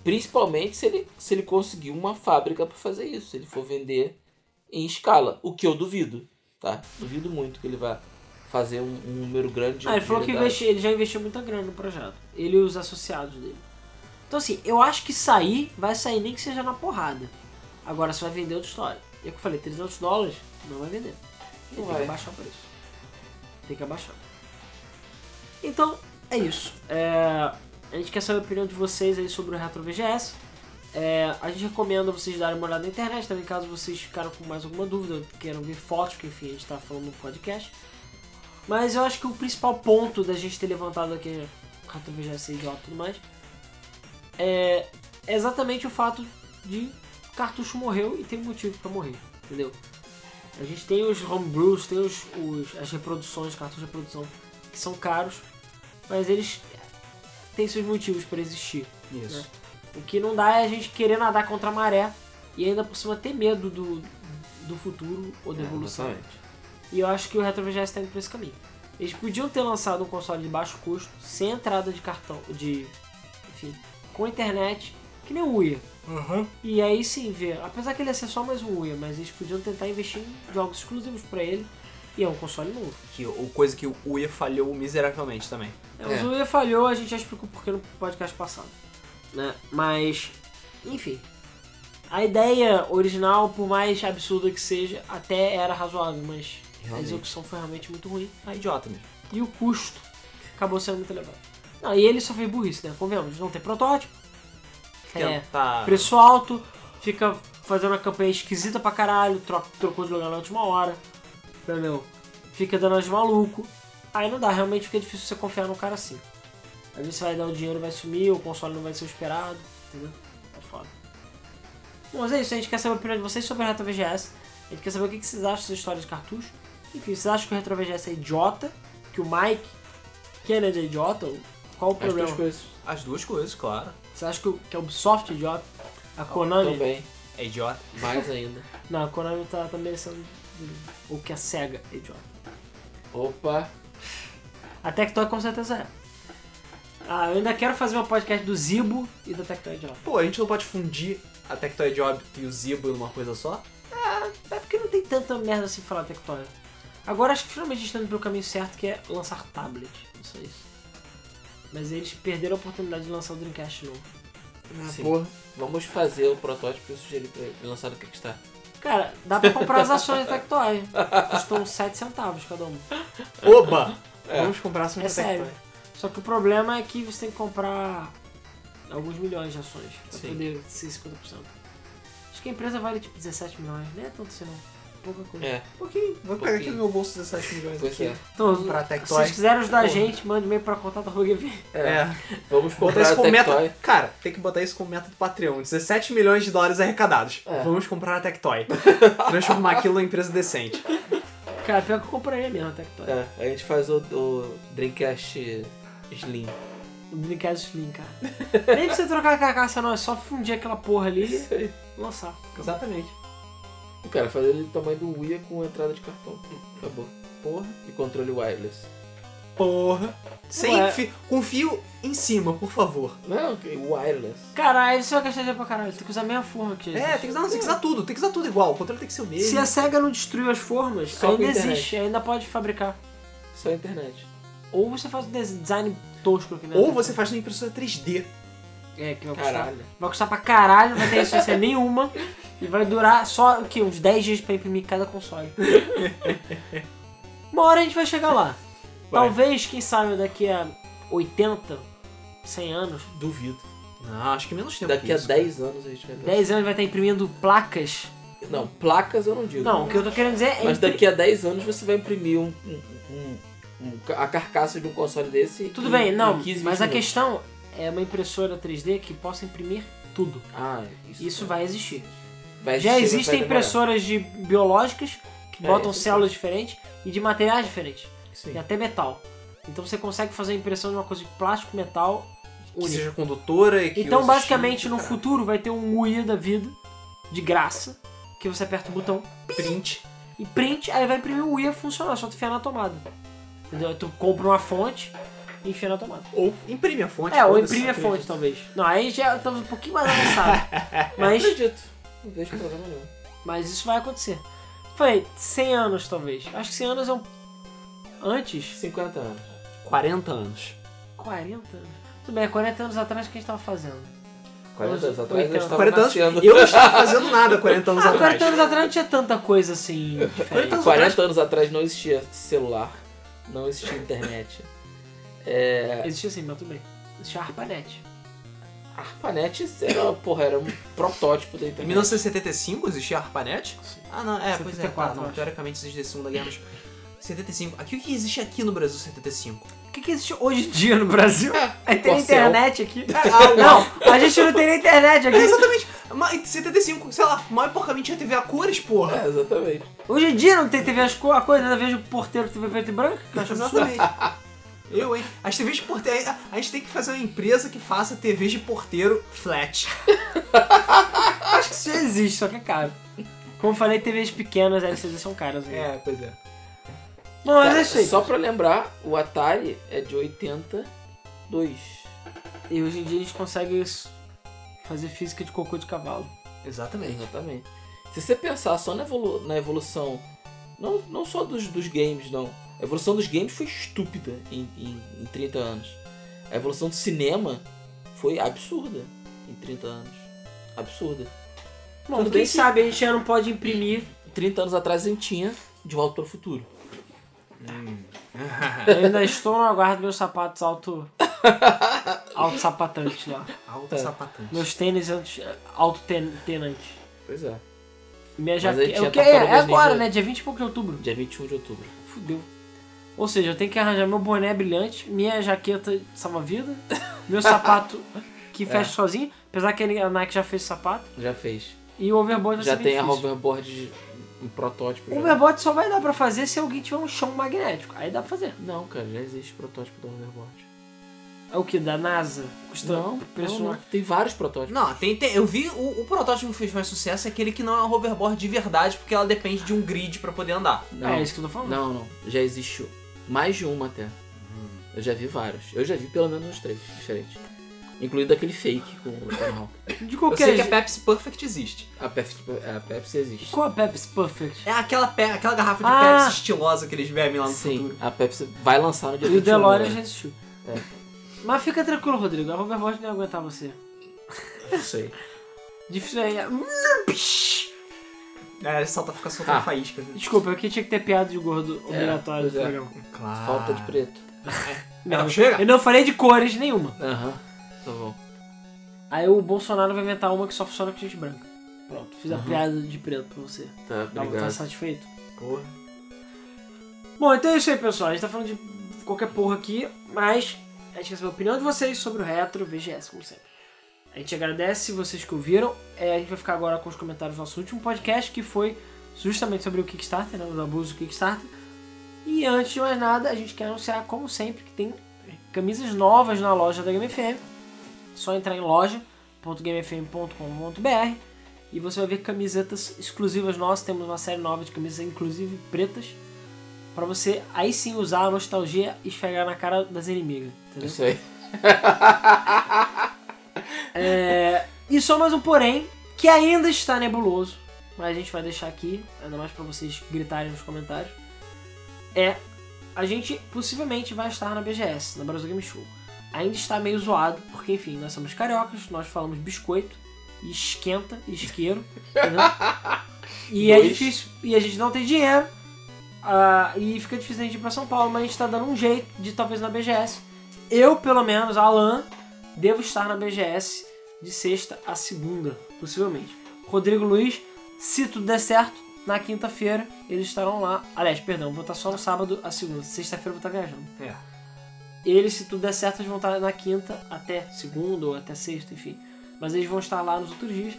Principalmente se ele, se ele conseguir uma fábrica pra fazer isso. Se ele for vender em escala. O que eu duvido, tá? Duvido muito que ele vá fazer um, um número grande de Ah, ele falou que unidades. investi- ele já investiu muita grana no projeto. Ele e os associados dele. Então assim, eu acho que sair, vai sair nem que seja na porrada. Agora você vai vender outra história. E é o que eu falei, 300 dólares, não vai vender. Ele Não tem que vai. abaixar o preço. Tem que abaixar. Então, é isso. É, a gente quer saber a opinião de vocês aí sobre o Retro VGS. É, a gente recomenda vocês darem uma olhada na internet, também caso vocês ficaram com mais alguma dúvida, queiram ver fotos, porque enfim, a gente tá falando no podcast. Mas eu acho que o principal ponto da gente ter levantado aqui o Retro VGS é idiota e tudo mais é, é exatamente o fato de cartucho morreu e tem um motivo pra morrer, entendeu? A gente tem os homebrews, tem os, os- as reproduções, cartuchos de reprodução, que são caros, mas eles têm seus motivos pra existir. Isso. O que não dá é a gente querer nadar contra a maré e ainda por cima ter medo do, do futuro ou da É, evolução. exatamente. E eu acho que o RetroVGS está indo por esse caminho. Eles podiam ter lançado um console de baixo custo, sem entrada de cartão, de. Enfim, com internet, que nem o Uia. E aí sim ver, apesar que ele ia ser só mais um Uia, mas eles podiam tentar investir em jogos exclusivos pra ele. E é um console novo. Que, o coisa que o Uia falhou miseravelmente também. É, É. mas O Uia falhou, a gente já explicou porque no podcast passado. Né? Mas, enfim. A ideia original, por mais absurda que seja, até era razoável, mas a Realmente. execução foi realmente muito ruim. Ah, idiota mesmo. e o custo acabou sendo muito elevado. Não, e ele só fez burrice, né? Convenhamos, não tem protótipo, É. Tentar. preço alto, fica fazendo uma campanha esquisita pra caralho, tro- trocou de lugar na última hora, entendeu? Fica dando as de maluco. Aí não dá, realmente fica difícil você confiar num cara assim. Às vezes você vai dar o dinheiro e vai sumir, o console não vai ser o esperado, entendeu? É foda. Bom, mas é isso, a gente quer saber a opinião de vocês sobre o Retro VGS. A gente quer saber o que que vocês acham dessa história de cartucho. Enfim, vocês acham que o Retro VGS é idiota? Que o Mike Kennedy é idiota? Ou Qual o As duas problema? coisas As duas coisas, claro. Você acha que, o- que a Ubisoft é idiota? Ah, A Konami? também. É idiota. Mais ainda. Não, a Konami tá também sendo. Ou que a SEGA é idiota. Opa. A Tectoy com certeza é. Ah, eu ainda quero fazer um podcast do Zibo e da Tectoy idiota. Pô, a gente não pode fundir a Tectoy é Job e o Zibo numa coisa só? É porque não tem tanta merda assim pra falar Tectoy. Agora acho que finalmente a gente tá indo pelo caminho certo que é lançar tablet. Não sei isso. Mas eles perderam a oportunidade de lançar o Dreamcast novo. Sim. Ah, Porra. Vamos fazer o protótipo que eu sugeri pra ele lançar no Kickstarter. Cara, dá pra comprar as ações da Tectoy. Custam 7 centavos cada um. uma. Oba! É. Vamos comprar assim É sério. Só que o problema é que você tem que comprar alguns milhões de ações pra Sim. poder ser 50%. Acho que a empresa vale tipo 17 milhões, nem é tanto assim não. Pouca coisa. É, Pouquinho. Vou pegar aqui no meu bolso 17 milhões pois é. Então, Comprar a Tectoy. se vocês quiserem ajudar a Porra. gente, mande e-mail pra contato.rugby. É. Vamos Botar comprar isso a como meta. Tectoy. Cara, tem que botar isso como meta do Patreon. 17 milhões de dólares arrecadados. É. Vamos comprar a Tectoy. Transformar aquilo numa empresa decente. Cara, pior que eu compraria mesmo a Tectoy. É, a gente faz o, o Dreamcast Slim. O Dreamcast Slim, cara. nem precisa trocar a carcaça não, é só fundir aquela porra ali Isso aí. e lançar. Exatamente. Cara, fazer ele do tamanho do Wii com entrada de cartão. Acabou. Porra. E controle wireless. Porra. Sem Ué. fi... Com fio em cima, por favor. Não, ok, wireless. Cara, aí você vai gastar dinheiro pra caralho, é tem que usar a mesma forma que É, tem que usar, não, tem que usar tudo. Tem que usar tudo igual. O controle tem que ser o mesmo. Se é a SEGA não destruiu as formas, Só com ainda internet. existe, ainda pode fabricar. Só a internet. Ou você faz um des- design tosco aqui dentro. Ou você faz numa impressora 3D. É, que vai custar. Caralho. Vai custar pra caralho, não vai ter essência nenhuma. E vai durar só o quê? Uns 10 dias pra imprimir cada console. Uma hora a gente vai chegar lá. Vai. Talvez, quem sabe, daqui a 80, 100 anos, Duvido. Não, acho que menos tempo. Daqui que a isso. 10 anos a gente vai ver. 10 anos vai estar imprimindo placas. Não, placas eu não digo. Não, o que eu tô querendo dizer é. Mas impri- daqui a 10 anos você vai imprimir um, um- um- um ca- a carcaça de um console desse. Tudo em- bem, em não. 15, mas a 20 minutos. questão é uma impressora 3D que possa imprimir tudo. Ah, isso, Isso vai existir. É vai Já existir, mas existem vai demorar. impressoras de biológicas que É, botam isso células diferentes e de materiais diferentes. Sim. E até metal. Então você consegue fazer a impressão de uma coisa de plástico, metal, Que única. seja condutora e que Então use basicamente chip, no cara. futuro vai ter um UI da vida, de graça, que você aperta o botão Print. e print, aí vai imprimir o UI a funcionar, só tu enfiar na tomada. Entendeu? Aí Tu compra uma fonte e enfia na tomada. Ou imprime a fonte. É, ou foda-se. imprime a fonte, talvez. Não, aí já estamos um pouquinho mais avançado. Não mas, acredito. Não vejo problema nenhum. mas isso vai acontecer. Falei, 100 anos, talvez. Acho que 100 anos é um... Antes? 50 anos. 40 anos. 40 anos? Tudo bem, é 40 anos atrás o que a gente tava fazendo. 40 anos atrás eu 80. estava 40 anos. nascendo. Eu não estava fazendo nada 40 anos Ah, atrás. 40 anos atrás não tinha tanta coisa assim. diferente. 40 anos 40 anos atrás não existia celular, não existia internet. Existia assim, mas tudo bem. Existia a ARPANET. A ARPANET era, porra, era um protótipo da Em internet. 1975 existia a ARPANET? Ah, não, é, pois é, 74, claro, eu não, acho. teoricamente existe a Segunda Guerra, mas 75. Aqui o que existe aqui no Brasil 75? O que, que existe hoje em dia no Brasil? Aí tem Porcel. internet aqui. Ah, Não, a gente não tem nem internet É, aqui. exatamente. Mas 75, sei lá, mal e porcamente tinha TV a cores, porra. É, exatamente. Hoje em dia não tem TV as co- a coisa, ainda vejo um porteiro TV preto e branco. que eu acho absurdo. Tá, Exatamente. Eu, hein? As TVs de porteiro. A, a gente tem que fazer uma empresa que faça TVs de porteiro flat. Acho que isso já existe, só que é caro. Como eu falei, TVs pequenas, LCD são caras. né? É, pois é. Bom, mas Cara, é isso aí. Só pra lembrar, o Atari é de 82. E hoje em dia a gente consegue isso- fazer física de cocô de cavalo. Exatamente. Exatamente. Se você pensar só na, evolu- na evolução, não, não só dos, dos games, não. A evolução dos games foi estúpida em, em, em 30 anos. A evolução do cinema foi absurda em 30 anos. Absurda. Bom, Tudo quem bem que- sabe a gente já não pode imprimir 30 anos atrás a gente tinha De Volta para o Futuro. Eu ainda estou no aguardo meus sapatos alto. alto sapatantes lá. Alto É. sapatante. Meus tênis antes- alto ten- tenante. Pois é. Minha Mas aí jaqueta. tinha É, o que é, é tartarugas agora, ninja. né? Dia 20 e pouco de outubro. Dia 21 de outubro. Fudeu. Ou seja, eu tenho que arranjar meu boné brilhante, minha jaqueta salva-vida, meu sapato que fecha sozinho, apesar que a Nike já fez sapato, Já fez. e o overboard vai ser Já tem bem a difícil. hoverboard, um protótipo. já. O overboard só vai dar pra fazer se alguém tiver um chão magnético. Aí dá pra fazer. Não, cara, já existe protótipo da hoverboard. É o que? Da NASA? Custa preço não, não. Tem vários protótipos. Não, tem, tem- eu vi o, o protótipo que fez mais sucesso é aquele que não é um hoverboard de verdade, porque ela depende de um grid pra poder andar. Não. É isso que eu tô falando. Não, não. Já existe mais de uma até. Eu já vi vários. Eu já vi pelo menos uns três diferentes. Incluindo aquele fake com o Tony Hawk. De Eu qualquer sei que a jeito. Pepsi Perfect existe. A Pepsi, tipo, a Pepsi existe. Qual a é Pepsi Perfect? É aquela, pe- aquela garrafa de Ah. Pepsi estilosa que eles bebem lá no Sim, futuro. a Pepsi vai lançar no dia E o 21 DeLorean agora. já existiu. Mas fica tranquilo, Rodrigo. A hoverboard não ia aguentar você. Não sei. Difícil é... É, ele solta, fica soltando Ah. faísca. né? Tipo, Desculpa, eu que tinha que ter piada de gordo É, obrigatório pois no é. programa. Claro. Falta de preto. Não, chega. Eu não falei de cores nenhuma. Aham. Tá bom. Aí o Bolsonaro vai inventar uma que só funciona com gente branca. Pronto, fiz a Uhum. piada de preto pra você. Tá, Tá, bom, tá obrigado. satisfeito? Porra. Bom, então é isso aí, pessoal. A gente tá falando de qualquer porra aqui, mas a gente quer saber a opinião de vocês sobre o Retro VGS, como sempre. A gente agradece vocês que ouviram. É, a gente vai ficar agora com os comentários do nosso último podcast, que foi justamente sobre o Kickstarter, né, os abusos do Kickstarter. E antes de mais nada, a gente quer anunciar, como sempre, que tem camisas novas na loja da GameFM. É só entrar em loja.gamefm.com.br e você vai ver camisetas exclusivas nossas. Temos uma série nova de camisas, inclusive pretas. Pra você aí sim usar a nostalgia e esfregar na cara das inimigas. Entendeu? Isso aí. E só mais um porém, que ainda está nebuloso, mas a gente vai deixar aqui, ainda mais pra vocês gritarem nos comentários. É, a gente possivelmente vai estar na BGS, na Brasil Game Show. ainda está meio zoado, porque enfim, nós somos cariocas, nós falamos biscoito, e esquenta, e isqueiro, entendeu? E é Dois. difícil, e a gente não tem dinheiro, ah, e fica difícil a gente ir pra São Paulo, mas a gente tá dando um jeito de talvez na BGS. Eu, pelo menos, Alan, devo estar na BGS de sexta a segunda, possivelmente. Rodrigo Luiz, se tudo der certo, na quinta-feira eles estarão lá. Aliás, perdão, vou estar só no sábado a segunda. Sexta-feira eu vou estar viajando. É. Eles, se tudo der certo, eles vão estar na quinta até segunda ou até sexta, enfim. Mas eles vão estar lá nos outros dias.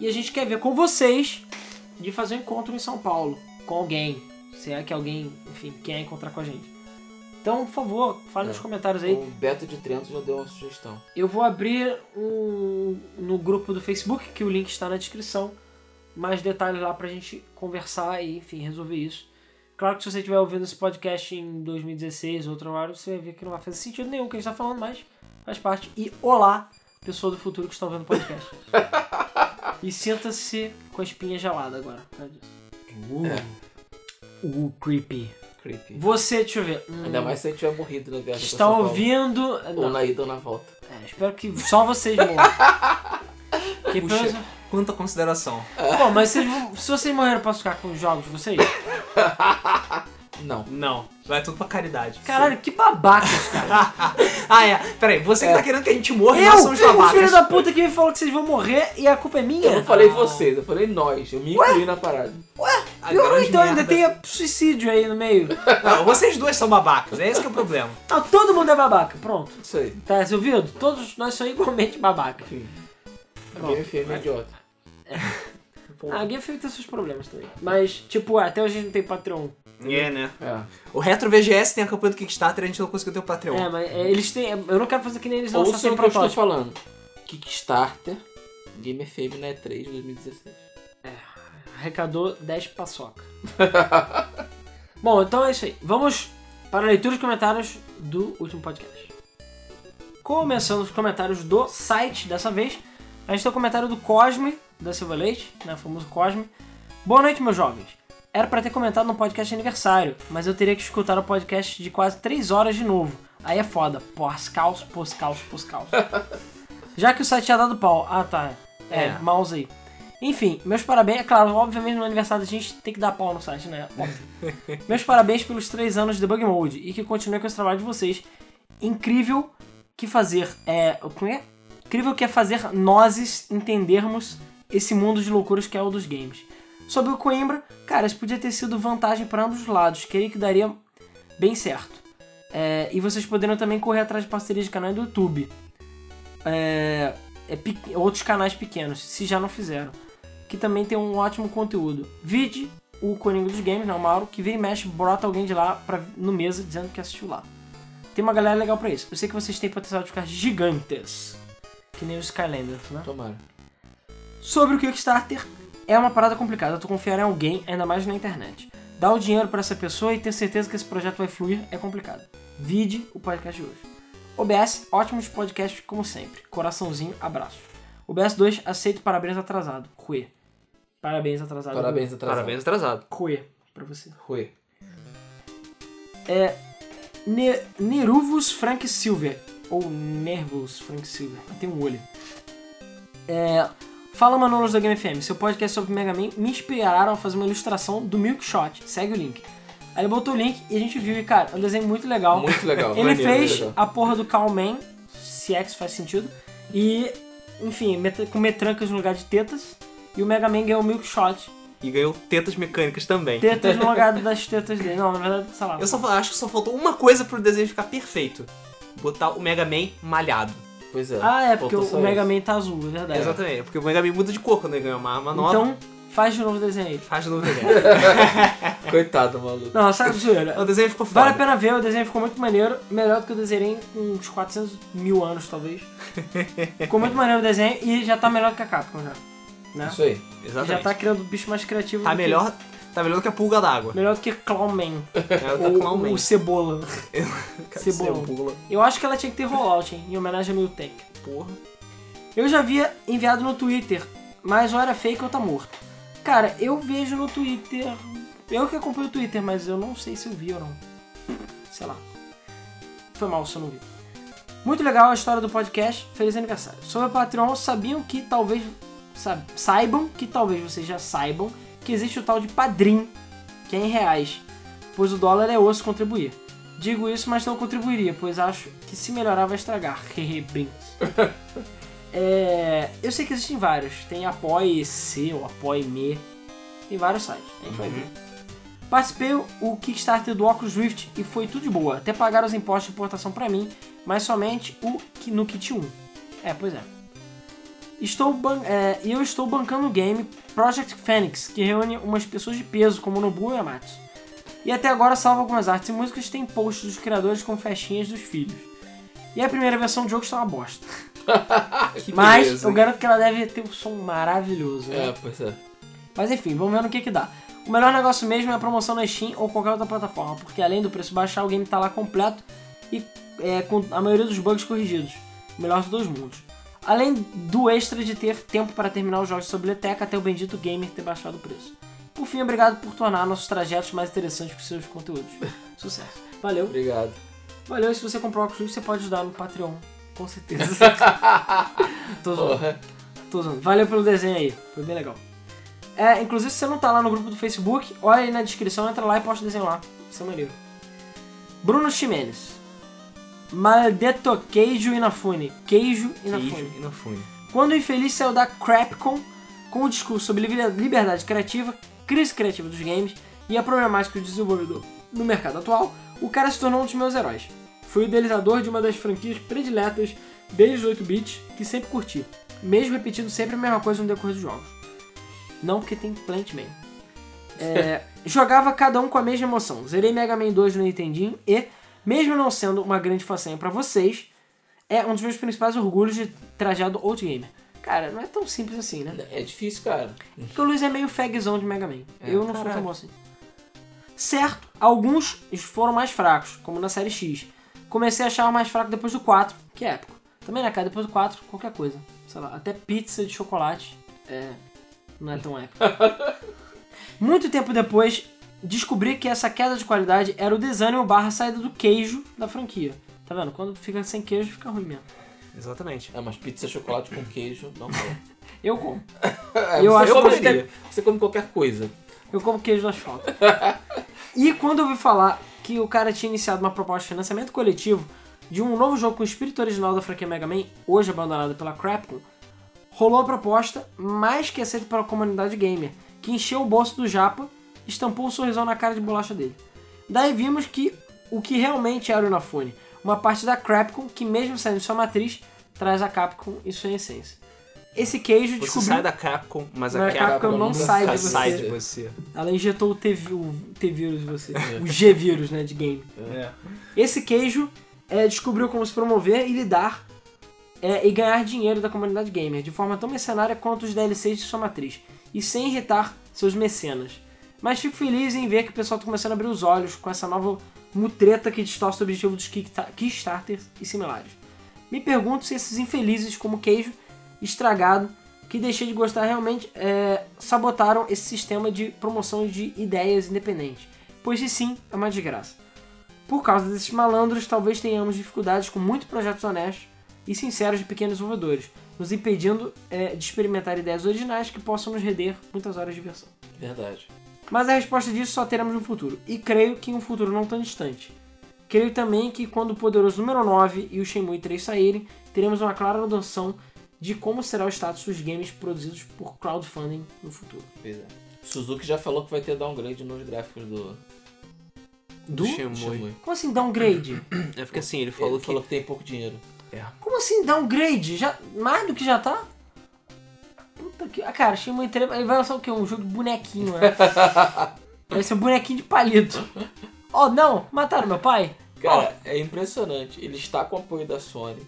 E a gente quer ver com vocês de fazer um encontro em São Paulo com alguém. Se é que alguém, enfim, quer encontrar com a gente. Então, por favor, fale É. nos comentários aí. O Beto de Trento já deu uma sugestão. Eu vou abrir um no grupo do Facebook, que o link está na descrição. Mais detalhes lá pra gente conversar e, enfim, resolver isso. Claro que se você estiver ouvindo esse podcast em 2016, outro horário, você vai ver que não vai fazer sentido nenhum o que a gente tá falando, mas faz parte. E olá, pessoa do futuro que está ouvindo o podcast. e sinta-se com a espinha gelada agora. por causa disso. Uh, creepy. Creepy. Você, deixa eu ver. Hum, Ainda mais se a gente tiver morrido né, na viagem pra Está São Paulo. ouvindo. Ou Não, na ida ou na volta. é, espero que só vocês morram. Que Puxa. pelo- Quanta consideração. Bom, mas vocês vão- se vocês morreram, eu posso ficar com os jogos de vocês? Não. Não. Vai tudo pra caridade. Caralho, que babacas, cara. ah, é. Peraí, você que tá querendo que a gente morra e nós Eu, somos o filho babacas. da puta que me falou que vocês vão morrer e a culpa é minha? Eu não falei vocês, eu falei nós. Eu me incluí na parada. A Eu, grande então ainda Ah, merda. tem suicídio aí no meio. Não, vocês duas são babacas. É esse que é o problema. Não, todo mundo é babaca, pronto. Isso aí. É Tá resolvido? Todos nós somos igualmente babacas. Enfim. Pronto. Game FM é idiota. Ah, a Game Freak tem seus problemas também. Mas, tipo, até hoje a gente não tem Patreon. É, né? É. O Retro VGS tem a campanha do Kickstarter, a gente não conseguiu ter o Patreon. É, mas é, eles têm. Eu não quero fazer que nem eles não, só Ouça sem o que eu estou propósito. falando. Kickstarter, Game FM na E3 de 2016. Arrecadou 10 paçoca. Bom, então é isso aí. Vamos para a leitura dos comentários do último podcast. Começando os comentários do site dessa vez. A gente tem o comentário do Cosme, da Silva Leite, né? O famoso Cosme. Boa noite, meus jovens. Era pra ter comentado no podcast de aniversário, mas eu teria que escutar o podcast de quase 3 horas de novo. Aí é foda. Pós caos, pós caos, pós caos. Já que o site tinha dado pau. Ah, tá. É, É. mouse aí. Enfim, meus parabéns. É claro, obviamente no aniversário a gente tem que dar pau no site, né? Óbvio. meus parabéns pelos 3 anos de Debug Mode e que continue com esse trabalho de vocês. Incrível que fazer. É. Como é? Incrível que é fazer nós entendermos esse mundo de loucuras que é o dos games. Sobre o Coimbra, cara, isso podia ter sido vantagem para ambos os lados. Creio que daria bem certo. É, e vocês poderiam também correr atrás de parcerias de canais do YouTube. É, é pe- outros canais pequenos, se já não fizeram. Que também tem um ótimo conteúdo. Vide o Coringa dos Games, né, o Mauro, que vira e mexe, brota alguém de lá pra, no mesa dizendo que assistiu lá. Tem uma galera legal pra isso. Eu sei que vocês têm potencial de ficar gigantes. Que nem os Skylanders, né? Tomara. Sobre o Kickstarter, é uma parada complicada tu confiar em alguém, ainda mais na internet. Dar o dinheiro pra essa pessoa e ter certeza que esse projeto vai fluir é complicado. Vide o podcast de hoje. OBS, ótimos podcasts como sempre. Coraçãozinho, abraço. OBS 2, aceito parabéns atrasado. Rui. Parabéns atrasado. Parabéns atrasado. Parabéns atrasado. Rui, pra você. Rui. Ne Neruvus Frank Silver. Ou Nervous Frank Silver. Tem um olho. É, Fala Manolos da Game FM. Seu podcast sobre Mega Man me inspiraram a fazer uma ilustração do Milkshot. Segue o link. Aí ele botou o link e a gente viu. E cara, é um desenho muito legal. Muito legal. Ele maneiro, né? fez legal. a porra do Calman, se é que isso faz sentido. E, enfim, met- com metrancas no lugar de tetas. E o Mega Man ganhou o Milkshot. E ganhou tetas mecânicas também. Tetas no lugar das tetas dele. Não, na verdade, sei lá. Eu só fa- acho que só faltou uma coisa pro desenho ficar perfeito. Botar o Mega Man malhado. Pois é. Ah, é, porque Faltou o só Mega isso. Man tá azul, é verdade. Exatamente. Porque o Mega Man muda de cor quando ele ganha uma arma nova. Então, faz de novo o desenho aí. Faz de novo o desenho. Coitado, maluco. Não, sabe o zoeira. desenho ficou foda. Vale a pena ver, o desenho ficou muito maneiro. Melhor do que eu desenhei com uns 400 mil anos, talvez. Ficou muito maneiro o desenho e já tá melhor que a Capcom já. Né? Isso aí. Exatamente. Já tá criando bicho mais criativo. Tá do que- melhor, tá melhor do que a pulga d'água. Melhor do que Clawman. Ela tá ou, com aumento. ou Cebola. Cebola. Cebola. Eu acho que ela tinha que ter rollout, hein? Em homenagem a Miltank. Porra. Eu já havia enviado no Twitter, mas ou era fake ou tá morto. Cara, eu vejo no Twitter. Eu que acompanho o Twitter, mas eu não sei se eu vi ou não. Sei lá. Foi mal se eu não vi. Muito legal a história do podcast. Feliz aniversário. Sobre o Patreon, sabiam que talvez. sa- saibam que talvez vocês já saibam que existe o tal de Padrim, que é em reais, pois o dólar é osso contribuir. Digo isso, mas não contribuiria, pois acho que se melhorar vai estragar. Hehe, brincos. É, eu sei que existem vários. Tem Apoie-se ou Apoie-me. Tem vários sites. A gente vai ver. Participei o Kickstarter do Oculus Rift e foi tudo de boa. Até pagaram os impostos de importação pra mim, mas somente o que- no kit 1. É, pois é. Estou ban é, e eu estou bancando o game Project Phoenix, que reúne umas pessoas de peso como Nobu e Amatsu. E até agora, salvo algumas artes e músicas, tem posts dos criadores com festinhas dos filhos. E a primeira versão do jogo está uma bosta. Que Mas beleza, eu hein? garanto que ela deve ter um som maravilhoso, né? É, pois é. Mas enfim, vamos ver no que que dá. O melhor negócio mesmo é a promoção na Steam ou qualquer outra plataforma, porque além do preço baixar, o game tá lá completo e é, com a maioria dos bugs corrigidos. O melhor dos dois mundos. Além do extra de ter tempo para terminar os jogos de sua biblioteca até o bendito gamer ter baixado o preço. Por fim, obrigado por tornar nossos trajetos mais interessantes com seus conteúdos. Sucesso. Valeu. Obrigado. Valeu, e se você comprar o Oculus, você pode ajudar no Patreon. Com certeza. Tô zoando. Porra. Tô usando. Valeu pelo desenho aí, foi bem legal. É, inclusive, se você não tá lá no grupo do Facebook, olha aí na descrição, entra lá e posta o desenho lá. Isso é maneiro. Bruno Ximenes. Maldeto Queijo Inafune. Queijo Inafune. Queijo e na fome. Quando o infeliz saiu da Crapcom com o discurso sobre liber- liberdade criativa, crise criativa dos games e a problemática do desenvolvedor no mercado atual, o cara se tornou um dos meus heróis. Fui o idealizador de uma das franquias prediletas desde os 8-bits que sempre curti, mesmo repetindo sempre a mesma coisa no decorrer dos jogos. Não porque tem Plantman. É, jogava cada um com a mesma emoção. Zerei Mega Man 2 no Nintendinho e, mesmo não sendo uma grande façanha pra vocês, é um dos meus principais orgulhos de trajado old gamer. Cara, não é tão simples assim, né? É difícil, cara. Porque o Luiz é meio fagzão de Mega Man. É, eu não sou caralho. tão bom assim. Certo, alguns foram mais fracos, como na série X. Comecei a achar o mais fraco depois do 4, que é épico. Também, né, cara? Depois do 4, qualquer coisa. Sei lá, até pizza de chocolate é. Não é tão épico. Muito tempo depois, descobri que essa queda de qualidade era o desânimo barra saída do queijo da franquia. Tá vendo? Quando fica sem queijo, fica ruim mesmo. Exatamente. É, mas pizza chocolate com queijo, não rola. Eu como. É, Eu você acho que eu come gostaria. qualquer- Você come qualquer coisa. Eu como queijo no asfalto. e quando eu ouvi falar que o cara tinha iniciado uma proposta de financiamento coletivo de um novo jogo com o espírito original da franquia Mega Man, hoje abandonado pela Crapcom, rolou a proposta mais que aceita pela comunidade gamer, que encheu o bolso do japa e estampou um sorrisão na cara de bolacha dele. Daí vimos que o que realmente era o Inafune, uma parte da Crapcom que mesmo saindo de sua matriz, traz a Capcom em sua essência. Esse queijo Você descobriu... sai da Capcom, mas a Mas a Capcom, Capcom não nunca sai de nunca você. sai de você. Ela injetou o T- o T-vírus em você. O G-vírus, né, de game. Esse queijo é, descobriu como se promover e lidar é, e ganhar dinheiro da comunidade gamer, de forma tão mercenária quanto os DLCs de sua matriz, e sem irritar seus mecenas. Mas fico feliz em ver que o pessoal tá começando a abrir os olhos com essa nova mutreta que distorce o objetivo dos kickta- Kickstarters e similares. Me pergunto se esses infelizes, como queijo estragado, que deixei de gostar realmente, é, sabotaram esse sistema de promoção de ideias independentes. Pois se sim, é uma desgraça. Por causa desses malandros, talvez tenhamos dificuldades com muitos projetos honestos e sinceros de pequenos desenvolvedores, nos impedindo é, de experimentar ideias originais que possam nos render muitas horas de diversão. Verdade. Mas a resposta disso só teremos no futuro, e creio que em um futuro não tão distante. Creio também que quando o Poderoso número 9 e o Shenmue 3 saírem, teremos uma clara noção de como será o status dos games produzidos por crowdfunding no futuro. Pois é. Suzuki já falou que vai ter downgrade nos gráficos do Do? Shenmue. Shenmue. Como assim downgrade? É porque assim, ele falou Falou, ele que. falou que tem pouco dinheiro. Como assim downgrade? Já, mais do que já tá? Puta que. Ah, cara, Shenmue 3. Ele vai lançar o quê? Um jogo de bonequinho, né? vai ser um bonequinho de palito. Oh, não! Mataram meu pai? Cara, é impressionante. Ele está com o apoio da Sony.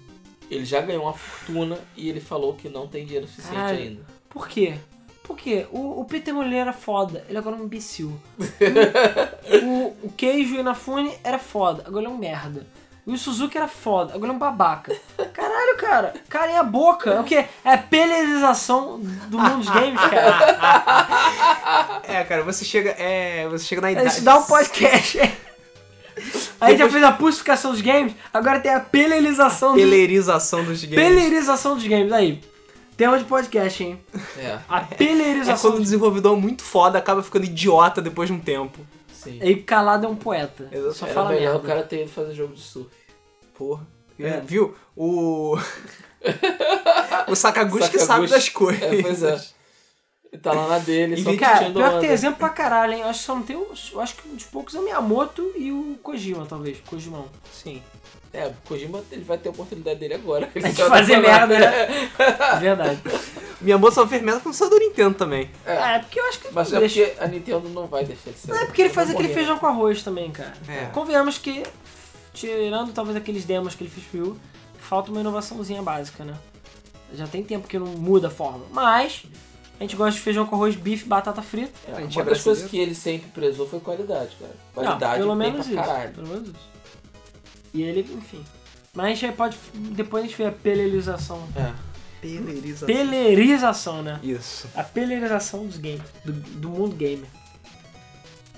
Ele já ganhou uma fortuna e ele falou que não tem dinheiro suficiente Caralho. ainda. Por quê? Porque o, o Peter Molyneux era foda, ele agora é um imbecil. o, o Queijo Inafune era foda, agora ele é um merda. E o Suzuki era foda, agora ele é um babaca. Caralho, cara, calem a boca. É o quê? É a pelerização do mundo dos games, cara. É, cara, você chega. É, você chega na idade. Isso dá um podcast. um A gente já fez a pulsificação dos games, agora tem a pelerização dos Pelerização dos games. Pelerização dos games, aí. Tema de podcast, hein? É, A É pelerização quando um dos desenvolvedor muito foda acaba ficando idiota depois de um tempo. sim. E calado é um poeta. Exato. Só Era fala melhor merda. o cara ter ido fazer jogo de surf. Porra. É. Viu? O. o Sakaguchi que sabe Sakaguchi. das coisas. É, pois é. E tá lá na dele, E só vi- Cara, curtindo pior que tem onda. exemplo pra caralho, hein? Eu acho que só não tem. o- Eu acho que um dos poucos é o Miyamoto e o Kojima, talvez. Kojima. não. Sim. É, o Kojima ele vai ter a oportunidade dele agora. tá É de fazer merda, né? Verdade. Minha moça só fez merda com o Sandor Nintendo também. É, É, porque eu acho que. mas é deixa- porque a Nintendo não vai deixar de ser. É porque ele Eu faz vou aquele morrer. feijão com arroz também, cara. É. Convenhamos que, tirando talvez aqueles demos que ele fez pro Wii U, falta uma inovaçãozinha básica, né? Já tem tempo que não muda a forma. Mas, a gente gosta de feijão com arroz, bife, batata frita. É, A gente uma é das coisas brasileiro. que ele sempre prezou foi qualidade, cara. Não, Qualidade pelo tem menos pra isso. caralho. Pelo menos isso. E ele, enfim. Mas a gente aí pode. Depois a gente vê a pelerização. É. Pelerização. Pelerização, né? Isso. A pelerização dos games. Do, do mundo gamer.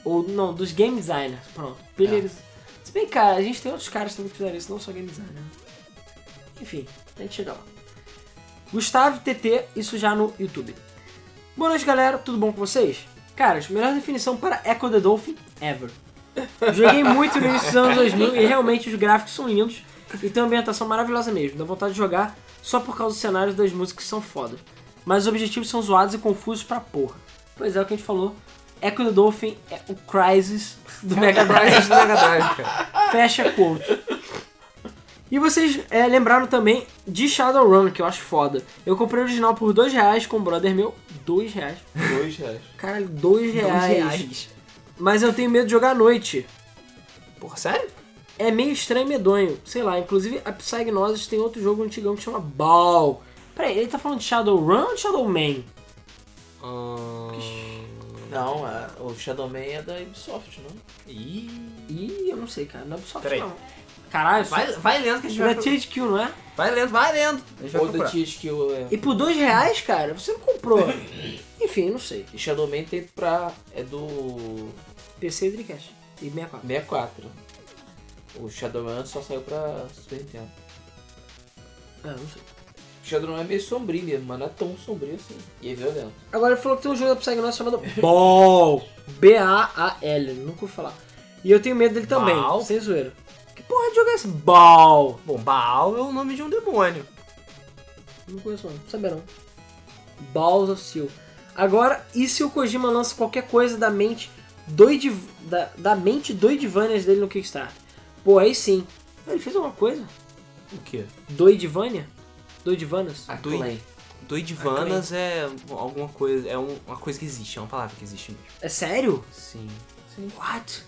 Ou não, dos game designers. Pronto. Pelerização. Se bem, cara, a gente tem outros caras também que fizeram isso, não só game designer. né? Enfim, a gente chega lá. Gustavo TT, isso já no YouTube. Boa noite, galera. Tudo bom com vocês? Caras, melhor definição para Echo the Dolphin ever. Joguei muito no início dos anos 2000 e realmente os gráficos são lindos e tem uma ambientação maravilhosa mesmo. Dá vontade de jogar só por causa dos cenários das músicas que são fodas. Mas os objetivos são zoados e confusos pra porra. Pois é, o que a gente falou. Echo the Dolphin é o Crisis do Mega Drive. Drive do Mega Drive, cara. Fecha quote. E vocês é, lembraram também de Shadowrun, que eu acho foda. Eu comprei o original por dois reais com um brother meu. dois reais. Dois reais. Caralho, dois Dois reais. Mas eu tenho medo de jogar à noite. Porra, sério? É meio estranho e medonho. Sei lá, inclusive a Psygnosis tem outro jogo antigão que chama Ball. Peraí, ele tá falando de Shadowrun ou de Shadowman? Não, a- o Shadow Man é da Ubisoft, não? Ih. Ih, eu não sei, cara. Não é Ubisoft, Peraí. não. Caralho, Vai, vai lendo que a gente da vai. THQ, não é? Vai lendo, vai lendo. A gente vai Ou da procurar. T-Skill. É... E por dois reais, cara, você não comprou. Enfim, não sei. E Shadow Man tem pra. é do. PC e Dreamcast. E 64. 64. O Shadow Man só saiu pra Super Nintendo. Ah, não sei. O Shadow Man é meio sombrio mesmo, mas não é tão sombrio assim. E é violento. Agora ele falou que tem um jogo da Psygnosis chamado Ball. B-A-A-L. Nunca ouvi falar. E eu tenho medo dele também. Ball? Sem zoeira. Que porra de jogo é esse? Ball. Bom, Baal é o nome de um demônio. Não conheço não. Não sabia não. Balls of Steel. Agora, e se o Kojima lança qualquer coisa da mente doide, da, da mente doidivanias dele no Kickstarter? Pô, aí sim. Ele fez alguma coisa? O quê? Doidivania? Doidivanas? A Doido. Clan. Ah, Doidivanas é alguma coisa. É um- uma coisa que existe, é uma palavra que existe mesmo. É sério? Sim. What?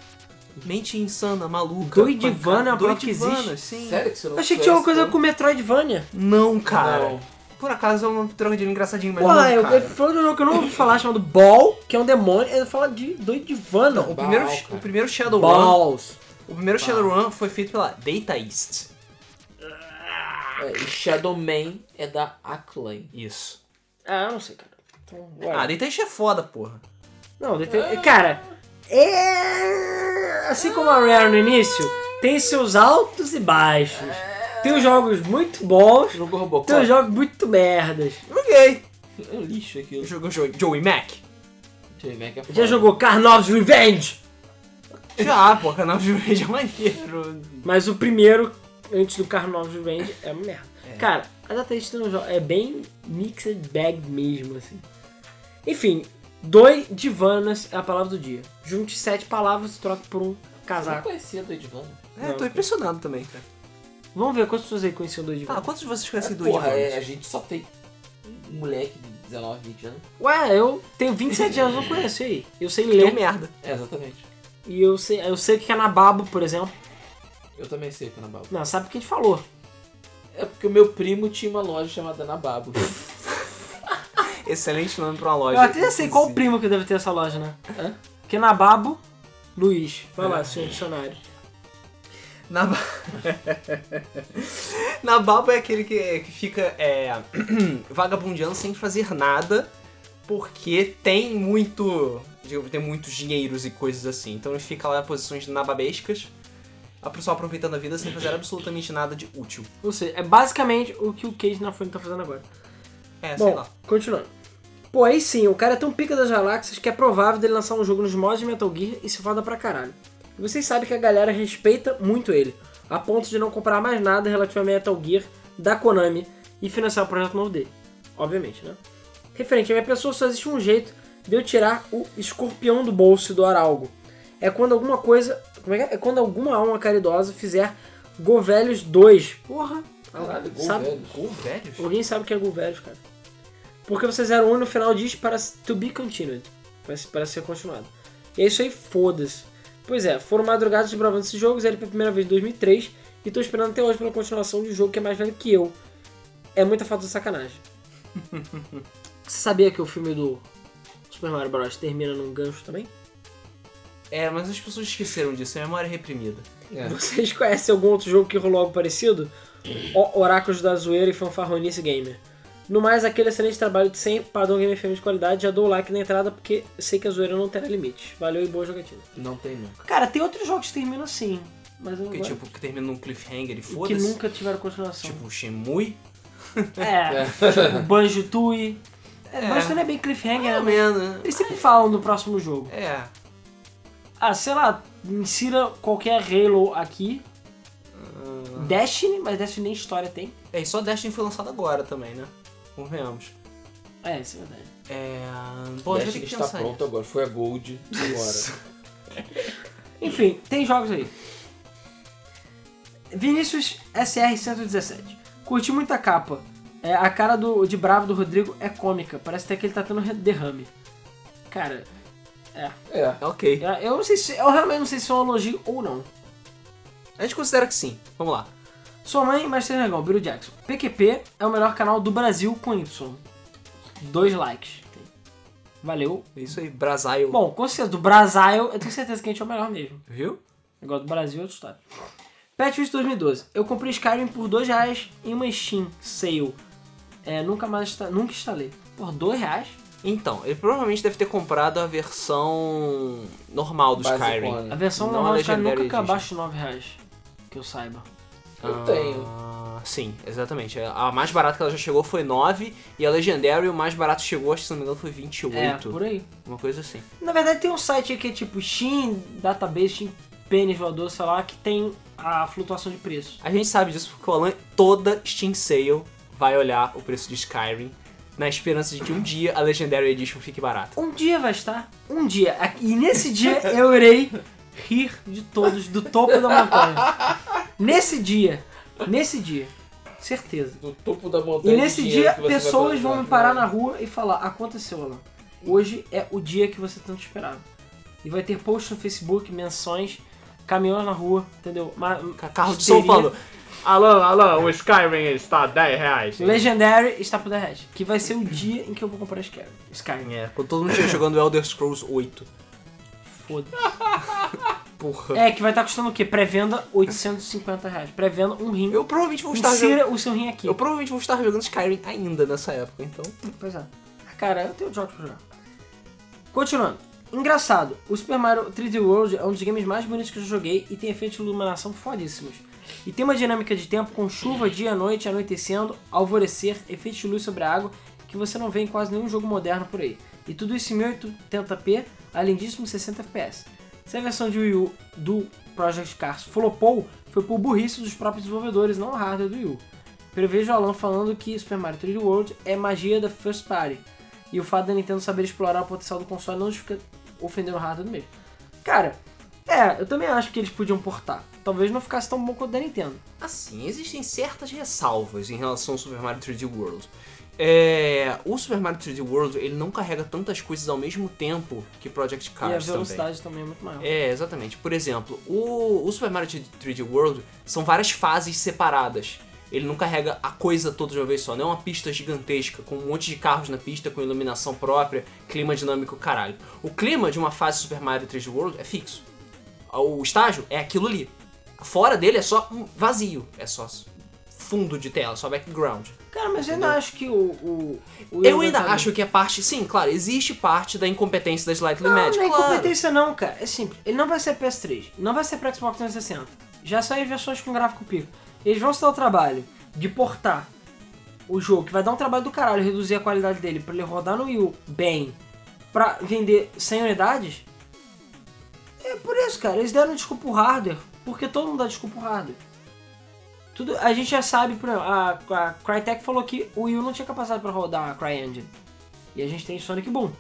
Mente insana, maluca. Doidivana é pancada- uma palavra que existe? Doidivana, sim. Sério que você não Eu achei que conhece, tinha alguma coisa não? com Metroidvania. Não, cara. Não. Por acaso é um trocadilho engraçadinho, mas Pô, não, eu, cara. eu falou de um jogo que eu não ouvi falar, chamado Ball, que é um demônio, ele fala de doidivana. O Não, primeiro, Baal, cara. o primeiro Shadowrun, Balls. o primeiro Shadowrun foi feito pela Data East. É, e Shadow Man é da Acclaim. Isso. Ah, eu não sei, cara. Então, ué. Ah, Data East é foda, porra. Não, deve ter- cara, é... Assim como a Rare no início, tem seus altos e baixos. Tem os jogos muito bons, Jogou Robocop? tem os jogos muito merdas. Joguei. É um lixo aquilo. Eu joguei o jogo Joey Mac. Johnny Mac é Já foda. jogou Carnov's Revenge, Já, porra, canal de Rage é maneiro. mas o primeiro, antes do Carnov's Revenge, é uma merda. Cara, a Data East tem um jogo, é bem mixed bag mesmo, assim. Enfim, doi divanas é a palavra do dia. Junte sete palavras e troque por um Você não casaco. conhecia do Edvan? É, Não, tô cara. impressionado também, cara. Vamos ver quantas pessoas aí conheciam dois Ah, divanas. quantos de vocês conhecem Porra, Doidivanas? é, a gente só tem um moleque de 19, 20 anos. Ué, eu tenho 27 anos, não conheço e aí. Eu sei Deu ler. merda. É, exatamente. E eu sei, eu sei o que é nababo, por exemplo. Eu também sei que é Nababo. Não, sabe o que a gente falou. É porque o meu primo tinha uma loja chamada Nababo. Excelente nome pra uma loja. Eu até já sei qual o inclusive. primo que deve ter essa loja, né? Hã? Que é nababo, Luiz. Vai lá, É. senhor dicionário. Na ba... Na baba é aquele que, que fica é, vagabundeando sem fazer nada, porque tem muito. digamos, tem muitos dinheiros e coisas assim. Então ele fica lá em posições nababescas. só aproveitando a vida sem fazer absolutamente nada de útil. Ou seja, é basicamente o que o Cage na frente tá fazendo agora. É, sei Bom, lá. continuando. Pô, aí sim, o cara é tão pica das galáxias que é provável dele lançar um jogo nos mods de Metal Gear e se foda pra caralho. E vocês sabem que a galera respeita muito ele, a ponto de não comprar mais nada relativamente a Metal Gear da Konami e financiar o projeto novo dele. Obviamente, né? Referente à minha pessoa, só existe um jeito de eu tirar o escorpião do bolso e doar algo. É quando alguma coisa. Como é que é? É quando alguma alma caridosa fizer Govelhos 2. Porra! Caralho, gol sabe, velho. Gol velhos? Alguém sabe o que é Gol Velhos, cara? Porque você zera um e no final diz para to be continued. Para, para ser continuado. E é isso aí, foda-se. Pois é, foram madrugadas de provando esses jogos, ele pela primeira vez em 2003, e tô esperando até hoje pela continuação de um jogo que é mais velho que eu. É muita falta de sacanagem. você sabia que o filme do Super Mario Bros. termina num gancho também? É, mas as pessoas esqueceram disso, é memória reprimida. É. Vocês conhecem algum outro jogo que rolou algo parecido? O Oráculos da Zoeira e Fanfarronice Gamer. No mais, aquele excelente trabalho de sempre, padrão Game FM de qualidade, já dou o like na entrada porque sei que a zoeira não terá limite. Valeu e boa jogatina. Não tem nunca. Cara, tem outros jogos que terminam assim, mas eu não Porque, tipo, que termina num cliffhanger e que foda-se. nunca tiveram continuação. Tipo, Shemui. é, tipo, Banjo Tui. É, Banjo Tui não é bem cliffhanger, É, né? menos. Eles sempre falam do próximo jogo. É. Ah, sei lá, insira qualquer Halo aqui. Destiny, mas Destiny nem história tem. É, e só Destiny foi lançado agora também, né? Convenhamos. É, isso é verdade. É. Bom, a gente vai ter que está pensar nisso. pronto agora. Foi a Gold agora. Enfim, tem jogos aí. Vinícius SR117. Curti muito a capa. É, a cara do, de bravo do Rodrigo é cômica. Parece até que ele tá tendo re- derrame. Cara, É. É, Ok. eu- eu não sei se. Eu realmente não sei se é um elogio ou não. A gente considera que sim. Vamos lá. Sua mãe, Master Negão, Biro Jackson. PQP é o melhor canal do Brasil com Y. Dois likes. Valeu. É Isso aí, Brasil. Bom, com certeza, do Brasil, eu tenho certeza que a gente é o melhor mesmo. Viu? Negócio do Brasil é outra história. Patchwitch 2012. Eu comprei Skyrim por 2 reais em uma Steam Sale. É, nunca mais insta- nunca instalei. Por 2 reais? Então, ele provavelmente deve ter comprado a versão normal do Skyrim. Basicona. A versão Não normal a do Skyrim Legendary nunca Edition. abaixo de 9 reais. Que eu saiba. Eu tenho. Ah, sim, exatamente. A mais barata que ela já chegou foi 9 e a Legendary, o mais barato chegou, acho que se não me engano, foi 28. É, por aí. Uma coisa assim. Na verdade tem um site aí que é tipo Steam Database, Steam Pênis Voador, sei lá, que tem a flutuação de preço. A gente sabe disso porque o Alan, toda Steam Sale, vai olhar o preço de Skyrim na esperança de que um dia a Legendary Edition fique barata. Um dia vai estar. Um dia. E nesse dia eu irei rir de todos do topo da montanha. Nesse dia. Nesse dia. Certeza. Do topo da E montanha. nesse de dia, dinheiro que você vai pessoas guardar. vão me parar na rua e falar: Aconteceu, Alan. Hoje é o dia que você tanto esperava. E vai ter posts no Facebook, menções, caminhões na rua, entendeu? Ma- Carro de som histeria. falando. Alô, alô, o Skyrim está 10 reais. Legendary está por 10 reais. Que vai ser o dia em que eu vou comprar Skyrim. Skyrim. É, quando todo mundo estiver jogando Elder Scrolls 8. Foda. Porra. É, que vai estar custando o quê? Pré-venda 850 reais. Pré-venda um rim. Eu provavelmente vou estar jogando. Insira o seu rim aqui. Eu provavelmente vou estar jogando Skyrim ainda nessa época, então. Pois é. Cara, eu tenho jogos pra jogar. Continuando. Engraçado, o Super Mario 3D World é um dos games mais bonitos que eu já joguei e tem efeitos de iluminação fodíssimos. E tem uma dinâmica de tempo com chuva, dia, noite, anoitecendo, alvorecer, efeitos de luz sobre a água que você não vê em quase nenhum jogo moderno por aí. E tudo isso em 1080p, além disso, um 60 fps. Se a versão de Wii U do Project Cars flopou, foi por burrice dos próprios desenvolvedores, não o hardware do Wii U. Prevejo o Alan falando que Super Mario 3D World é magia da first party. E o fato da Nintendo saber explorar o potencial do console não justifica ofender o hardware do mesmo. Cara, é, eu também acho que eles podiam portar. Talvez não ficasse tão bom quanto o da Nintendo. Assim, existem certas ressalvas em relação ao Super Mario 3D World. É, o Super Mario 3D World ele não carrega tantas coisas ao mesmo tempo que Project e a Cars também. velocidade também. é muito maior. É, exatamente. Por exemplo, o, o Super Mario 3D World são várias fases separadas. Ele não carrega a coisa toda de uma vez só, não é uma pista gigantesca, com um monte de carros na pista, com iluminação própria, clima dinâmico, caralho. O clima de uma fase Super Mario 3D World é fixo. O estágio é aquilo ali. Fora dele é só um vazio, é só fundo de tela, só background. Cara, mas eu ainda acho que o. o, o Eu ainda tá- acho que é parte, sim, claro, existe parte da incompetência da Slightly Não, Magic, não é claro. incompetência não, cara. É simples. Ele não vai ser PS3, não vai ser pra Xbox 360. já saem versões com gráfico pico. Eles vão se dar o trabalho de portar o jogo, que vai dar um trabalho do caralho reduzir a qualidade dele pra ele rodar no Wii U bem, pra vender 100 unidades. É por isso, cara. Eles deram desculpa pro hardware, porque todo mundo dá desculpa pro hardware. Tudo, a gente já sabe, por exemplo, a, a Crytek falou que o Wii U não tinha capacidade pra rodar a CryEngine. E a gente tem Sonic Boom.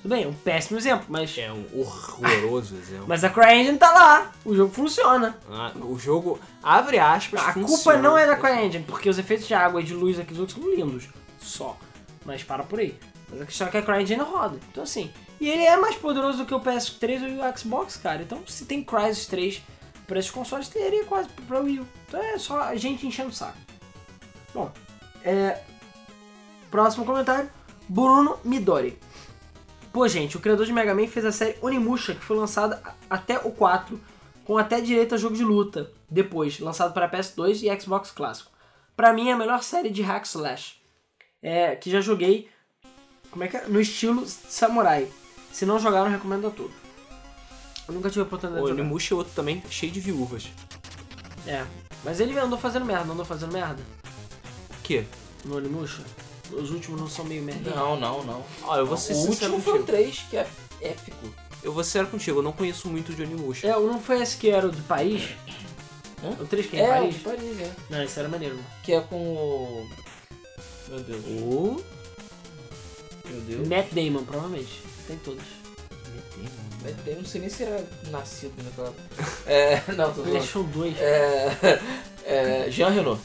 Tudo bem, é um péssimo exemplo, mas... É um horroroso exemplo. Mas a CryEngine tá lá, o jogo funciona. Ah, o jogo, abre aspas, A culpa funciona. não é da CryEngine, porque os efeitos de água e de luz aqui dos outros são lindos. Só. Mas para por aí. Mas a questão é que a CryEngine roda. Então assim. E ele é mais poderoso do que o PS3 e o Xbox, cara. Então se tem Crysis 3 pra esses consoles, teria quase pra Wii U. Então é só a gente enchendo o saco. Bom. É... Próximo comentário. Bruno Midori. Pô, gente, o criador de Mega Man fez a série Onimusha, que foi lançada a- até o 4, com até direito a jogo de luta, depois, lançado para PS2 e Xbox clássico. Pra mim, é a melhor série de hack slash, é, que já joguei, como é que é? No estilo samurai. Se não jogaram, recomendo a todos. Eu nunca tive a oportunidade O de jogar. Onimusha é outro também, cheio de viúvas. É, mas ele andou fazendo merda, andou fazendo merda O quê? no Onimusha. Os últimos não são meio merda. Não, não, não. Ó, eu vou ser o sincero último foi o contigo. 3, que é épico. Eu vou ser sincero contigo, eu não conheço muito de Onimusha. É, o não foi esse que era o de Paris? Hã? O 3 que É, é, em o Paris? de Paris, é. Não, esse era maneiro. Que é com o... Meu Deus. O... Meu Deus. Matt Damon, provavelmente. Tem todos. Mas É, Eu não sei nem se era nascido naquela... É, não, tô zoando. PlayStation 2. É, é, Jean Renault.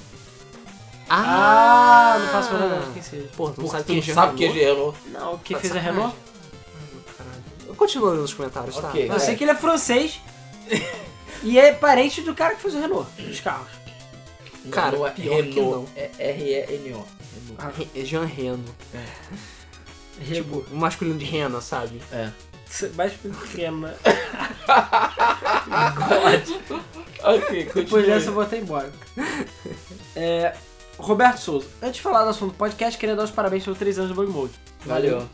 Ah, não faço menor ideia de quem seja. Pô, tu não sabe Porque quem tu sabe que é ele... Jean Renault. Não, quem Tá fez sacanagem. a Renault? Continua lendo os comentários, tá? Ok. Eu É. sei que ele é francês e é parente do cara que fez o Renault, dos carros. Não, Cara, não é pior que Renault. É R-E-N-O. Renault. Ah, Re- Jean Reno. Tipo, O masculino de Rena, sabe? É. mais pequena. Ok, Depois continua. dessa eu vou até embora. É, Roberto Souza, antes de falar do assunto do podcast, queria dar os parabéns pelos 3 anos do Bug Mode. Valeu.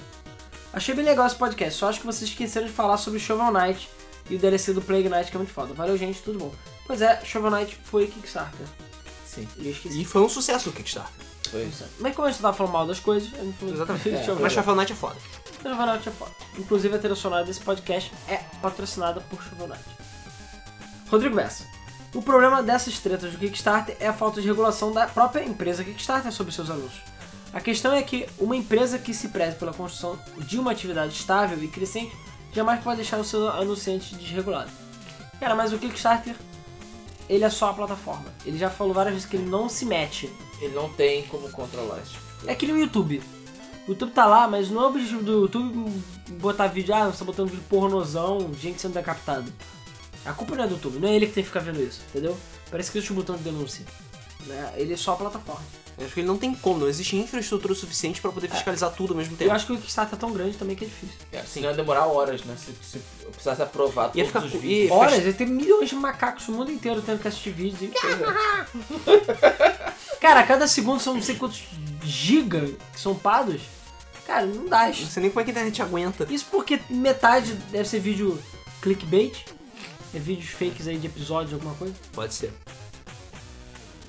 Achei bem legal esse podcast, só acho que vocês esqueceram de falar sobre Shovel Knight e o DLC do Plague Knight, que é muito foda. Valeu, gente, tudo bom. Pois é, Shovel Knight foi Kickstarter. Sim, E eu esqueci. E foi um sucesso o Kickstarter. foi. Mas como a gente tava falando mal das coisas, eu não falei. Exatamente. Deixa eu ver. Mas Shovel Knight é foda. Shovel Knight é foda. Inclusive a trilha sonora desse podcast é patrocinada por Shovel Knight. Rodrigo Bessa. O problema dessas tretas do Kickstarter é a falta de regulação da própria empresa Kickstarter sobre seus anúncios. A questão é que uma empresa que se preze pela construção de uma atividade estável e crescente jamais pode deixar o seu anunciante desregulado. Cara, mas o Kickstarter, ele é só a plataforma. Ele já falou várias vezes que ele não se mete Ele não tem como controlar isso. é que nem o YouTube. O YouTube tá lá, mas não é o objetivo do YouTube botar vídeo, ah, você tá botando vídeo pornozão, gente sendo decapitada. A culpa não é do YouTube, não é ele que tem que ficar vendo isso, entendeu? Parece que existe um botão de denúncia. Né? Ele é só a plataforma. Eu acho que É ele não tem como, não existe infraestrutura suficiente pra poder fiscalizar tudo ao mesmo Eu tempo. acho que o Kickstarter é tão grande também que é difícil. É, senão ia demorar horas, né? Se, se eu precisasse aprovar todos Ia ficar os com- vídeos. ia- Olha, ele tem milhões de macacos no mundo inteiro tendo que assistir vídeo. Cara, a cada segundo são não sei quantos giga que são pados. Cara, não dá. Não sei nem como é que a internet aguenta. Isso porque metade deve ser vídeo clickbait, é vídeos fakes aí de episódios, alguma coisa. Pode ser.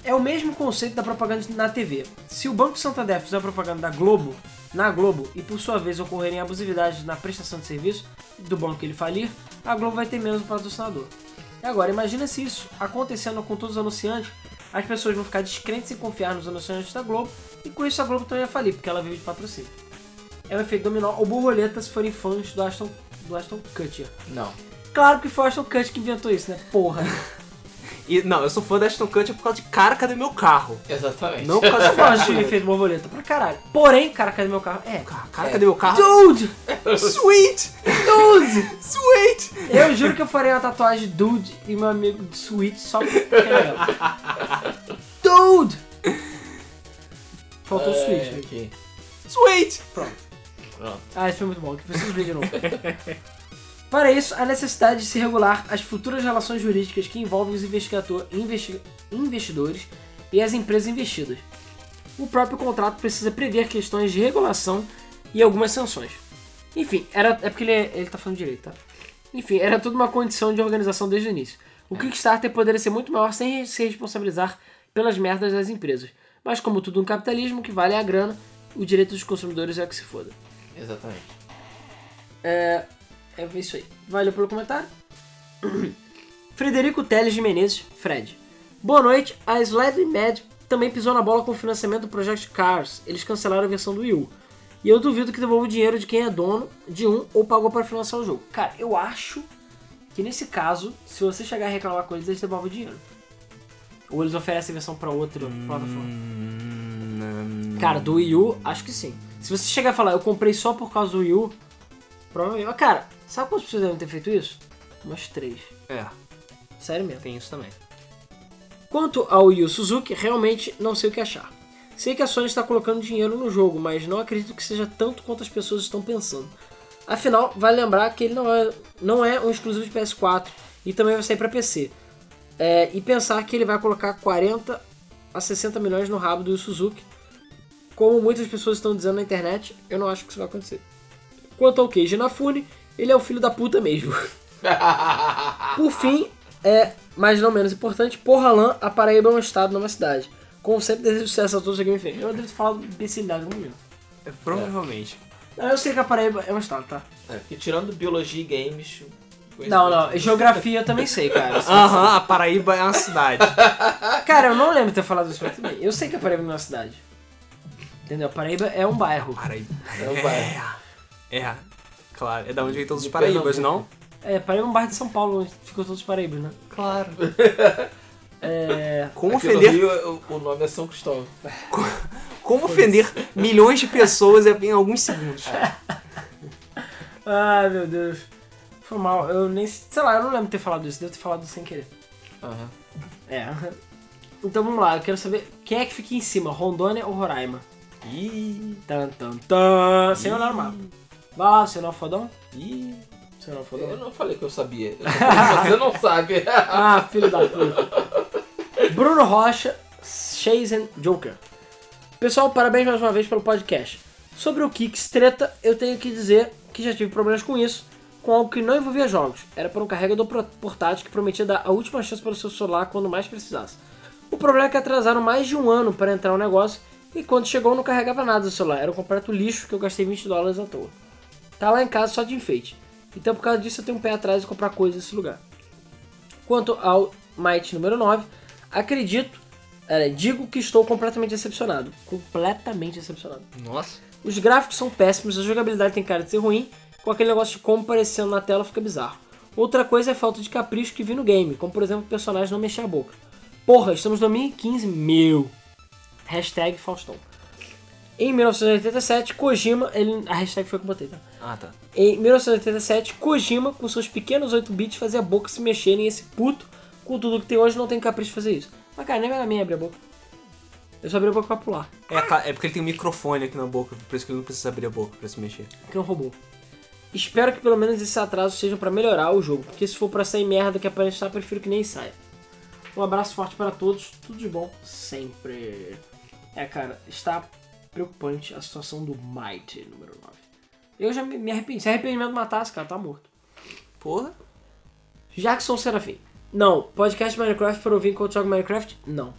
É o mesmo conceito da propaganda na TV. Se o Banco Santander fizer propaganda da Globo, na Globo, e por sua vez ocorrerem abusividades na prestação de serviço do banco ele falir, a Globo vai ter menos patrocinador. E agora, imagina se isso acontecendo com todos os anunciantes, as pessoas vão ficar descrentes em confiar nos anunciantes da Globo, e com isso a Globo também vai falir, porque ela vive de patrocínio. É um efeito dominó ou borboleta se forem fãs do Aston, do Aston Kutcher. Não. Claro que foi o Ashton Kutcher que inventou isso, né? Porra. E, não, eu sou fã da Ashton Kutcher por causa de cara, cadê meu carro? Exatamente. Não por causa Eu de gosto de cara. efeito borboleta pra caralho. Porém, cara, cadê meu carro? É. Cara, cadê meu carro? Dude! Sweet! Dude! Sweet! Eu juro que eu farei uma tatuagem Dude e meu amigo de Switch só porque é legal. Dude! Faltou o Switch. É, né? ok. Sweet! Pronto. Ah, isso foi muito bom, que preciso ver de novo. Para isso, a necessidade de se regular as futuras relações jurídicas que envolvem os investigador- investi- investidores e as empresas investidas. O próprio contrato precisa prever questões de regulação e algumas sanções. Enfim, era, é porque ele, é- ele tá falando direito, tá? Enfim, era tudo uma condição de organização desde o início. O Kickstarter poderia ser muito maior sem se responsabilizar pelas merdas das empresas. Mas como tudo no capitalismo, o que vale é a grana, o direito dos consumidores é o que se foda. Exatamente. É isso aí. Valeu pelo comentário. Frederico Teles de Menezes, Fred. Boa noite. A Slightly Mad também pisou na bola com o financiamento do Project Cars. Eles cancelaram a versão do Wii U. E eu duvido que devolva o dinheiro de quem é dono de um ou pagou para financiar o jogo. Cara, eu acho que nesse caso, se você chegar a reclamar com eles, eles devolvem o dinheiro. Ou eles oferecem a versão para outra plataforma. Cara, do Wii U, acho que sim. Se você chegar a falar, eu comprei só por causa do Wii U, provavelmente. Ah, Cara, sabe quantas pessoas devem ter feito isso? Umas três. É, Sério mesmo. tem isso também. Quanto ao Yu Suzuki, realmente não sei o que achar. Sei que a Sony está colocando dinheiro no jogo, mas não acredito que seja tanto quanto as pessoas estão pensando. Afinal, vale lembrar que ele não é, não é um exclusivo de PS4 e também vai sair para PC. É, e pensar que ele vai colocar 40 a 60 milhões no rabo do Yu Suzuki, como muitas pessoas estão dizendo na internet, eu não acho que isso vai acontecer. Quanto ao Keiji Inafune, ele é o filho da puta mesmo. Por fim, é, mas não menos importante, Porralan, a Paraíba é um estado numa cidade. Como sempre, desejo sucesso a todos aqui me fez. Eu devo ter falado imbecilidade no momento. É, provavelmente. Não, Eu sei que a Paraíba é um estado, tá? É, E tirando biologia e games. coisa- Não, não. Geografia eu também sei, cara. É. Aham, a Paraíba é uma cidade. Ah, Cara, eu não lembro de ter falado isso mas tudo bem. Eu sei que a Paraíba não é uma cidade. Entendeu? A Paraíba é um bairro. Paraíba. É um bairro. É, é. Claro, é da onde vem todos os De Paraíbas, não? É, Paraíba é um bairro de São Paulo, onde ficam todos os Paraíbas, né? Claro. É. Como Aqui no ofender Rio, o- o nome é São Cristóvão. Como ofender milhões de pessoas é em alguns segundos. Ai, meu Deus. Foi mal. Eu nem. Sei lá, eu não lembro de ter falado isso. Devo ter falado sem querer. Aham. É. Então vamos lá, eu quero saber quem é que fica em cima, Rondônia ou Roraima? Ih, Tan, tan, tan. Sem olhar o mapa. Vai lá, você não é fodão? Ih, Você não é eu fodão? não falei que eu sabia. Eu só falei que Você não sabe. Ah, filho da puta. Bruno Rocha, Shazen Joker. Pessoal, parabéns mais uma vez pelo podcast. Sobre o Kicks treta, eu tenho que dizer que já tive problemas com isso, com algo que não envolvia jogos. Era para um carregador pro- portátil que prometia dar a última chance para o seu celular quando mais precisasse. O problema é que atrasaram mais de um ano para entrar o negócio e quando chegou não carregava nada do celular. Era um completo lixo que eu gastei 20 dólares à toa. Tá lá em casa só de enfeite. Então por causa disso eu tenho um pé atrás de comprar coisas nesse lugar. Quanto ao Might número 9, acredito, é, digo que estou completamente decepcionado. Completamente decepcionado. nossa. Os gráficos são péssimos, a jogabilidade tem cara de ser ruim, com aquele negócio de como aparecendo na tela fica bizarro. Outra coisa é a falta de capricho que vi no game, como por exemplo o personagem não mexer a boca. Porra, estamos em 2015, meu! Hashtag Faustão. Em 1987, Kojima, ele, a hashtag foi que eu botei, tá? Ah, tá. Em 1987, Kojima, com seus pequenos 8 bits, fazia a boca se mexerem e esse puto, com tudo que tem hoje, não tem capricho de fazer isso. Mas cara, nem era minha abrir a boca. Eu só abri a boca pra pular, É, ca- é porque ele tem um microfone aqui na boca, por isso que ele não precisa abrir a boca pra se mexer. que é um robô. Espero que pelo menos esses atrasos sejam pra melhorar o jogo, porque se for pra sair merda que aparece lá, prefiro que nem saia. Um abraço forte para todos, tudo de bom, sempre. É, cara, está preocupante a situação do Might número 9. Eu já me me arrependi. Se arrependimento matasse, cara, tá morto. Porra. Jackson Serafim. Não. Podcast Minecraft para ouvir enquanto jogo Minecraft? Não.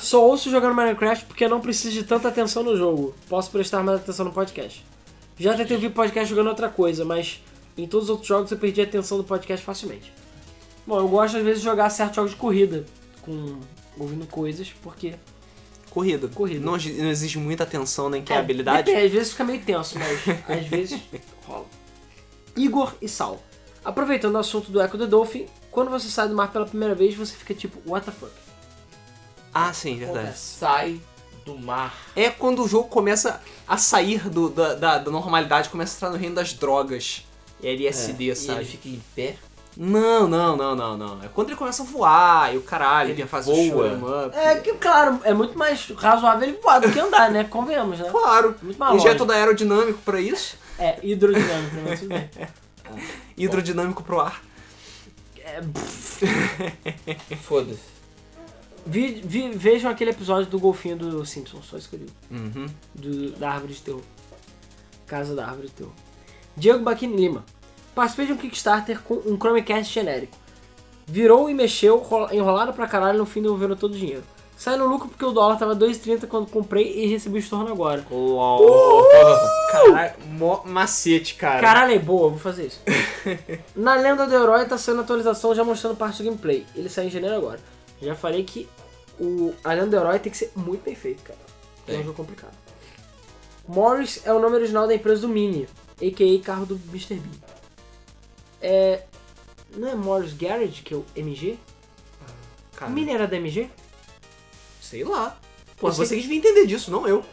Só ouço jogando Minecraft porque não preciso de tanta atenção no jogo. Posso prestar mais atenção no podcast. Já tentei ouvir podcast jogando outra coisa, mas em todos os outros jogos eu perdi a atenção do podcast facilmente. Bom, eu gosto às vezes de jogar certos jogos de corrida com ouvindo coisas, porque Corrida. Corrida. Não, exi- não exige muita atenção nem que É, habilidade. depende, às vezes fica meio tenso, mas às vezes rola. Igor e Sal. Aproveitando o assunto do Echo the Dolphin, quando você sai do mar pela primeira vez, você fica tipo, what the fuck? Ah, sim, verdade. Sai do mar. É quando o jogo começa a sair do- da, da- da normalidade, começa a entrar no reino das drogas. LSD, É. e é sabe? ele fica em pé. Não, não, não, não, não. É quando ele começa a voar e o caralho, Ele ele faz o voa. show, up. É que, claro, é muito mais razoável ele voar do que andar, né? Convenhamos, né? Claro. Muito mais Injeta lógico. todo aerodinâmico pra isso, É, hidrodinâmico, né? Mas tudo bem. hidrodinâmico pro ar. É, Foda-se. Vi- vi- vejam aquele episódio do golfinho do Simpsons, só isso que eu digo. Uhum. do- da árvore de terror. Casa da árvore de terror. Diego Baquini Lima. Participei de um Kickstarter com um Chromecast genérico. virou e mexeu, rola- enrolaram pra caralho, no fim devolveram todo o dinheiro. Sai no lucro porque o dólar tava 2,30 quando comprei e recebi o estorno agora. LOL. Caralho, mó macete, cara. Caralho, é boa, vou fazer isso. Na Lenda do Herói tá saindo atualização já mostrando parte do gameplay. Ele sai em janeiro agora. Já falei que o a Lenda do Herói tem que ser muito bem feito, cara. Que é um Tem. jogo complicado. Morris é o nome original da empresa do Mini, a.k.a. carro do Mr. Bean. É... Não é Morris Garage, que é o MG? O Ah, Cara, Mini era da MG? Sei lá. Pô, Eu sei- você que devia entender disso, não eu.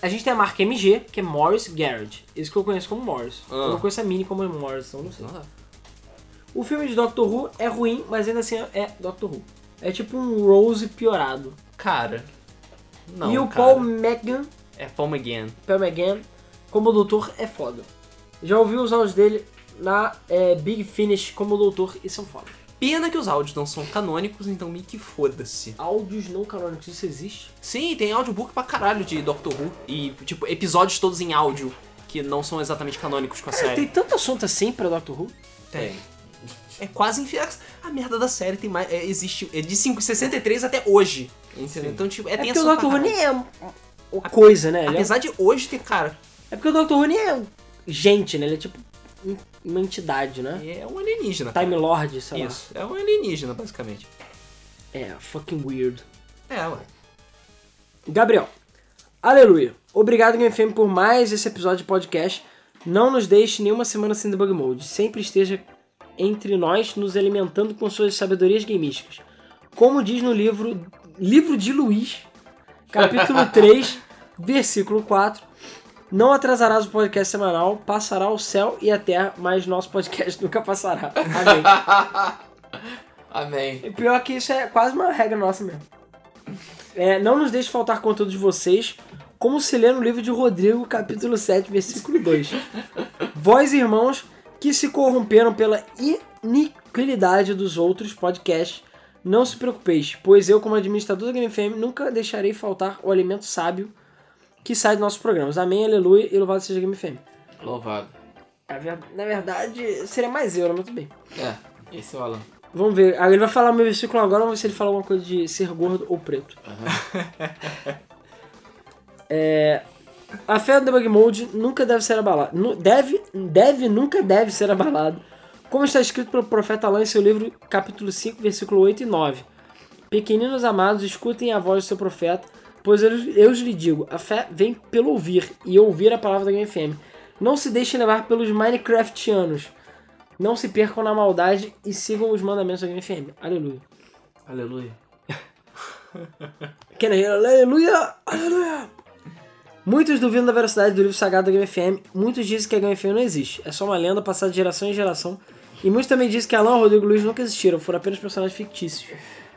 A gente tem a marca MG, que é Morris Garage. Isso que eu conheço como Morris. Ah. Eu não conheço a Mini como Morris, então não sei. O filme de Doctor Who é ruim, mas ainda assim é Doctor Who. É tipo um Rose piorado. Cara. Não, e o cara. Paul Megan, É Paul McGann. Paul Megan, como doutor é foda. Já ouvi os áudios dele na é, Big Finish como doutor e são foda. Pena que os áudios não são canônicos, então meio que foda-se. Áudios não canônicos, isso existe? Sim, tem audiobook pra caralho de Doctor Who. E, tipo, episódios todos em áudio que não são exatamente canônicos com a Tem série. tanto assunto assim pra Doctor Who? Tem. É quase infiel. A merda da série tem mais. é, existe. É de 5, 63 até hoje. Entendeu? Então, tipo, é, É, porque tenso o pra Doctor Who caralho. nem é um- uma coisa, né? Ele é, Apesar de hoje ter, cara, é porque o Doctor Who nem é gente, né? Ele é tipo um- uma entidade, né? é um alienígena. Time Lord, sei lá. Isso, é um alienígena, basicamente. É, fucking weird. É, ué. Gabriel, aleluia. Obrigado, Game FM, por mais esse episódio de podcast. Não nos deixe nenhuma semana sem debug mode. Sempre esteja entre nós, nos alimentando com suas sabedorias gamísticas. Como diz no livro Livro de Luiz, capítulo 3, versículo 4. Não atrasarás o podcast semanal, passará o céu e a terra, mas nosso podcast nunca passará. Amém. Amém. E pior que isso é quase uma regra nossa mesmo. É, não nos deixe faltar conteúdo de vocês, como se lê no livro de Rodrigo, capítulo 7, versículo 2. Vós, irmãos, que se corromperam pela iniquidade dos outros podcasts, não se preocupeis, pois eu, como administrador da Game FM, nunca deixarei faltar o alimento sábio que sai dos nossos programas. Amém, aleluia e louvado seja a Game FM. Louvado. Na ver- Na verdade, seria mais eu, né? mas tudo bem. É, esse é o Alan. Vamos ver. Ah, Ele vai falar meu versículo agora, vamos ver se ele fala alguma coisa de ser gordo ou preto. É, a fé do debug mode nunca deve ser abalada. Nu- Deve, deve, nunca deve ser abalada. Como está escrito pelo profeta Alain em seu livro, capítulo 5, versículo 8 e 9. Pequeninos amados, escutem a voz do seu profeta, pois eu, eu lhe digo, a fé vem pelo ouvir, e ouvir a palavra da Game FM. Não se deixem levar pelos Minecraftianos. Não se percam na maldade e sigam os mandamentos da Game FM. Aleluia. Aleluia. Can I hear aleluia? Aleluia! Muitos duvidam da veracidade do livro sagrado da Game FM. Muitos dizem que a Game FM não existe. É só uma lenda passada de geração em geração. E muitos também dizem que Alan e Rodrigo Luiz nunca existiram, foram apenas personagens fictícios.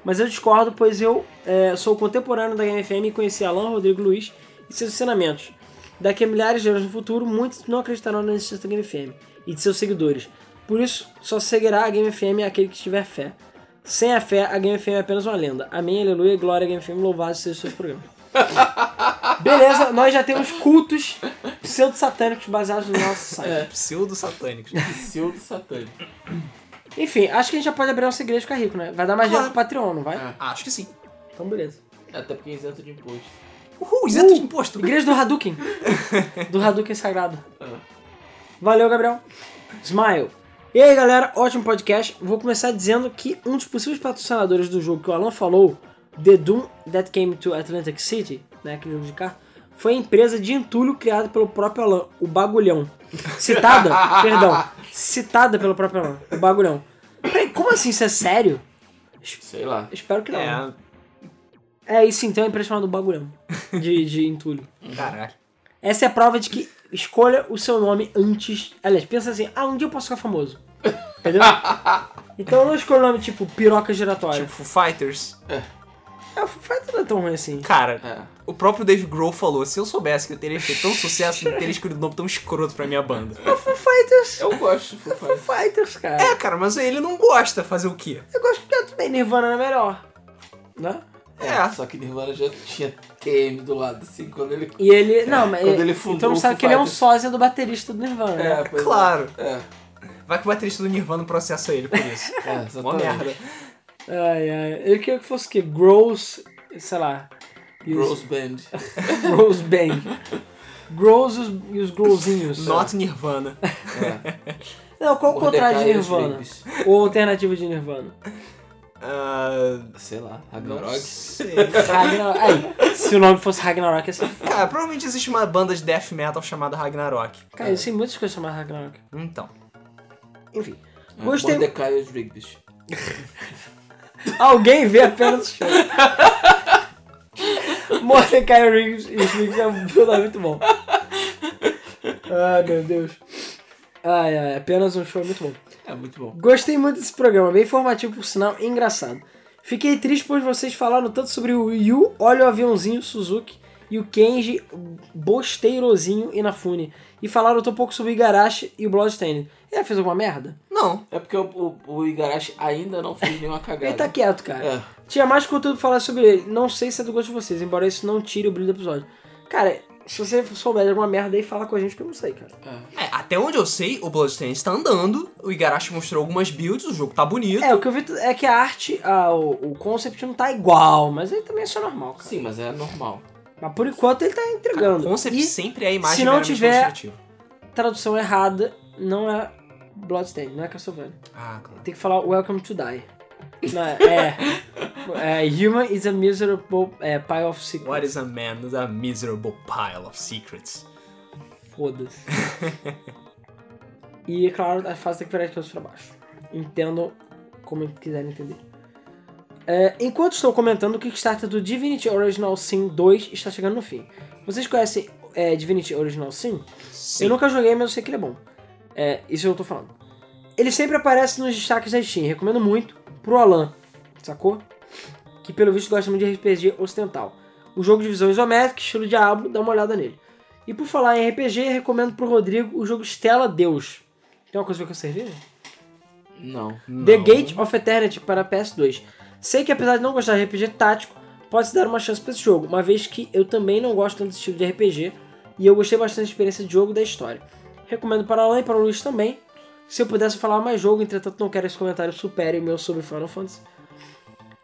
Mas eu discordo, pois eu é, sou contemporâneo da Game FM e conheci Alan, Rodrigo Luiz e seus ensinamentos. Daqui a milhares de anos no futuro, muitos não acreditarão na existência da Game FM e de seus seguidores. Por isso, só seguirá a Game FM aquele que tiver fé. Sem a fé, a Game FM é apenas uma lenda. Amém, aleluia, glória, Game FM, louvado seja o seu programa. Beleza, nós já temos cultos pseudo-satânicos baseados no nosso site. É. Pseudo-satânicos. Pseudo satânico. Enfim, acho que a gente já pode abrir um segredo e ficar rico, né? Vai dar mais dinheiro pro Patreon, não vai? É. Acho que sim. Então, beleza. Até porque é isento de imposto. Uhul, isento de imposto. Igreja do Hadouken. Do Hadouken sagrado. Ah. Valeu, Gabriel. Smile. E aí, galera, ótimo podcast. Vou começar dizendo que um dos possíveis patrocinadores do jogo que o Alan falou, The Doom That Came to Atlantic City, né, aquele jogo de carro, foi a empresa de entulho criada pelo próprio Alan, o Bagulhão. Citada, perdão, citada pelo próprio Alan, o Bagulhão. Peraí, como assim? Isso é sério? Sei lá. Espero que não. É, É, isso então, é impressionado o Bagulhão de, de entulho. caralho. Essa é a prova de que escolha o seu nome antes. Aliás, pensa assim, ah, um dia eu posso ficar famoso. Entendeu? então eu não escolho o nome tipo piroca giratória. Tipo, Foo Fighters. É, o Foo Fighters não é tão ruim assim. Cara, É. o próprio Dave Grohl falou, se eu soubesse que eu teria feito tão sucesso, eu teria escolhido um nome tão escroto pra minha banda. É o Foo Fighters. Eu gosto de Foo Foo Fighters. Fighters, cara. É, cara, mas ele não gosta. Fazer o quê? Eu gosto porque tudo bem, Nirvana é melhor. Né? É. Só que Nirvana já tinha TM do lado, assim, quando ele. E É, ele. Não, mas. Quando ele fundou então não o sabe Foo que ele é um Fighters. sósia do baterista do Nirvana, né? pois É, Claro. É. Vai que o baterista do Nirvana processa ele por isso. É, Mó exatamente. merda. Ai, ai. Ele queria que fosse o quê? Gross, sei lá. E os- Gross Band. Gross Bang. Gross e os, e os grossinhos. Not Nirvana. É. Não, qual o contrário de Mordecai e os Nirvana? Vapes. Ou alternativa de Nirvana? Ah, Sei lá, não Ragnarok. sei. Ragnarok. Aí, se o nome fosse Ragnarok, ia ser. f- Cara, provavelmente existe uma banda de death metal chamada Ragnarok. Cara, É. eu sei muitas coisas chamadas Ragnarok. Então. Enfim. É, Gostei- Mordecai e os Rigby's. Alguém vê a perna do chão. Mordecai Riggs e Riggs é um filme muito bom. Ai, meu Deus. Ai, ai, apenas um show muito bom. É muito bom. Gostei muito desse programa, bem informativo, por sinal, e engraçado. Fiquei triste por vocês falaram tanto sobre o Yu, olha o aviãozinho Suzuki, e o Kenji, bosteirozinho Inafune. E falaram tão pouco sobre o Igarashi e o Bloodstained. Ele fez alguma merda? Não. É porque o, o, o Igarashi ainda não fez nenhuma cagada. Ele tá quieto, cara. É. Tinha mais conteúdo pra falar sobre ele. Não sei se é do gosto de vocês, embora isso não tire o brilho do episódio. Cara, se você souber de alguma merda aí, fala com a gente que eu não sei, cara. É, até onde eu sei, o Bloodstained está andando, o Igarashi mostrou algumas builds, o jogo tá bonito. É, o que eu vi é que a arte, a- o, o concept não tá igual, mas ele também é só normal, cara. Sim, mas é normal. Mas por enquanto ele tá entregando. O concept sempre é a imagem se não meramente tiver- ilustrativa. E tradução errada não é Bloodstained, não é Castlevania. Ah, claro. Tem que falar Welcome to Die. Não, é, é, Human is a miserable é, pile of What secrets. is a man is a miserable pile of secrets. Foda-se. e, é claro, a fase tem que virar de cabeça pra baixo. Entendam como quiserem entender. É, enquanto estou comentando, o Kickstarter do Divinity Original Sin 2 está chegando no fim. Vocês conhecem é, Divinity Original Sin? Sim. Eu nunca joguei, mas eu sei que ele é bom. É, isso eu tô falando. Ele sempre aparece nos destaques da Steam. Recomendo muito pro Alan, sacou? Que pelo visto gosta muito de RPG ocidental. O jogo de visão isométrica, estilo Diablo, dá uma olhada nele. E por falar em RPG, recomendo pro Rodrigo o jogo Stella Deus. Tem uma coisa a ver com cerveja? Não. The Gate of Eternity para PS2. Sei que apesar de não gostar de RPG tático, pode se dar uma chance para esse jogo, uma vez que eu também não gosto tanto desse estilo de RPG e eu gostei bastante da experiência de jogo e da história. Recomendo para Alan e para o Luiz também. Se eu pudesse falar mais jogo, entretanto não quero esse comentário supere o meu sobre Final Fantasy.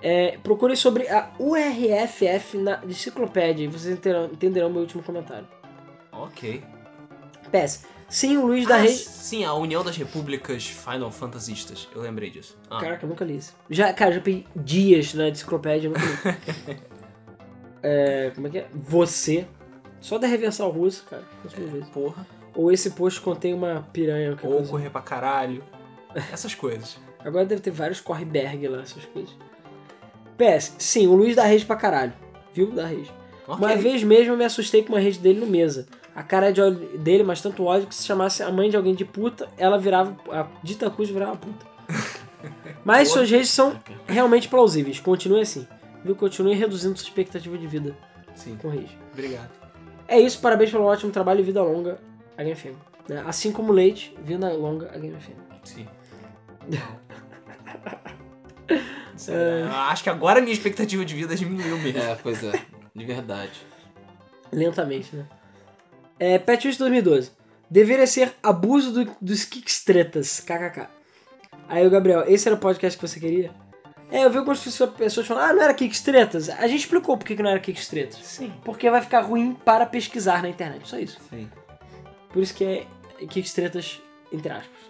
É, procure sobre a URFF na enciclopédia e vocês entenderão, entenderão meu último comentário. Ok. PS. Sim, o Luiz da Ah, Rede. Sim, a União das Repúblicas Final Fantasistas. Eu lembrei disso. Ah. Caraca, eu nunca li isso. Já, cara, já peguei dias na enciclopédia, eu nunca li. é, como é que é? Você. Só da reversal russo, cara. consumo vezes. Porra. Ou esse post contém uma piranha. Que É. Ou coisa. correr pra caralho. Essas coisas. Agora deve ter vários Correberg lá, essas coisas. PS, sim, o Luiz da Rede pra caralho. Viu? Da Rede. Ok. Uma vez mesmo eu me assustei com uma rede dele no mesa. A cara de ódio dele, mas tanto ódio que se chamasse a mãe de alguém de puta, ela virava. A dita cruz virava puta. Mas Boa. suas redes são realmente plausíveis. Continue assim. Viu? Continue reduzindo sua expectativa de vida Sim. com rede. Obrigado. É isso, parabéns pelo ótimo trabalho e vida longa a Game FM. né? Assim como leite, vida longa a Game FM. Sim. É. Eu Acho que agora a minha expectativa de vida diminuiu mesmo. É, pois é. De verdade. Lentamente, né? É, Pet Wish 2012. Deveria ser abuso do- dos kickstretas. KKK. Aí o Gabriel, esse era o podcast que você queria? É, eu vi algumas pessoas- pessoas falando, ah, não era kickstretas. A gente explicou por que que não era kickstretas. Sim. Porque vai ficar ruim para pesquisar na internet, só isso. Sim. Por isso que é kickstretas, entre aspas.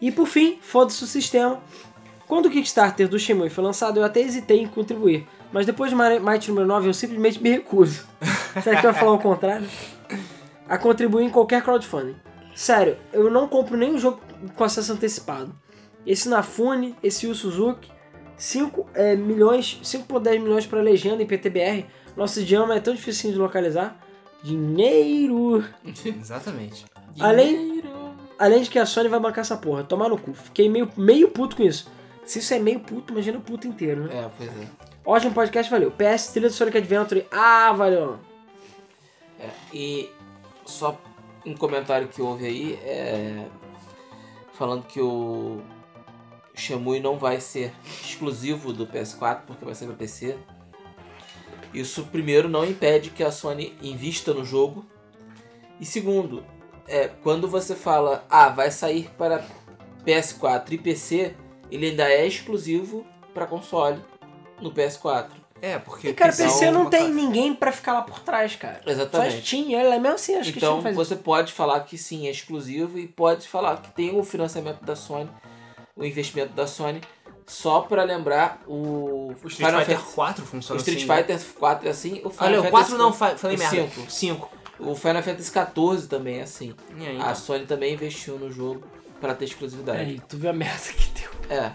E por fim, foda-se o sistema. Quando o Kickstarter do Shemui foi lançado, eu até hesitei em contribuir. Mas depois de Mari- Might número 9, eu simplesmente me recuso. Será que vai falar o contrário? A contribuir em qualquer crowdfunding. Sério, eu não compro nenhum jogo com acesso antecipado. Esse Nafune, esse Yu Suzuki, 5 eh, milhões, 5 por 10 milhões para legenda em PTBR. Nosso idioma é tão difícil de localizar. Dinheiro! Exatamente. Além, além de que a Sony vai bancar essa porra, tomar no cu. Fiquei meio, meio puto com isso. Se isso é meio puto, imagina o puto inteiro, né? É, pois é. Ótimo podcast, valeu. PS, trilha do Sonic Adventure. Ah, valeu. É, E só um comentário que houve aí é. Falando que o Shemui não vai ser exclusivo do PS4 porque vai ser para PC. Isso, primeiro, não impede que a Sony invista no jogo. E segundo, é, quando você fala, ah, vai sair para PS4 e PC, ele ainda é exclusivo pra console no PS4. É, porque. E, cara, tem PC não alguma tem coisa. ninguém pra ficar lá por trás, cara. Só Exatamente. Steam, ela é mesmo assim, acho que a Então Steam faz isso. você pode falar que sim, é exclusivo e pode falar que tem o financiamento da Sony, o investimento da Sony, só pra lembrar o, O Street Final Fighter Fantasy- 4 o funciona Street assim. Fighter 4 é assim, o Final Olha, Fantasy o 4 não, fa- falei o merda. cinco. 5. O Final Fantasy 14 também é assim. A Sony também investiu no jogo pra ter exclusividade. Aí, tu viu a merda que deu. É.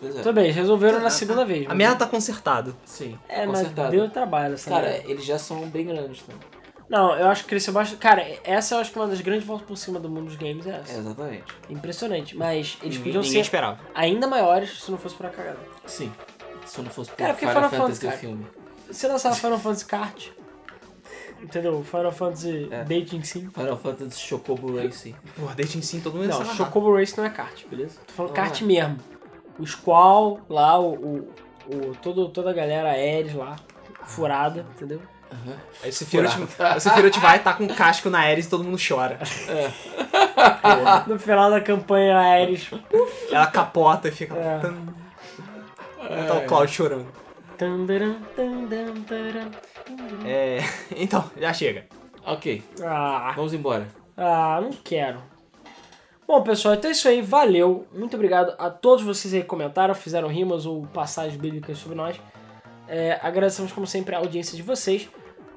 Pois é. Tudo bem, eles resolveram na segunda vez. A mas- merda tá consertada. Sim. É, mas consertado. deu trabalho essa tá Cara, é. merda. eles já são bem grandes, né? Não, eu acho que cresceu bastante. Cara, essa eu acho que é uma das grandes voltas por cima do mundo dos games é É, essa. exatamente. Impressionante. Mas eles Ninguém- podiam ninguém ser esperava. ainda maiores se não fosse pra cagada. Sim. Se não fosse por Cara, porque Final, Final Fantasy, Fantasy, o cara. filme. Você lançava Final Fantasy Kart, entendeu? Final Fantasy É. Dating Sim. Final Fantasy Chocobo Racing. Porra, Dating Sim, todo mundo Não, sabe. Chocobo Race não é kart, beleza? Tô falando Não kart é. mesmo. O Squall lá, o, o, o- todo, toda a galera Ares lá, furada, entendeu? Aí o Sephiroth, o Sephiroth vai, tá com um casco na Ares e todo mundo chora. No final da campanha Ares. Ela capota e fica É. lá. Tam. Aí Tá o Cláudio chorando. Tandaram, tandaram, tandaram. É, então, já chega. Ok, Ah, vamos embora. Ah, não quero. Bom, pessoal, então é isso aí. Valeu. Muito obrigado a todos vocês aí que comentaram, fizeram rimas ou passagens bíblicas sobre nós. É, agradecemos, como sempre, a audiência de vocês.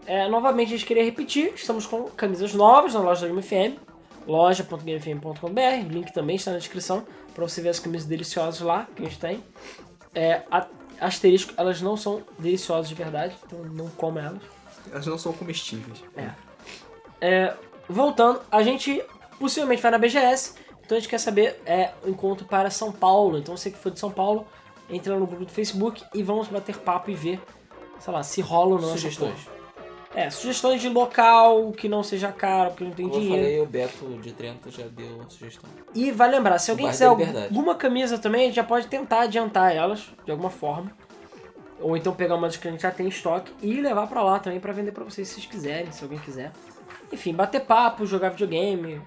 É, novamente, a gente queria repetir: estamos com camisas novas na loja da Game FM, loja.gamefm.com.br. O link também está na descrição para você ver as camisas deliciosas lá que a gente tem. É, a- asterisco, elas não são deliciosas de verdade, então não coma elas. Elas não são comestíveis. É, voltando, a gente possivelmente vai na BGS, então a gente quer saber é, o encontro para São Paulo. Então você que for de São Paulo, entra lá no grupo do Facebook e vamos bater papo e ver, sei lá, se rola ou não. essa Sugestões. porra. É, sugestões de local que não seja caro, porque não tem Como eu dinheiro. falei, o Beto de Trento já deu uma sugestão. E vai lembrar, se alguém Bairro quiser da algum- Liberdade. alguma camisa também, a gente já pode tentar adiantar elas de alguma forma. Ou então pegar uma das que a gente já tem em estoque e levar pra lá também pra vender pra vocês se vocês quiserem, se alguém quiser. Enfim, bater papo, jogar videogame,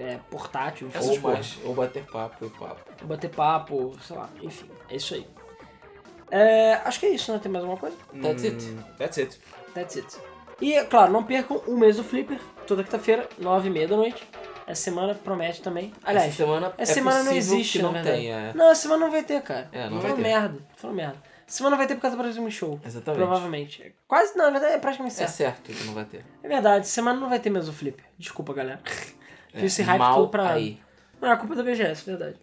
é, portátil, enfim, Ou, Essas porra. mais, ou bater papo e papo. bater papo, sei lá, enfim, é isso aí. É, acho que é isso, né? Tem mais alguma coisa? That's it. Hum, That's it. That's it. E, é claro, não percam o mês do Flipper, toda quinta-feira, nove e meia da noite. Essa semana promete também. Aliás, essa semana, essa semana não é possível existe, que não na verdade. tenha. Não, essa semana não vai ter, cara. É, não Tô vai falando ter. merda, tô falando merda. Essa Semana não vai ter por causa do Brasil Me Show. Exatamente. Provavelmente. É Quase não, na verdade é praticamente É certo. certo que não vai ter. É, verdade, essa semana não vai ter mesmo o flip. Desculpa, galera. Fiz esse hype É, mal todo pra. aí. Não, é culpa da BGS, verdade.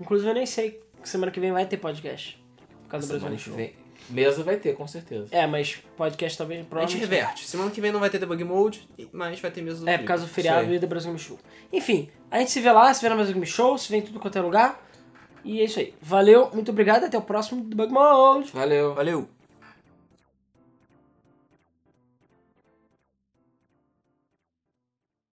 Inclusive eu nem sei que semana que vem vai ter podcast. Por causa do Brasil Me Semana que Show. vem. Mesa vai ter, com certeza. É, mas podcast talvez A gente provavelmente. reverte. Semana que vem não vai ter debug mode, mas vai ter mesmo É, por causa do Flipper. feriado Isso aí. e do Brasil Game Show. Enfim, a gente se vê lá, se vê no Brasil Game Show, se vê em tudo quanto é lugar. E é isso aí. Valeu, muito obrigado, até o próximo Debug Mode. Valeu. Valeu.